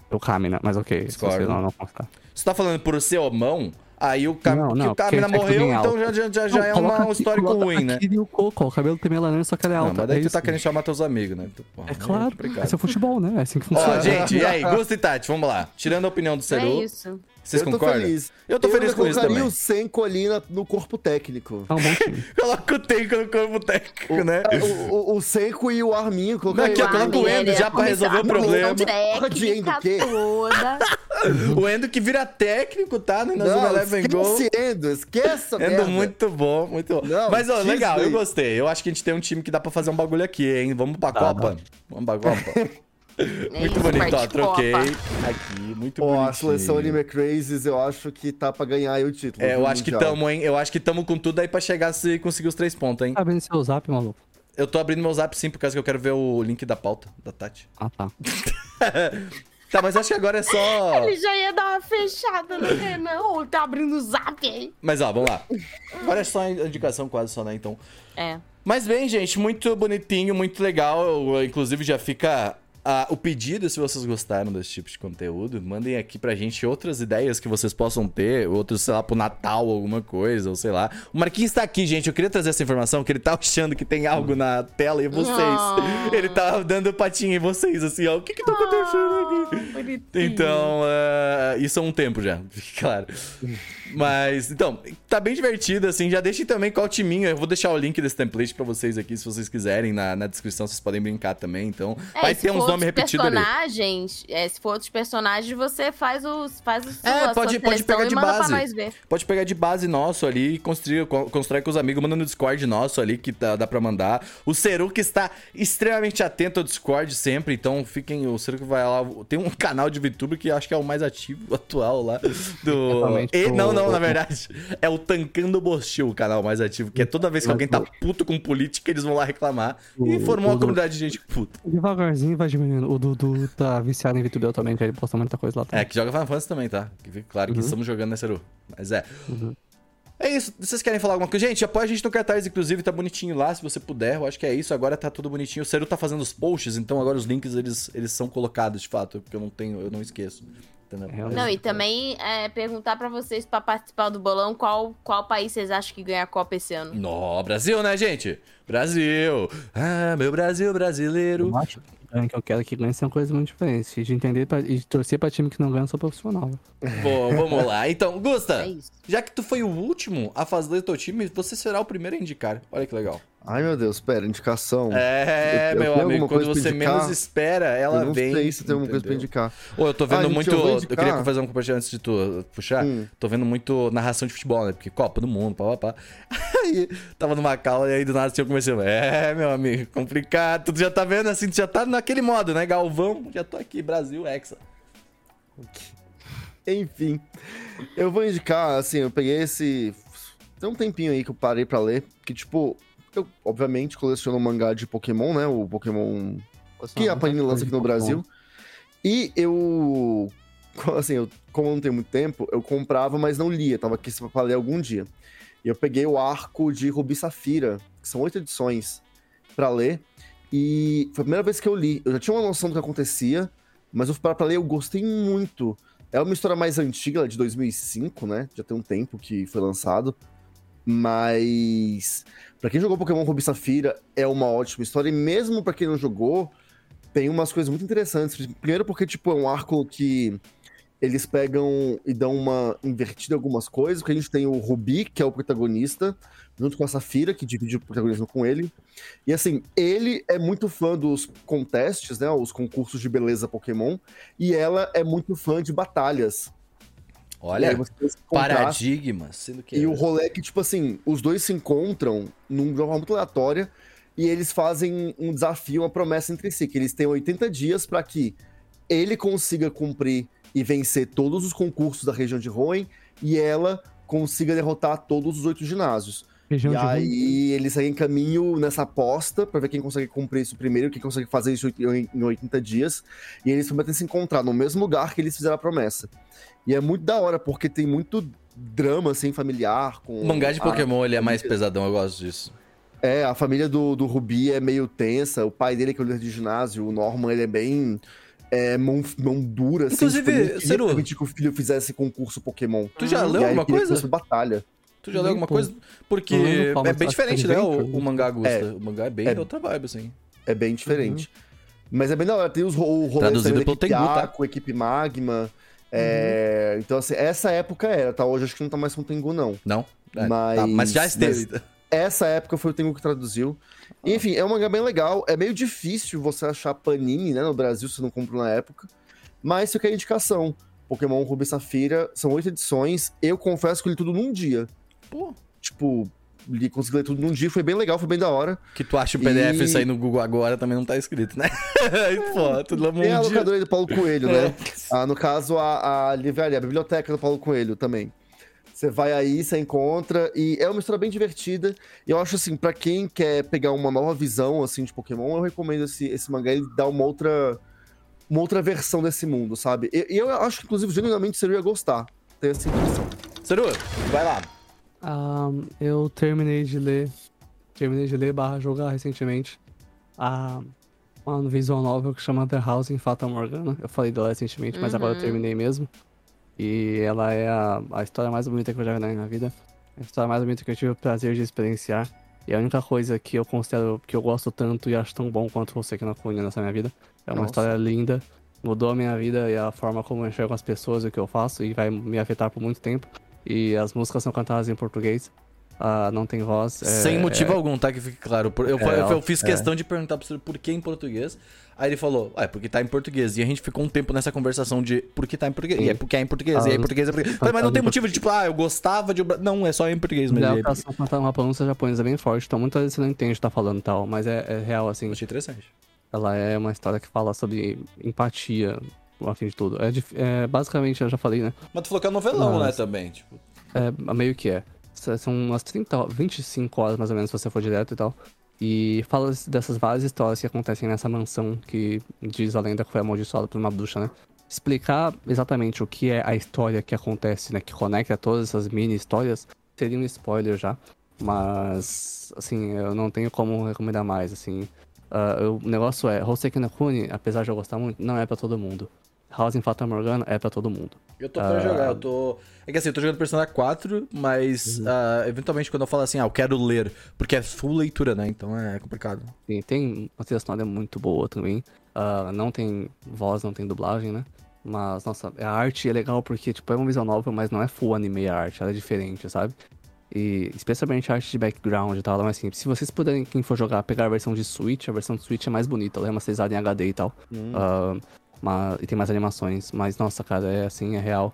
D: Eu Camina, mas ok. se
A: Discordo.
D: você Não, não, conta.
A: Você tá falando por ser homão, aí o, Cam...
D: Não,
A: que
D: não,
A: o
D: porque
A: Camila
D: tem que ter
A: morreu,
D: alguém
A: então já,
D: alto.
A: já, já, já
D: Não,
A: é
D: coloca
A: uma- um
D: aqui-
A: histórico
D: coloca
A: ruim, né?
D: aqui o Coco, ó, o cabelo também é laranja, só que ela é
A: Não,
D: alta.
A: mas daí
D: é
A: tu
D: isso.
A: tá querendo chamar teus amigos, né? Então, porra,
D: É
A: aí
D: claro,
A: complicado.
D: esse é futebol, né? É assim que funciona.
A: Ó, gente, e aí, Gusto e Tati, vamos lá. Tirando a opinião do
C: É
A: Ceru,
C: isso.
A: vocês
B: eu tô
A: concordam?
B: feliz.
A: Eu tô feliz com isso
B: Eu
A: também.
B: colocaria o Senko ali na- no corpo técnico.
D: É um bom time.
A: Coloca o Tenko no corpo técnico, né? é
B: O, o, o Senko e o Arminho. Colocaria
A: Aqui, ó,
B: o
A: coloca o
C: Armin,
A: Endo
C: ele
A: já
C: ia
A: pra resolver o
C: começar a
A: problema.
C: missão
B: Porra de Endo, o quê?
C: técnica tá toda.
A: O Endo que vira técnico, tá? No Inazuma
B: Não,
A: Eleven Go.
B: esquece Endo, esqueça,
A: Endo é muito bom, muito bom.
B: Não,
A: Mas, ó,
B: diz
A: legal, eu
B: aí.
A: gostei. Eu acho que a gente tem um time que dá pra fazer um bagulho aqui, hein? Vamos pra Copa? Vamos pra Copa?
C: É
A: muito
C: isso,
A: bonito, ó,
C: parte de
A: troquei
C: Copa.
A: aqui, muito
B: Ó,
A: bonitinho.
B: a seleção Anime Crazes, eu acho que tá pra ganhar aí o título.
A: É,
B: viu,
A: eu acho que
B: Mundial.
A: tamo, hein? Eu acho que tamo com tudo aí pra chegar se conseguir os três pontos, hein?
D: Tá abrindo seu zap, maluco?
A: Eu tô abrindo meu zap sim, por causa que eu quero ver o link da pauta da Tati.
D: Ah, tá.
A: Tá, mas acho que agora é só.
C: Ele já ia dar uma fechada no Renan. Ô, tá abrindo o zap aí.
A: Mas ó, vamos lá. Agora é só a indicação quase só, né? Então.
C: É.
A: Mas bem, gente, muito bonitinho, muito legal. Eu, inclusive, já fica ah, o pedido, se vocês gostaram desse tipo de conteúdo, mandem aqui pra gente outras ideias que vocês possam ter, outros, sei lá, pro Natal, alguma coisa, ou sei lá. O Marquinhos tá aqui, gente. Eu queria trazer essa informação, que ele tá achando que tem algo na tela e vocês.
C: Não.
A: Ele tá dando patinha em vocês, assim, ó. O que que tá acontecendo aqui?
C: Bonitinho.
A: Então, ah, isso há um tempo já, claro. Mas, então, tá bem divertido, assim. Já deixem também qual timinho. Eu vou deixar o link desse template pra vocês aqui, se vocês quiserem. Na, na descrição vocês podem brincar também. Então,
C: É,
A: vai
C: se
A: ter
C: for
A: uns
C: outros
A: nomes repetidos ali.
C: personagens, é, se for outros personagens, você faz os faz os
A: É, pode-
C: sua- sua
A: pode
C: seleção
A: pegar
C: e
A: de
C: manda
A: base.
C: pra nós ver.
A: Pode pegar de base nosso ali e construir, co- constrói com os amigos, manda no Discord nosso ali, que dá, dá pra mandar. O Seru que está extremamente atento ao Discord sempre, então fiquem. O Seru que vai lá. Tem um canal de VTuber que eu acho que é o mais ativo atual lá. Do.
D: Totalmente
A: E-
D: pro-
A: não, não, na verdade. É o Tancando Bostil, o canal mais ativo, que é toda vez que alguém tá puto com política, eles vão lá reclamar. E formou uma comunidade de gente puta.
D: Devagarzinho vai diminuindo. O Dudu tá viciado em VTuber também, que ele posta muita coisa
A: É,
D: lá também.
A: que joga Final Fantasy também, tá? Que fica Claro que estamos jogando, né, Seru? Mas é. É isso. Vocês querem falar alguma coisa? Gente, apoia a gente no cartaz, inclusive, tá bonitinho lá, se você puder. Eu acho que é isso. Agora tá tudo bonitinho. O Seru tá fazendo os posts, então agora os links, eles, eles são colocados, de fato. Porque eu não tenho, eu não esqueço. Entendeu?
D: É,
A: Mas-
C: Não, e também é, perguntar pra vocês pra participar do bolão qual qual país vocês acham que ganha a Copa esse ano.
A: Nó, Brasil, né, gente? Brasil! Ah, meu Brasil brasileiro.
D: Eu acho que o que eu quero é que ganhe são coisas muito diferentes. De entender pra- e de torcer pra time que não ganha, eu sou profissional.
A: Bom, vamos lá. Então, Gusta,
C: É isso.
A: já que tu foi o último a fazer o teu time, você será o primeiro a indicar. Olha que legal.
B: Ai, meu Deus, pera, indicação.
A: É,
B: Eu-
A: meu
B: eu tenho
A: amigo,
B: alguma
A: quando
B: coisa pra
A: você
B: indicar?
A: menos espera, ela
B: eu não
A: vem.
B: sei se tem alguma coisa pra
A: entendeu?
B: indicar.
A: Ô, eu tô
B: Ah,
A: vendo
B: gente,
A: muito.
B: eu vou
A: Eu,
B: indicar.
A: queria fazer um compartilhamento antes de tu puxar.
B: Hum.
A: Tô vendo muito narração de futebol, né? Porque Copa do Mundo, pá, pá, pá. Aí, tava numa cala e aí do nada assim, eu comecei. É, meu amigo, complicado. Tu já tá vendo assim, tu já tá naquele modo, né? Galvão, já tô aqui, Brasil, Hexa.
B: Enfim, eu vou indicar, assim, eu peguei esse. Tem um tempinho aí que eu parei pra ler, que tipo, eu obviamente coleciono mangá de Pokémon, né? O Pokémon que a Panini lança aqui no Brasil. E eu. Assim, eu, como eu não tenho muito tempo, eu comprava, mas não lia. Tava aqui pra ler algum dia. E eu peguei o arco de Rubi Safira, que são oito edições, pra ler. E foi a primeira vez que eu li. Eu já tinha uma noção do que acontecia, mas eu fui parar pra ler eu gostei muito. É uma história mais antiga, ela é de 2005, né? Já tem um tempo que foi lançado. Mas. Pra quem jogou Pokémon Rubi Safira, é uma ótima história. E mesmo pra quem não jogou, tem umas coisas muito interessantes. Primeiro porque, tipo, é um arco que eles pegam e dão uma invertida em algumas coisas, porque a gente tem o Rubi, que é o protagonista, junto com a Safira, que divide o protagonismo com ele. E assim, ele é muito fã dos contests, né, os concursos de beleza Pokémon, e ela é muito fã de batalhas. E aí
A: Olha,
B: você tem esse contraste.
A: paradigma, sendo que.
B: E o rolê é que, tipo assim, os dois se encontram num jogo muito aleatória e eles fazem um desafio, uma promessa entre si, que eles têm 80 dias para que ele consiga cumprir e vencer todos os concursos da região de Hoenn e ela consiga derrotar todos os oito ginásios.
D: Região
B: e
D: de Rio.
B: aí eles seguem caminho nessa aposta para ver quem consegue cumprir isso primeiro, quem consegue fazer isso em em 80 dias. E eles prometem se encontrar no mesmo lugar que eles fizeram a promessa. E é muito da hora, porque tem muito drama, assim, familiar. Com
A: O mangá de
B: a-
A: Pokémon, ele é mais pesadão, eu gosto disso.
B: é, a família do, do Rubi é meio tensa. O pai dele, que é o líder de ginásio, o Norman, ele é bem. É, mão, mão dura, assim.
A: Inclusive,
B: ele queria
A: Seru-
B: realmente que o filho fizesse concurso Pokémon.
A: Tu já leu
B: E aí
A: alguma
B: queria que
A: coisa?
B: fosse batalha.
A: Tu já leu
D: Nem
A: alguma
D: pô.
A: coisa? Porque
D: Não lembro qual,
A: é
D: mas
A: bem
D: acho que é
A: diferente, né? O,
D: Adventure.
A: o mangá Gusta.
B: É.
A: O mangá é bem
B: É.
A: outra vibe, assim.
B: É bem diferente. Mas é bem da hora. Tem os ro o rolê
A: Traduzido
B: também da
A: pelo
B: equipe
A: Tengu, tá?
B: Aqua, equipe Magma. É, Então, assim, essa época era, tá? Hoje acho que não tá mais com o Tengu, não.
A: Não? É,
B: Mas-
A: tá, mas já esteve.
B: Essa época foi o Tengu que traduziu. Enfim, é um mangá bem legal. É meio difícil você achar Panini, né? No Brasil, se não comprou na época. Mas fica a indicação. Pokémon Ruby Safira, são oito edições. Eu confesso que eu li tudo num dia.
A: Pô.
B: Tipo, li, consegui ler tudo num dia. Foi bem legal, foi bem da hora.
A: Que tu acha o PDF
B: E-
A: e... sair no Google agora também não tá escrito, né? Pô, tudo É. lá
B: E a
A: mundial.
B: locadora do Paulo Coelho, né? Ah, no caso, a, a livraria, a biblioteca do Paulo Coelho também. Você vai aí, você encontra, e é uma história bem divertida. E eu acho assim, pra quem quer pegar uma nova visão assim de Pokémon, eu recomendo esse, esse mangá, ele dá uma outra, uma outra versão desse mundo, sabe? E e eu acho que, inclusive, genuinamente você ia gostar. Tem essa impressão.
A: Seru, vai lá.
D: Ah, eu terminei de ler. Terminei de ler barra jogar recentemente. A uma visual novel chamada House in Fata Morgana. né? Eu falei dela recentemente, mas agora eu terminei mesmo. E ela é a, a história mais bonita que eu já vi na minha vida. É A história mais bonita que eu tive o prazer de experienciar. E a única coisa que eu considero que eu gosto tanto e acho tão bom quanto você que na coluna nessa minha vida. É uma
B: Nossa.
D: história linda, mudou a minha vida e a forma como eu enxergo as pessoas e o que eu faço, e vai me afetar por muito tempo. E as músicas são cantadas em português, ah, não tem voz. é-
A: Sem motivo algum, tá? Que fique claro. Por- Eu, fa-
D: É,
A: eu- eu fiz
D: é.
A: questão de perguntar pro senhor por que em português. Aí ele falou, ah, é porque tá em português. E a gente ficou um tempo nessa conversação de por que tá em português. E é porque é em português, e é em
D: Ah,
A: português, é português. Eu falei, mas não tem motivo de tipo, ah, eu gostava de. Não, é só em português
D: Mas
A: mesmo. E
D: a
A: aí,
D: educação cantar uma pronúncia japonesa bem forte, então muitas vezes você não entende o que tá falando e tal, mas é, é real, assim.
A: Achei interessante.
D: Ela é uma história que fala sobre empatia, afim de tudo. É, dif- é, basicamente, eu já falei, né?
A: Mas tu falou que é novelão, né, também. Tipo,
D: É, meio que é. S- São umas 30, ho- 25 horas mais ou menos, se você for direto e tal. E fala dessas várias histórias que acontecem nessa mansão que diz a lenda que foi amaldiçoada por uma bruxa, né? Explicar exatamente o que é a história que acontece, né? Que conecta todas essas mini histórias seria um spoiler já. Mas, assim, eu não tenho como recomendar mais, assim. Ah, eu- o negócio é, Hoseki no Kuni, apesar de eu gostar muito, não é pra todo mundo. House in Fata Morgana é pra todo mundo.
A: Eu tô
C: Ah.
A: pra jogar, eu tô. É que assim, eu tô jogando Persona 4, mas
C: Uhum.
A: ah, eventualmente quando eu falo assim, ah, eu quero ler, porque é full leitura, né? Então é complicado.
D: Sim, tem uma trilha sonora muito boa também. Ah, não tem voz, não tem dublagem, né? Mas, nossa, a arte é legal porque, tipo, é uma visual novel, mas não é full anime a arte, ela é diferente, sabe? E especialmente a arte de background e tal, ela é mais simples. Se vocês puderem, quem for jogar, pegar a versão de Switch, a versão de Switch é mais bonita, ela é remasterizada em HD e tal. Ah, mas- e tem mais animações, mas, nossa, cara, é assim, é real.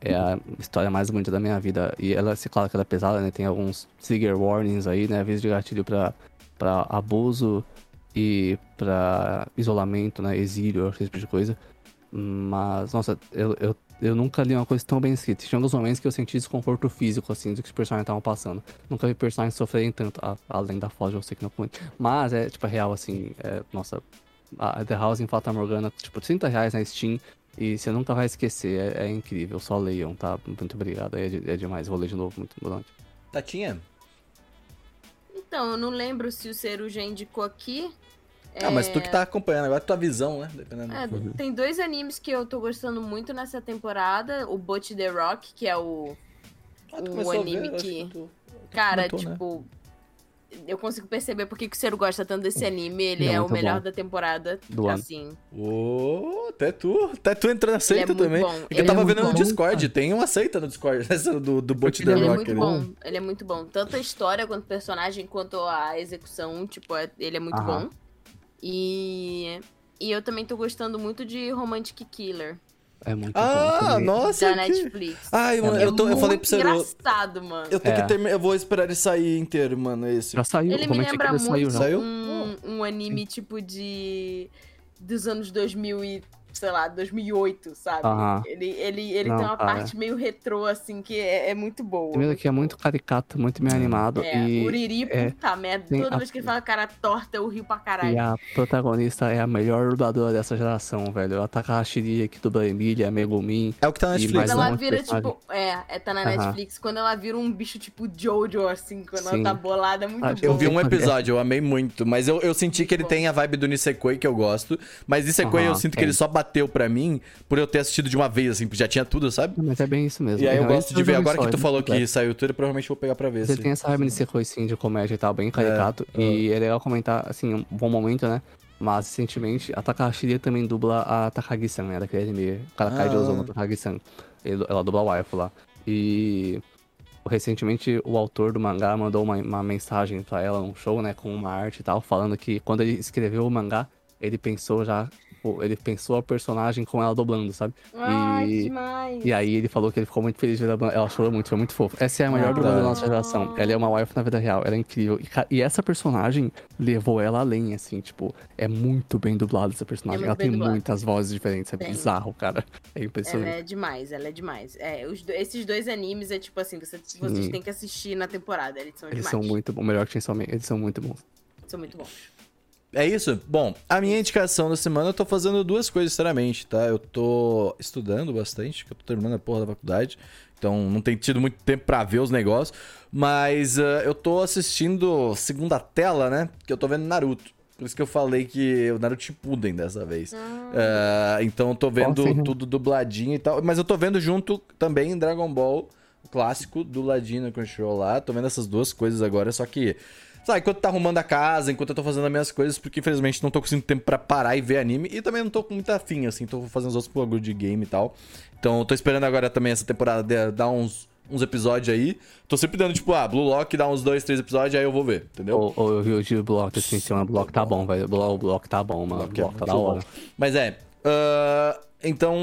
D: É a história mais bonita da minha vida. E ela, se claro que ela é pesada, né? Tem alguns trigger warnings aí, né? Aviso de gatilho pra para abuso e para isolamento, né, exílio, esse tipo de coisa. Mas, nossa, eu, eu, eu nunca li uma coisa tão bem escrita. Tinha alguns momentos que eu senti desconforto físico, assim, do que os personagens estavam passando. Nunca vi personagens sofrerem tanto, a- além da foto de você que não conheço. Mas é, tipo, é real, assim, é, nossa, a a The House em Fata Morgana, tipo, 30 reais na Steam e você nunca vai esquecer. É, é incrível, só leiam, tá? Muito obrigado, é, de- é demais. Vou ler de novo, muito importante.
C: Tá,
A: Tatinha?
C: Então, eu não lembro se o Ceruja indicou aqui.
A: Ah, mas tu que tá acompanhando agora, tua visão, né? Dependendo.
C: É, tem dois animes que eu tô gostando muito nessa temporada. O Bot The Rock, que é o
A: Ah,
C: o
A: começou a
C: anime
A: ver? Eu acho
C: que-
A: tu- tu
C: Cara,
A: comentou, né?
C: tipo, eu consigo perceber porque que o Ciro gosta tanto
A: Hum,
C: desse anime. Ele
D: Ele
C: é,
D: é
C: o
D: muito
C: melhor
D: bom.
C: da temporada,
D: Do ano.
C: assim.
A: Ô, até tu. Até tu entrou na
C: Ele é
A: seita
C: muito
A: também.
C: bom.
A: É que
C: Ele
A: eu tava
C: é
A: vendo
C: muito
A: no né,
C: bom.
A: Discord, tem uma seita no Discord, essa do, do Bot
D: Ele
A: The
D: é
C: Ele é
A: Rock.
C: muito
A: ali.
C: bom, ele é muito bom. Tanto a história quanto o personagem, quanto a execução, tipo, é- ele é muito
D: Aham.
C: bom. E... e eu também tô gostando muito de Romantic Killer,
D: É muito bom.
A: Ah,
D: também.
A: nossa.
C: da
A: que-
C: Netflix.
A: Ai, mano,
D: É
A: eu, tô- eu
C: Muito
A: falei pro Seru.
C: engraçado, mano.
A: Eu tenho
D: É.
A: que terminar. Eu vou esperar ele sair inteiro, mano, esse.
D: Já saiu,
C: Ele me
D: Romantic
C: lembra
D: Killer
C: muito
D: já.
A: Saiu?
C: um, um anime, tipo, de... Dos anos 2000 e... Sei lá, 2008, sabe?
D: Aham.
C: Ele, ele, ele
D: Não,
C: tem uma
D: cara.
C: parte meio retrô, assim, que é, é muito boa.
D: Primeiro que é muito caricato, muito bem animado.
C: É,
D: e,
C: Uriri,
D: é,
C: puta merda.
D: tem
C: Toda
D: a-
C: vez que ele fala cara torta, eu rio pra caralho.
D: e a protagonista é a melhor dubladora dessa geração, velho. tá A Takahashiri que dubla Emília, Megumin.
A: É o que tá na
D: E
A: Netflix,
D: mais
C: Quando
A: né?
C: ela
D: uma
C: vira,
D: personagem.
C: tipo. É, é, tá na
D: Aham.
C: Netflix. Quando ela vira um bicho tipo Jojo, assim, quando ela
D: Sim.
C: tá bolada, é muito
D: Ah,
C: bom.
A: Eu vi um
D: Olha.
A: episódio, eu amei muito, mas eu, eu senti que ele
C: Bom.
A: tem a vibe do Nisekoi que eu gosto, mas Nisekoi eu
D: Aham, é.
A: sinto que
D: tem.
A: ele só bateu pra mim por eu ter assistido de uma vez, assim, porque já tinha tudo, sabe?
D: Mas é bem isso mesmo.
A: E aí eu
D: Realmente,
A: gosto de ver,
D: eu
A: agora que
D: só,
A: tu
D: né?
A: falou que saiu tudo, eu provavelmente vou pegar pra ver.
D: Ele
A: assim.
D: tem essa arma de ser coisinho de comédia e tal, bem caricato. e é legal comentar, assim, um bom momento, né? Mas recentemente a Takahashiri também dubla a Takagi-san, né? Daquele anime. Karakai
A: Ah.
D: de Ozono, Takagi-san. Ele- Ela dubla a waifu lá. E recentemente o autor do mangá mandou uma, uma mensagem pra ela num show, né? Com uma arte e tal, falando que quando ele escreveu o mangá, ele pensou já. pô, Ele pensou a personagem com ela dublando, sabe?
C: Ai,
D: e-
C: Ah, é demais.
D: E aí ele falou que ele ficou muito feliz de ver a banda. Ela chorou muito, foi muito fofo. Essa é a melhor
A: Ah,
D: dubladora
A: tá.
D: da nossa geração. Ela é uma wife na vida real, ela é incrível. E, ca- e essa personagem levou ela além, assim, tipo, é muito bem dublada essa personagem.
C: É muito
D: ela
C: bem
D: tem
C: dublada.
D: muitas vozes diferentes, é
C: Tem.
D: bizarro, cara. É
C: Ela
D: impressionante.
C: é demais, ela é demais. É, os do- esses dois animes é tipo assim, você- vocês
D: Sim.
C: têm que assistir na temporada. Eles são
D: Eles
C: demais.
D: são muito bons, melhor que Chainsaw Man, eles são muito bons.
C: São muito bons.
A: É isso? Bom, a minha indicação da semana eu tô fazendo duas coisas, sinceramente, tá? Eu tô estudando bastante, que eu tô terminando a porra da faculdade, então não tem tido muito tempo pra ver os negócios, mas ah, eu tô assistindo segunda tela, né? Que eu tô vendo Naruto. Por isso que eu falei que o Naruto Shippuden dessa vez. Ah, então eu tô vendo
D: Nossa, hein?
A: tudo dubladinho e tal. Mas eu tô vendo junto também Dragon Ball clássico, dubladinho no Crunchyroll lá. Tô vendo essas duas coisas agora, só que... Sabe, enquanto tá arrumando a casa, enquanto eu tô fazendo as minhas coisas, porque infelizmente não tô conseguindo tempo pra parar e ver anime. E também não tô com muita afim, assim, tô fazendo os outros bagulho de game e tal. Então eu tô esperando agora também essa temporada de- dar uns, uns episódios aí. Tô sempre dando, tipo, ah, Blue Lock dá uns dois, três episódios, aí eu vou ver, entendeu?
D: Ou, ou eu vi o Gil Block assim, assim, mano, Block tá bom, velho. Blo- O Block tá bom, mano. O
A: Block é
D: Block
A: muito
D: tá da hora.
A: Mas é. ah, então.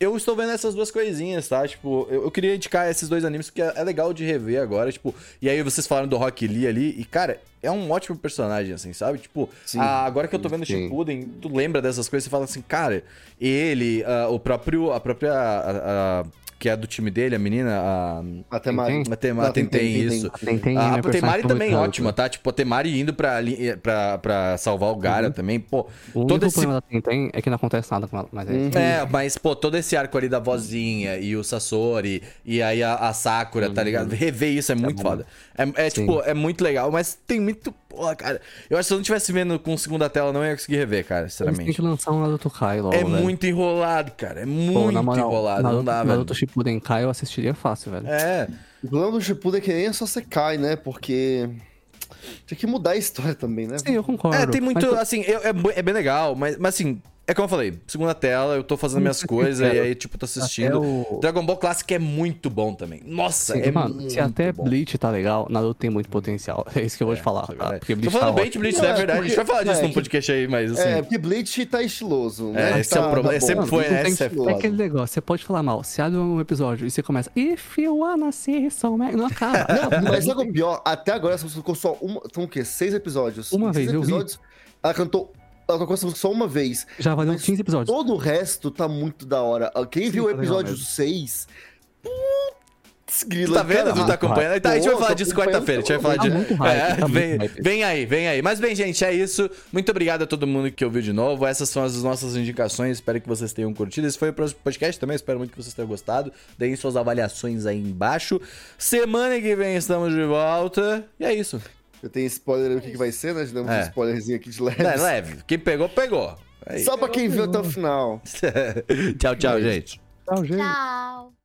A: Eu estou vendo essas duas coisinhas, tá? Tipo, eu, eu queria indicar esses dois animes porque é, é legal de rever agora, tipo. E aí vocês falaram do Rock Lee ali, e cara, é um ótimo personagem, assim, sabe? Tipo,
B: Sim.
A: ah, agora que eu tô vendo
D: Sim.
A: Shippuden, tu lembra dessas coisas e fala assim, cara, ele, ah, o próprio, a própria, a- a- que é do time dele, a menina, a
B: Matemática.
A: Matemar, tem,
B: Tentem,
A: tem
B: Tentem.
A: isso.
D: Tem, tem,
A: A,
D: minha
A: a
D: personagem né?
A: Temari também é
D: favorita.
A: ótima, tá? Tipo, a Temari indo pra, li- pra, pra salvar o Gara também, pô.
D: Uhum. O único
A: Todo esse
D: problema da Tenten é que não acontece nada com ela, mas é isso.
A: é, mas, pô, todo esse arco ali da vozinha e o Sasori e aí a, a Sakura, tá ligado? Rever isso é muito foda. É, é,
D: Uhum. Sim.
A: tipo, é muito legal, mas tem muito. Porra, cara. Eu acho que se eu não tivesse vendo com segunda tela, eu não ia conseguir rever, cara,
D: Eles têm
A: sinceramente.
D: que lançar um Naruto Kai logo,
A: É
D: velho.
A: muito enrolado, cara. É muito
D: Pô, na moral,
A: enrolado.
D: Naruto,
A: não dá, velho.
D: Naruto Shippuden Kai eu assistiria fácil, velho.
A: É.
B: O problema do Shippuden é que nem é só você cai, né? Porque tinha que mudar a história também, né?
D: Sim, eu concordo.
A: É, tem muito,
D: Mas, pô,
A: assim, eu- é, bu- é bem legal, mas, mas assim, é como eu falei, segunda tela, eu tô fazendo minhas coisas e aí, tipo, tô assistindo.
D: Uhum. é o-
A: Dragon Ball Classic é muito bom também. Nossa,
D: Sim,
A: é
D: mano,
A: muito
D: se até
A: bom.
D: Bleach tá legal, Naruto tem muito potencial. É isso que eu vou te falar.
A: Isso é
D: tá?
A: verdade.
D: Porque
A: Tô
D: Bleach tá
A: falando bem de
D: ótimo.
A: Bleach,
B: Não,
A: né?
B: é
A: é verdade. A gente vai
B: porque-
A: falar disso
B: é
A: num
B: que-
A: podcast aí, mas assim.
B: É, porque Bleach tá estiloso, né?
A: É, esse é o
B: Tá-
A: problema,
B: tá
A: sempre
B: bom.
A: foi,
B: Bleach
A: né?
B: tá
A: Sempre-
D: É
B: estiloso.
D: aquele negócio, você pode falar mal. Você abre um episódio e você começa. If you wanna see so many", Não acaba.
B: Não, mas sabe o pior? Até agora essa música tocou só uma. São o quê? Seis episódios.
D: Uma
B: Em seis
D: vez, eu vi.
B: episódios, Ela cantou. Ela tocou essa música só uma vez.
D: Já valeu
B: Mas
D: 15 episódios.
B: Todo o resto tá muito da hora. Quem
D: Sim,
B: viu o
D: tá legal
B: episódio
D: mesmo.
B: 6. Putz,
A: Tu
B: grila.
A: tá vendo? Tu
B: cara.
A: tá acompanhando? Tá, a gente vai
B: Pô,
A: falar
B: tô
A: disso
B: acompanhando,
A: quarta-feira. A gente vai
B: tô
A: falar
D: Tá
A: de.
D: muito hype,
A: É,
D: tá
A: vem,
D: muito hype.
A: vem aí, vem aí. Mas bem, gente, é isso. Muito obrigado a todo mundo que ouviu de novo. Essas são as nossas indicações. Espero que vocês tenham curtido. Esse foi o próximo podcast também. Espero muito que vocês tenham gostado. Deem suas avaliações aí embaixo. Semana que vem estamos de volta. E é isso.
B: Eu tenho spoiler do que, que vai ser, né? Damos
A: É.
B: um spoilerzinho aqui de leve.
A: É leve. Quem pegou, pegou. É isso.
B: Só pra quem viu até o final.
A: tchau, tchau, gente.
D: Tá um Tchau, gente.
C: Tchau.